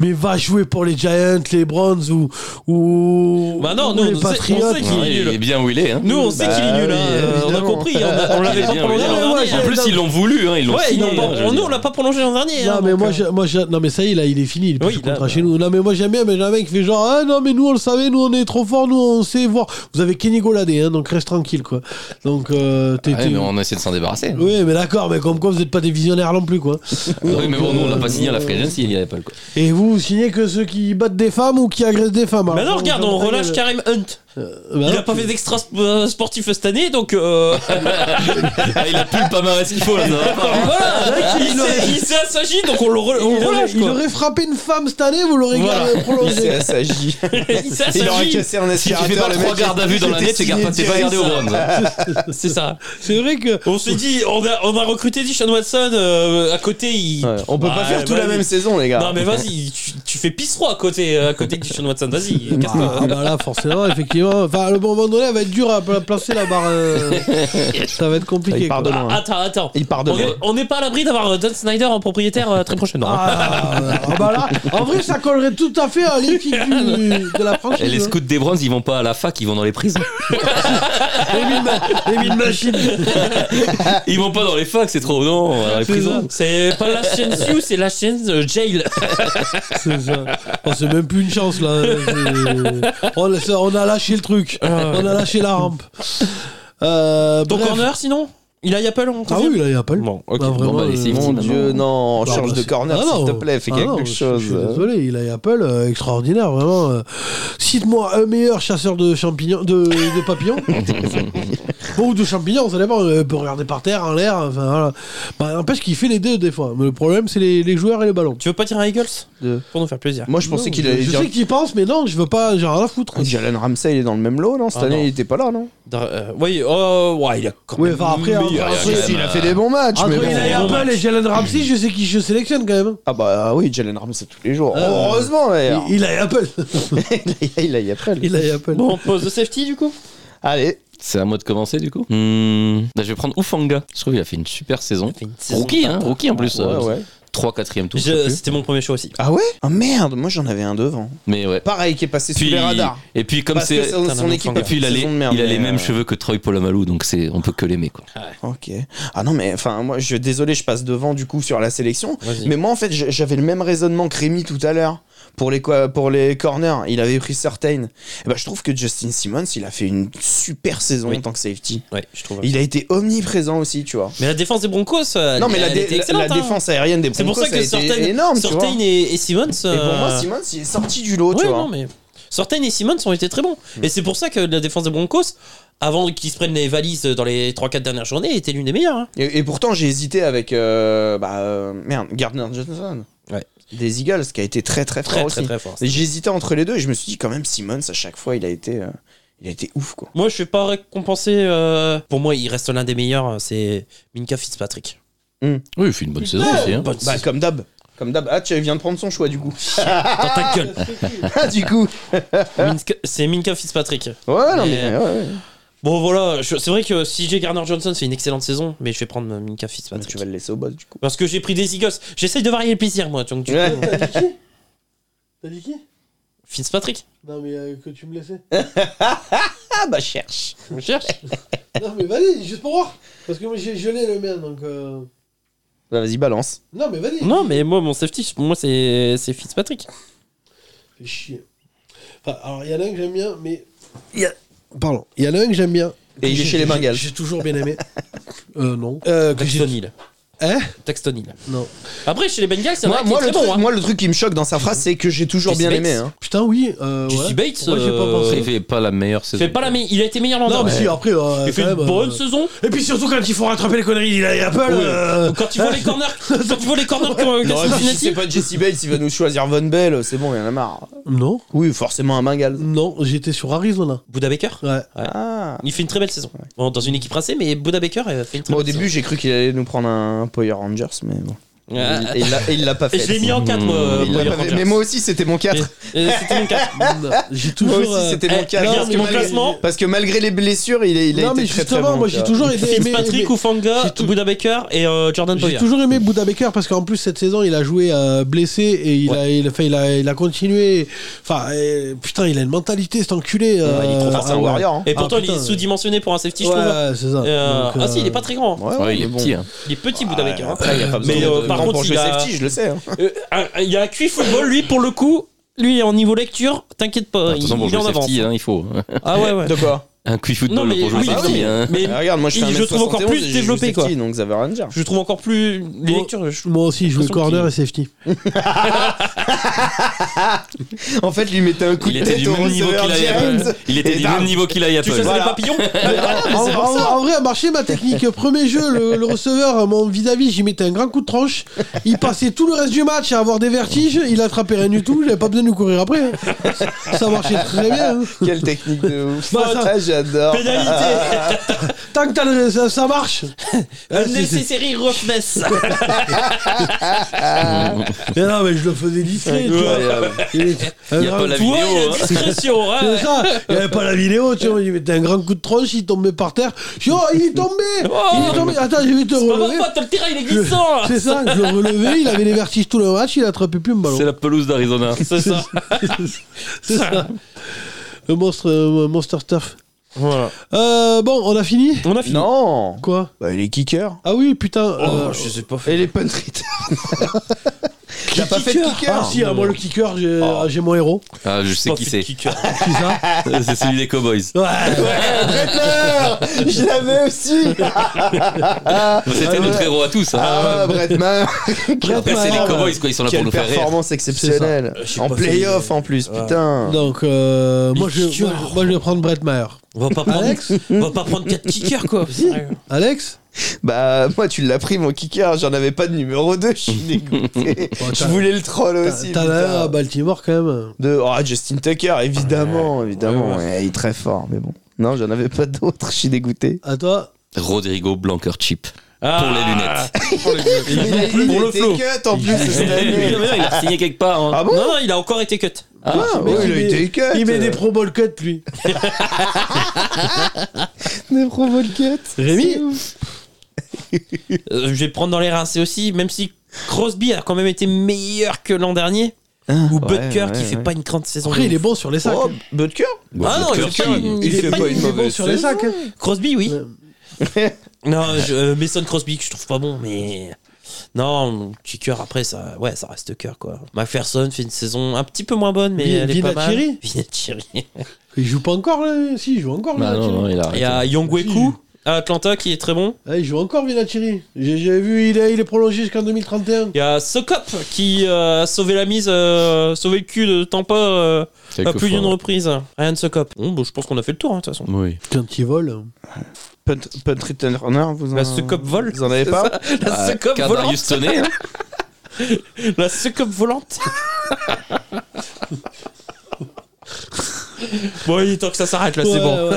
Speaker 1: mais va jouer pour les Giants, les Browns ou, ou,
Speaker 2: Bah non,
Speaker 1: ou
Speaker 2: nous, on
Speaker 1: les
Speaker 2: sait- on
Speaker 1: Patriots.
Speaker 2: sait
Speaker 1: Ouais,
Speaker 2: qu'il-
Speaker 4: Ouais, il est bien où il est. Hein.
Speaker 2: Nous, on sait
Speaker 3: Bah
Speaker 2: qu'il est nul.
Speaker 3: oui,
Speaker 2: hein, euh, on a
Speaker 3: évidemment.
Speaker 2: compris. On, on l'avait
Speaker 4: Il est
Speaker 2: pas
Speaker 4: bien où il
Speaker 2: prolongé
Speaker 1: prolongé,
Speaker 4: est.
Speaker 2: l'an
Speaker 1: ouais,
Speaker 2: dernier.
Speaker 1: j'ai-
Speaker 4: En plus, ils l'ont voulu. Hein, ils l'ont
Speaker 2: Ouais, ils
Speaker 4: signé,
Speaker 2: l'ont
Speaker 4: hein, je
Speaker 2: pas-
Speaker 4: veux
Speaker 2: nous,
Speaker 4: dire.
Speaker 2: on l'a pas prolongé l'an dernier.
Speaker 1: Non,
Speaker 2: hein,
Speaker 1: mais
Speaker 2: donc,
Speaker 1: moi,
Speaker 2: euh,
Speaker 1: je, moi je- non, mais ça y est, là, il est fini, il est
Speaker 2: Oui,
Speaker 1: plus sous
Speaker 2: là,
Speaker 1: contrat
Speaker 2: bah.
Speaker 1: chez nous. Non, mais moi, j'aime bien, mais j'ai un mec qui fait genre, ah non, mais nous, on le savait, nous, on est trop fort, nous, on sait voir. Vous avez Kenny Goladé, hein, donc reste tranquille, quoi. Donc, euh, t'es.
Speaker 4: Ah ouais,
Speaker 1: t'es-
Speaker 4: mais on a essayé de s'en débarrasser. hein.
Speaker 1: Oui, mais d'accord, mais comme quoi, vous n'êtes pas des visionnaires non plus, quoi.
Speaker 4: Oui, mais bon, nous, on l'a
Speaker 1: euh,
Speaker 4: pas signé à la free agency, il y avait pas le quoi.
Speaker 1: Et vous, vous signez que ceux qui battent des femmes ou qui agressent des femmes. hein.
Speaker 2: Bah
Speaker 1: alors,
Speaker 2: non,
Speaker 1: ça,
Speaker 2: regarde,
Speaker 1: vous
Speaker 2: on
Speaker 1: fermez
Speaker 2: relâche
Speaker 1: le-
Speaker 2: Karim Hunt.
Speaker 1: Bah
Speaker 2: Il
Speaker 1: non,
Speaker 2: a pas fait d'extra sp- euh, sportif cette année, donc euh,
Speaker 4: il a plus le palmarès qu'il faut là,
Speaker 2: (laughs) voilà. Il s'est- il s'est assagi, donc on le re- on
Speaker 1: Il
Speaker 2: le
Speaker 1: aurait,
Speaker 2: relâche.
Speaker 1: il
Speaker 2: quoi.
Speaker 1: aurait frappé une femme cette année, vous l'aurez
Speaker 2: Voilà.
Speaker 1: gardé
Speaker 2: (laughs)
Speaker 3: Il s'est
Speaker 1: prolongé.
Speaker 3: assagi.
Speaker 2: Il s'est
Speaker 3: Il aurait
Speaker 2: assagi.
Speaker 3: cassé un
Speaker 4: Si tu fais
Speaker 3: aspirateur.
Speaker 4: pas
Speaker 3: le
Speaker 4: trois
Speaker 3: mec,
Speaker 4: gardes à
Speaker 3: il-
Speaker 4: vue dans
Speaker 3: il
Speaker 4: l'année,
Speaker 3: était
Speaker 4: tu gardes pas, t'es
Speaker 3: signé
Speaker 4: pas gardé au
Speaker 3: direct.
Speaker 4: bronze. hein.
Speaker 2: C'est ça.
Speaker 1: C'est vrai que.
Speaker 2: (laughs) On s'est dit, on a, on a recruté Dishon Watson euh, à côté. Il...
Speaker 3: Ouais, On peut
Speaker 2: Ouais,
Speaker 3: pas faire tout la
Speaker 2: vas-y.
Speaker 3: même saison, les gars.
Speaker 2: Non mais vas-y, tu, tu fais pisse-roi à côté, à côté de Dishon Watson. Vas-y, casse-toi.
Speaker 1: Ah, bah là, forcément, effectivement. Enfin, le bon moment donné, elle va être dure à pla- placer la barre. euh, Ça va être compliqué.
Speaker 3: Il part de
Speaker 1: quoi.
Speaker 3: loin.
Speaker 2: Ah, attends, attends.
Speaker 3: Il part de
Speaker 2: On est-
Speaker 3: loin.
Speaker 2: On n'est pas à l'abri d'avoir euh, Don Snyder en propriétaire euh, très prochainement. hein.
Speaker 1: Ah, ah, bah là, en vrai, ça collerait tout à fait à l'équipe du- de la franchise.
Speaker 4: Et Eh, les
Speaker 1: hein.
Speaker 4: scouts des bronzes, ils vont pas à la fac, ils vont dans les prisons.
Speaker 1: Les mille ma- les mille machines.
Speaker 4: Ils vont pas dans les facs, c'est trop non, dans les
Speaker 1: C'est
Speaker 4: prisons.
Speaker 1: ça.
Speaker 2: C'est pas la chaîne Sioux, c'est la chaîne euh, Jail.
Speaker 1: C'est ça. Oh, c'est même plus une chance là. C'est- Ah. On, ça, on a lâché le truc. On a lâché la rampe. Euh,
Speaker 2: Ton
Speaker 1: bref.
Speaker 2: corner sinon Il a Yapel on
Speaker 1: Ah
Speaker 2: confirme
Speaker 1: oui, là, il n'y a pas le.
Speaker 2: Bon.
Speaker 3: Ok,
Speaker 1: Bah,
Speaker 4: bon, bah,
Speaker 1: vraiment,
Speaker 4: les
Speaker 1: euh,
Speaker 4: safety,
Speaker 3: Mon
Speaker 4: Finalement.
Speaker 3: dieu, non,
Speaker 1: Bah,
Speaker 3: change
Speaker 1: bah,
Speaker 3: de
Speaker 1: c'est-
Speaker 3: corner,
Speaker 1: Ah
Speaker 3: s'il
Speaker 1: non,
Speaker 3: te plaît, fais
Speaker 1: ah non,
Speaker 3: quelque
Speaker 1: je-
Speaker 3: chose.
Speaker 1: Je, suis désolé, il a Apple euh, extraordinaire, vraiment. euh. Cite-moi un meilleur chasseur de champignons, de, de papillons.
Speaker 3: (laughs)
Speaker 1: Bon, ou de champignons, ça dépend. euh, peut regarder par terre, en l'air. Enfin, voilà. Bah, n'empêche qu'il fait les deux des fois. Mais le problème, c'est les, les joueurs et les ballons.
Speaker 2: Tu veux pas dire un Eagles
Speaker 3: De-
Speaker 2: Pour nous faire plaisir.
Speaker 3: Moi, je pensais
Speaker 1: Non,
Speaker 3: qu'il
Speaker 1: je-
Speaker 3: allait
Speaker 1: Je
Speaker 3: dire. Ah,
Speaker 1: sais qu'il pense, mais non, je veux pas. J'ai rien à foutre.
Speaker 3: Jalen Ramsey, il est dans le même lot, non Cette
Speaker 2: Ah, non.
Speaker 3: année, il était pas là, non
Speaker 2: Dar- euh, oui, oh, ouais, il a quand
Speaker 1: Oui,
Speaker 2: même.
Speaker 1: enfin, après,
Speaker 2: meilleur.
Speaker 1: après,
Speaker 4: il y a
Speaker 1: après,
Speaker 4: quand
Speaker 3: Il
Speaker 4: même,
Speaker 3: hein, a
Speaker 4: euh,
Speaker 3: fait des bons matchs, mais
Speaker 1: entre
Speaker 3: bon.
Speaker 1: Eli
Speaker 2: bon
Speaker 1: Apple et Jalen Ramsey, je sais qui je sélectionne quand même.
Speaker 3: Ah bah oui, Jalen Ramsey tous les jours.
Speaker 1: Euh,
Speaker 3: Heureusement, d'ailleurs.
Speaker 1: Il a Apple. (laughs)
Speaker 3: Il a y après. lui.
Speaker 1: Il a Apple.
Speaker 2: euh, Bon, pause de safety du coup
Speaker 3: Allez,
Speaker 4: C'est à moi de commencer du coup. Hmm, bah, je vais prendre Ufanga. Je trouve qu'il a fait une super saison. Rookie, hein, rookie en plus.
Speaker 3: Ouais,
Speaker 4: euh,
Speaker 3: ouais.
Speaker 4: 3 4 e tour. je sais
Speaker 2: Je-
Speaker 4: plus.
Speaker 2: C'était mon premier choix aussi.
Speaker 3: Ah ouais Ah merde, moi j'en avais un devant.
Speaker 4: Mais ouais.
Speaker 3: Pareil, qui est passé sous
Speaker 4: Puis-
Speaker 3: les radars.
Speaker 4: Et puis comme
Speaker 3: Parce que
Speaker 4: c'est.
Speaker 3: son,
Speaker 2: Putain,
Speaker 3: son
Speaker 2: non,
Speaker 3: équipe
Speaker 2: non,
Speaker 4: Et puis il a les, il a les
Speaker 3: euh,
Speaker 4: mêmes cheveux que Troy Polamalu, donc c'est on peut que l'aimer quoi.
Speaker 3: Ok. Ah non, mais enfin, moi, je désolé, je passe devant du coup sur la sélection.
Speaker 2: Vas-y.
Speaker 3: Mais moi, en fait, je- j'avais le même raisonnement que Rémi tout à l'heure. Pour les, co- pour les corners, il avait pris Certain. Et ben, je trouve que Justin Simmons, il a fait une super saison
Speaker 2: Oui.
Speaker 3: en tant que safety.
Speaker 2: Ouais, je trouve.
Speaker 3: Il a été omniprésent aussi, tu vois.
Speaker 2: Mais la défense des Broncos, euh,
Speaker 3: non, mais la,
Speaker 2: elle
Speaker 3: dé-
Speaker 2: était
Speaker 3: la-
Speaker 2: excellente,
Speaker 3: la
Speaker 2: hein.
Speaker 3: défense aérienne des
Speaker 2: C'est pour
Speaker 3: Broncos,
Speaker 2: ça que
Speaker 3: ça a été
Speaker 2: Sortain,
Speaker 3: énorme, tu vois.
Speaker 2: Sortain et, et Simmons.
Speaker 3: Et pour moi,
Speaker 2: euh,
Speaker 3: Simmons, il est sorti du lot, tu
Speaker 2: ouais,
Speaker 3: vois. Mm.
Speaker 2: non, mais Sortain et Simmons ont été très bons. Et c'est pour ça que la défense des Broncos, avant qu'ils se prennent les valises dans les 3-4 dernières journées, était l'une des meilleures. hein.
Speaker 3: Et, et pourtant, j'ai hésité avec. euh, bah, euh, merde, Gardner Johnson.
Speaker 2: Ouais.
Speaker 3: Des Eagles, qui a été très très fort
Speaker 2: Très,
Speaker 3: aussi.
Speaker 2: très, très fort.
Speaker 3: Et J'hésitais entre les deux et je me suis dit, quand même, Simmons, à chaque fois, il a été, euh, il a été ouf, quoi.
Speaker 2: Moi, je suis pas récompensé. euh, Pour moi, il reste l'un des meilleurs. euh, C'est Minka Fitzpatrick.
Speaker 4: Oui, il fait une bonne saison aussi. hein.
Speaker 2: Bonne
Speaker 3: Bah,
Speaker 2: saison.
Speaker 3: comme d'hab. Comme d'hab. Ah, tu viens de prendre son
Speaker 2: (laughs)
Speaker 3: choix, du coup.
Speaker 2: Dans ta gueule.
Speaker 3: ah, du coup.
Speaker 2: Minka- C'est Minka Fitzpatrick.
Speaker 3: Ouais, non,
Speaker 2: Mais-
Speaker 3: mais. ouais, ouais.
Speaker 2: Bon, voilà. je- C'est vrai que CJ Garner Johnson fait une excellente saison, mais je vais prendre euh, Minka
Speaker 3: Bah,
Speaker 2: Fitzpatrick.
Speaker 3: tu vas le laisser au boss, du coup.
Speaker 2: Parce que j'ai pris des Eagles. J'essaye de varier les plaisirs, moi. Donc, du
Speaker 3: Ouais.
Speaker 2: coup,
Speaker 1: T'as dit qui T'as dit qui
Speaker 2: Fitzpatrick.
Speaker 1: Non, mais euh, que tu me laissais.
Speaker 3: Ah, bah, cherche.
Speaker 2: Je cherche.
Speaker 1: Non, mais vas-y, juste pour voir. Parce que moi, j'ai gelé le mien, donc. euh,
Speaker 3: Bah, vas-y, balance.
Speaker 1: Non, mais vas-y.
Speaker 2: (laughs) Non, mais moi, mon safety, pour moi, c'est c'est Fitzpatrick.
Speaker 1: Fait chier. Enfin, alors, il y en a un que j'aime bien, mais. il y a- Pardon. Il y en a un que j'aime bien.
Speaker 3: Et il est
Speaker 1: J'ai-
Speaker 3: chez les
Speaker 1: j'ai-
Speaker 3: Bengals.
Speaker 1: J'ai toujours bien
Speaker 3: (laughs)
Speaker 1: aimé. euh, non. que j'ai-
Speaker 2: Daxton Hill.
Speaker 1: Hein
Speaker 2: Daxton Hill.
Speaker 1: Non.
Speaker 2: Après, chez les Bengals, c'est
Speaker 3: Moi,
Speaker 2: un qui
Speaker 3: moi,
Speaker 2: est
Speaker 3: le
Speaker 2: très
Speaker 3: truc,
Speaker 2: bon. Hein.
Speaker 3: moi, le truc qui me choque dans sa phrase, c'est que j'ai toujours
Speaker 2: Jesse
Speaker 3: bien aimé.
Speaker 2: Bates.
Speaker 3: hein.
Speaker 1: Putain, oui. Euh,
Speaker 2: Justin
Speaker 1: ouais.
Speaker 2: Bates,
Speaker 1: Pourquoi j'ai pas
Speaker 2: euh,
Speaker 1: pensé
Speaker 4: Il fait pas la meilleure saison.
Speaker 2: Fait pas la meilleure. Il a été meilleur l'an
Speaker 1: Non, mais
Speaker 2: dernier.
Speaker 1: si, après. euh,
Speaker 2: Il fait
Speaker 1: quand
Speaker 2: une
Speaker 1: même,
Speaker 2: bonne
Speaker 1: euh,
Speaker 2: saison.
Speaker 1: Et puis surtout quand il faut rattraper les conneries, il a Apple. euh,
Speaker 2: Quand tu vois les corners, quand tu vois les corners que que
Speaker 3: Non, si c'est
Speaker 2: Cincinnati.
Speaker 3: pas Jesse Bates, il va nous choisir Von Bell, c'est bon, il y en a marre.
Speaker 1: Non,
Speaker 3: Oui, forcément un Bengals.
Speaker 1: non, j'étais sur Arizona.
Speaker 2: Buda Baker.
Speaker 1: Ouais.
Speaker 3: Ah.
Speaker 2: Il fait une très belle saison. Bon, dans une équipe racée, mais Buda Baker euh, fait une très
Speaker 3: Moi, au
Speaker 2: belle
Speaker 3: début, j'ai cru qu'il allait nous prendre un Power Rangers, mais bon.
Speaker 2: Ah.
Speaker 3: Et il l'a- et il l'a pas
Speaker 2: Et
Speaker 3: fait.
Speaker 2: je l'ai mis en 4 moi.
Speaker 4: Mmh,
Speaker 2: euh,
Speaker 3: Il l'a
Speaker 2: Boyer
Speaker 3: pas fait.
Speaker 2: Rangers.
Speaker 3: Mais moi aussi, c'était mon 4.
Speaker 2: Et- et C'était mon 4.
Speaker 1: (laughs) J'ai
Speaker 3: Moi
Speaker 1: toujours.
Speaker 3: aussi,
Speaker 1: euh,
Speaker 3: c'était
Speaker 2: eh,
Speaker 3: mon 4.
Speaker 2: regarde
Speaker 3: Parce que
Speaker 2: mon
Speaker 3: malgré-
Speaker 2: classement.
Speaker 3: Parce que malgré les blessures, il a, il a
Speaker 1: non,
Speaker 3: été
Speaker 1: mais
Speaker 3: très, très
Speaker 1: justement,
Speaker 3: bon,
Speaker 1: moi
Speaker 3: tu
Speaker 1: j'ai
Speaker 3: vois.
Speaker 1: toujours aimé. aimé- aimé-
Speaker 2: Fitzpatrick, Ufanga,
Speaker 1: j'ai tout-
Speaker 2: Buda Baker et euh, Jordan
Speaker 1: J'ai
Speaker 2: Poyer.
Speaker 1: toujours aimé Buda Baker parce qu'en plus cette saison il a joué euh, blessé et il,
Speaker 2: Ouais.
Speaker 1: a, il, a, enfin, il, a, il a continué. Enfin, euh, putain, il a une mentalité cet enculé. euh,
Speaker 3: Ouais, il est trop fort, c'est
Speaker 1: ah
Speaker 3: un
Speaker 1: ouais.
Speaker 3: warrior. hein.
Speaker 2: Et pourtant,
Speaker 1: Ah,
Speaker 2: il est
Speaker 1: putain.
Speaker 2: sous-dimensionné pour un safety, je
Speaker 1: Ouais,
Speaker 2: trouve.
Speaker 1: c'est ça.
Speaker 2: Euh,
Speaker 1: Donc, euh,
Speaker 2: ah si, il est pas très grand.
Speaker 3: Ouais,
Speaker 4: Ouais, il
Speaker 3: mais
Speaker 4: est
Speaker 3: bon.
Speaker 4: petit. hein.
Speaker 2: Il est petit, Buda Baker. hein.
Speaker 3: Après, il n'y a pas besoin
Speaker 2: Mais,
Speaker 3: de-
Speaker 2: euh,
Speaker 3: de
Speaker 2: par
Speaker 3: grand
Speaker 2: contre,
Speaker 3: pour jouer
Speaker 2: il a-
Speaker 3: safety, je le sais. hein.
Speaker 2: Euh, un- un- Il y a QI Football, lui, pour le coup. Lui, en niveau lecture, t'inquiète pas,
Speaker 4: Bah, De toute
Speaker 2: il,
Speaker 4: façon, pour
Speaker 2: il est
Speaker 4: jouer
Speaker 2: en avance.
Speaker 4: safety, hein, il faut. (laughs)
Speaker 2: Ah ouais, ouais.
Speaker 3: De quoi
Speaker 4: Un quick
Speaker 2: Non,
Speaker 4: football
Speaker 2: mais
Speaker 4: pour jouer
Speaker 2: oui,
Speaker 4: safety.
Speaker 2: oui.
Speaker 4: hein.
Speaker 2: Mais
Speaker 3: Ah, Regarde, moi je
Speaker 2: il-
Speaker 3: suis
Speaker 2: je trouve encore
Speaker 3: 1m71,
Speaker 2: plus
Speaker 3: j'ai
Speaker 2: développé,
Speaker 3: juste safety, Donc ça veut rien dire.
Speaker 2: je trouve encore plus les
Speaker 1: Moi-
Speaker 2: lectures. je-
Speaker 1: Moi aussi, je
Speaker 2: De
Speaker 1: veux
Speaker 2: toute façon,
Speaker 1: corner et safety.
Speaker 3: En fait, lui mettait un coup
Speaker 4: Il
Speaker 3: de
Speaker 4: était
Speaker 3: tête
Speaker 4: du
Speaker 3: au
Speaker 4: même niveau
Speaker 3: receveur
Speaker 4: qu'il a.
Speaker 3: direct.
Speaker 4: Il
Speaker 3: Et
Speaker 4: était du
Speaker 3: bam.
Speaker 4: même niveau qu'il a.
Speaker 2: Tu chassais
Speaker 4: Apple.
Speaker 3: Voilà.
Speaker 2: les papillons Ah,
Speaker 1: En,
Speaker 2: mais c'est pour
Speaker 1: en-
Speaker 2: ça.
Speaker 1: en vrai, a marché ma technique. (laughs) Premier jeu, le, le receveur, mon vis-à-vis, j'y mettais un grand coup de tranche. Il passait tout le reste du match à avoir des vertiges. Il attrapait rien du tout. J'avais pas besoin de lui courir après. hein. Ça marchait très
Speaker 2: (laughs)
Speaker 1: bien. hein.
Speaker 3: Quelle technique de ouf.
Speaker 1: Bah, ça-
Speaker 3: Ah, j'adore.
Speaker 2: Pénalité
Speaker 1: Tant que t'as le- ça, ça marche. Ah, si, si.
Speaker 2: Unnecessary roughness
Speaker 1: Mais non, mais je le faisais discret. tu vois.
Speaker 3: Incroyable.
Speaker 1: Il
Speaker 4: Il y a pas la
Speaker 2: Tu vois, il y
Speaker 4: vidéo.
Speaker 2: a
Speaker 4: hein.
Speaker 2: discrétion hein.
Speaker 1: C'est ça, il n'y avait pas la vidéo, tu vois, il mettait un grand coup de tronche, il tombait par terre. Je dis, oh, il est tombé Il est tombé Attends, je vais te
Speaker 2: C'est Oh. pas ma
Speaker 1: relever.
Speaker 2: faute, le terrain il est
Speaker 1: Je-
Speaker 2: glissant
Speaker 1: C'est ça, je le relevais, il avait les vertiges tout le match, il attrapait plus le ballon.
Speaker 4: C'est la pelouse (laughs) d'Arizona.
Speaker 2: C'est ça
Speaker 1: (laughs) C'est ça. Le monstre, euh, monster stuff.
Speaker 2: Voilà.
Speaker 1: Euh, bon, on a fini
Speaker 2: On a fini.
Speaker 3: Non
Speaker 1: Quoi
Speaker 3: Bah, il est (laughs) kicker.
Speaker 1: Ah oui, putain. euh,
Speaker 2: Oh, je sais pas.
Speaker 3: Et les punt return. Il a pas fait de kicker.
Speaker 1: Ah si, ah, moi le kicker, j'ai ah, j'ai mon héros.
Speaker 4: Ah, je sais qui c'est.
Speaker 1: Qui ça
Speaker 4: (laughs) C'est celui des Cowboys.
Speaker 1: Ouais.
Speaker 3: Brettler Je
Speaker 4: (laughs)
Speaker 3: l'avais aussi
Speaker 4: C'était notre héros à tous. hein.
Speaker 3: Ah,
Speaker 4: (laughs)
Speaker 3: Brettman
Speaker 4: Après, c'est les
Speaker 1: Brettman.
Speaker 4: Cowboys, quoi. Ils sont là pour
Speaker 3: Quelle
Speaker 4: nous faire rire.
Speaker 3: performance exceptionnelle
Speaker 2: Euh, je sais
Speaker 3: En
Speaker 2: pas, c'est-
Speaker 3: playoff en plus, putain
Speaker 1: Donc, euh, moi, je,
Speaker 2: kickers.
Speaker 1: moi, je- moi, je vais prendre Brett Maher.
Speaker 2: On va pas prendre.
Speaker 1: Alex
Speaker 2: On va pas prendre 4 kickers quoi.
Speaker 1: Alex
Speaker 3: Bah, moi, tu l'as pris, mon kicker, j'en avais pas de numéro 2, je suis dégoûté
Speaker 1: Bon,
Speaker 3: Je
Speaker 1: t'as-
Speaker 3: voulais le troll aussi
Speaker 1: T'as ah, bah.
Speaker 3: putain.
Speaker 1: l'air à Baltimore quand même.
Speaker 3: De oh, Justin Tucker, évidemment, évidemment, Ouais, il est très fort, mais bon. Non, j'en avais pas d'autres, je suis dégoûté.
Speaker 1: À toi
Speaker 4: Rodrigo Blanker Chip.
Speaker 2: Ah.
Speaker 4: Pour les lunettes.
Speaker 3: Il a,
Speaker 2: plus pour le
Speaker 3: été
Speaker 2: flow.
Speaker 3: cut en plus cette année.
Speaker 4: Il a signé quelque part. hein.
Speaker 3: Ah bon
Speaker 2: Non, non, il a encore été cut.
Speaker 3: Ah,
Speaker 1: mec,
Speaker 3: ouais, Oh, il
Speaker 1: il
Speaker 3: a
Speaker 1: met-
Speaker 3: été cut.
Speaker 1: Il met des Pro Bowl cuts, lui.
Speaker 3: des promos de cut.
Speaker 1: Rémi
Speaker 3: C'est ouf.
Speaker 2: Euh, je vais prendre dans les rincés aussi, même si Crosby a quand même été meilleur que l'an dernier.
Speaker 3: Hein.
Speaker 2: Ou Butker qui fait pas une grande saison.
Speaker 1: Après,
Speaker 2: de
Speaker 1: il est
Speaker 2: ouf.
Speaker 1: bon sur les sacs.
Speaker 3: Oh, Butker
Speaker 2: Ah non, il
Speaker 4: Butker
Speaker 2: fait pas
Speaker 4: qui-
Speaker 2: une-
Speaker 3: Il fait pas
Speaker 1: il
Speaker 3: une
Speaker 1: est bon
Speaker 3: mauvaise
Speaker 1: sur les
Speaker 3: saison.
Speaker 1: sacs. hein.
Speaker 2: Crosby, oui.
Speaker 1: Ouais.
Speaker 2: Non, je- euh, Mason Crosby que je trouve pas bon, mais non, kicker après ça, ouais, ça reste cœur quoi. McPherson fait une saison un petit peu moins bonne, mais
Speaker 1: Vi-
Speaker 2: elle est pas mal.
Speaker 1: Vinatieri
Speaker 2: Vinatieri.
Speaker 1: Il joue pas encore, là Si, il joue encore,
Speaker 4: Bah non,
Speaker 1: Vinatieri.
Speaker 4: non, il a
Speaker 2: Il y
Speaker 4: arrêté.
Speaker 2: a Yongweku à Atlanta qui est très bon.
Speaker 1: Ah, il joue encore, Vinatieri. J'ai j'ai vu, il est, il est prolongé jusqu'en 2031.
Speaker 2: Il y a Sokop qui euh, a sauvé la mise, euh, sauvé le cul de Tampa euh, à plus d'une reprise. Ryan Sokop. Bon, bah, je pense qu'on a fait le tour hein, de toute façon.
Speaker 4: Oui.
Speaker 1: Quand il vole.
Speaker 3: (laughs) Punt, punt returner, vous en,
Speaker 2: La Sokop vole.
Speaker 3: vous en avez (laughs) pas
Speaker 2: La Sokop volante.
Speaker 4: Cadarius (laughs) Toney,
Speaker 3: (laughs)
Speaker 4: hein.
Speaker 2: La Sokop volante. (laughs) bon, il est temps que ça s'arrête là, c'est bon.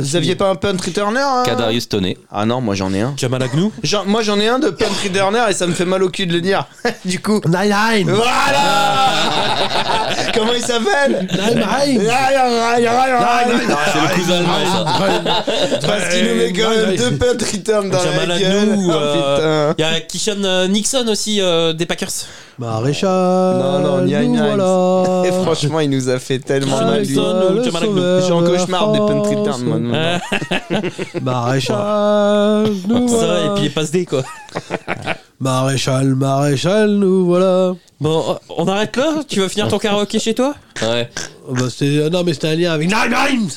Speaker 3: (laughs) Vous aviez pas un punt returner hein
Speaker 4: Kadarius Toney.
Speaker 3: Ah non, moi j'en ai un.
Speaker 2: Jamal Agnew.
Speaker 3: J'en- moi j'en ai un de punt returner et ça me fait mal au cul de le (laughs) dire. du coup.
Speaker 1: Nine-Nine
Speaker 3: (laughs) Voilà Comment il (laughs) s'appelle
Speaker 1: Nine-Nine
Speaker 4: C'est le cousin
Speaker 2: Ah,
Speaker 4: allemand,
Speaker 3: Parce qu'il nous met quand même deux punt return dans
Speaker 2: Jamal
Speaker 3: la gueule.
Speaker 2: Agnew,
Speaker 3: Oh,
Speaker 2: euh,
Speaker 3: putain.
Speaker 2: Il y a Kishon euh, Nixon aussi euh, des Packers.
Speaker 1: Maréchal
Speaker 3: Non, non, Nine-Nine.
Speaker 1: nous voilà.
Speaker 3: Et franchement, il nous a fait tellement mal. lui.
Speaker 2: Nixon ou
Speaker 1: le
Speaker 2: Jamal Agnew
Speaker 1: sauveur
Speaker 3: J'ai un
Speaker 1: de la
Speaker 3: cauchemar des punt return. moi,
Speaker 1: Euh, France.
Speaker 3: maintenant.
Speaker 2: Euh,
Speaker 1: Maréchal, nous
Speaker 2: ça,
Speaker 1: voilà.
Speaker 2: et puis les passe D quoi.
Speaker 1: Maréchal, maréchal, nous voilà.
Speaker 2: Bon, euh, on arrête là Tu vas finir ton karaoké chez toi
Speaker 4: ça. Ouais.
Speaker 1: Oh, bah, c'était- non, mais c'était un lien avec Nine Nines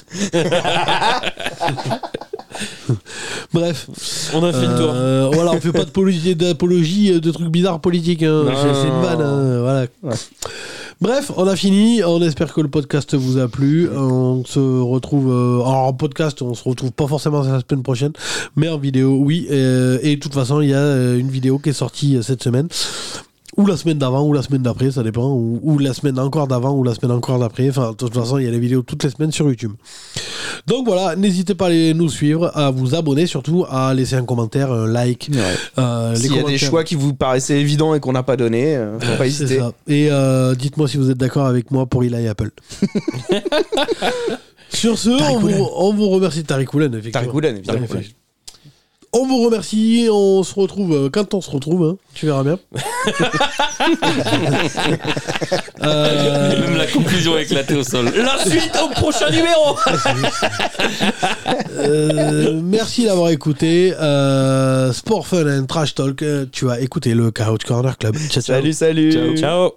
Speaker 2: (laughs)
Speaker 1: Bref.
Speaker 2: On a fait le tour.
Speaker 1: Euh, voilà, on fait pas d'apologie, d'apologie euh, de trucs bizarres politiques. hein.
Speaker 3: Non,
Speaker 1: C'est c'est une vanne. hein, voilà. Bref, on a fini. On espère que le podcast vous a plu. On se retrouve euh, alors, en podcast. On se retrouve pas forcément la semaine prochaine, mais en vidéo, oui. Euh, et de toute façon, il y a euh, une vidéo qui est sortie euh, cette semaine. ou la semaine d'avant, ou la semaine d'après, ça dépend, ou, ou la semaine encore d'avant, ou la semaine encore d'après. Enfin, de toute façon, il y a les vidéos toutes les semaines sur YouTube. Donc voilà, n'hésitez pas à aller nous suivre, à vous abonner surtout, à laisser un commentaire, un like. euh, les
Speaker 3: S'il y a des
Speaker 1: commentaires.
Speaker 3: choix qui vous paraissaient évidents et qu'on n'a pas donné, euh, faut pas
Speaker 1: C'est
Speaker 3: hésiter.
Speaker 1: ça. Et euh, dites-moi si vous êtes d'accord avec moi pour Eli
Speaker 3: (laughs)
Speaker 1: Apple. Sur ce, on vous, on vous remercie Tariq Oulen, effectivement.
Speaker 3: Tariq Oulen, évidemment.
Speaker 1: Tariq Oulen. On vous remercie, on se retrouve euh, quand on se retrouve, hein, tu verras bien. Euh,
Speaker 4: Même la conclusion est éclatée au sol.
Speaker 2: La suite au prochain numéro
Speaker 1: euh, merci d'avoir écouté euh, Sport Fun and Trash Talk. Euh, Tu as écouté le Couch Corner Club. Ciao, ciao.
Speaker 3: Salut, salut.
Speaker 2: Ciao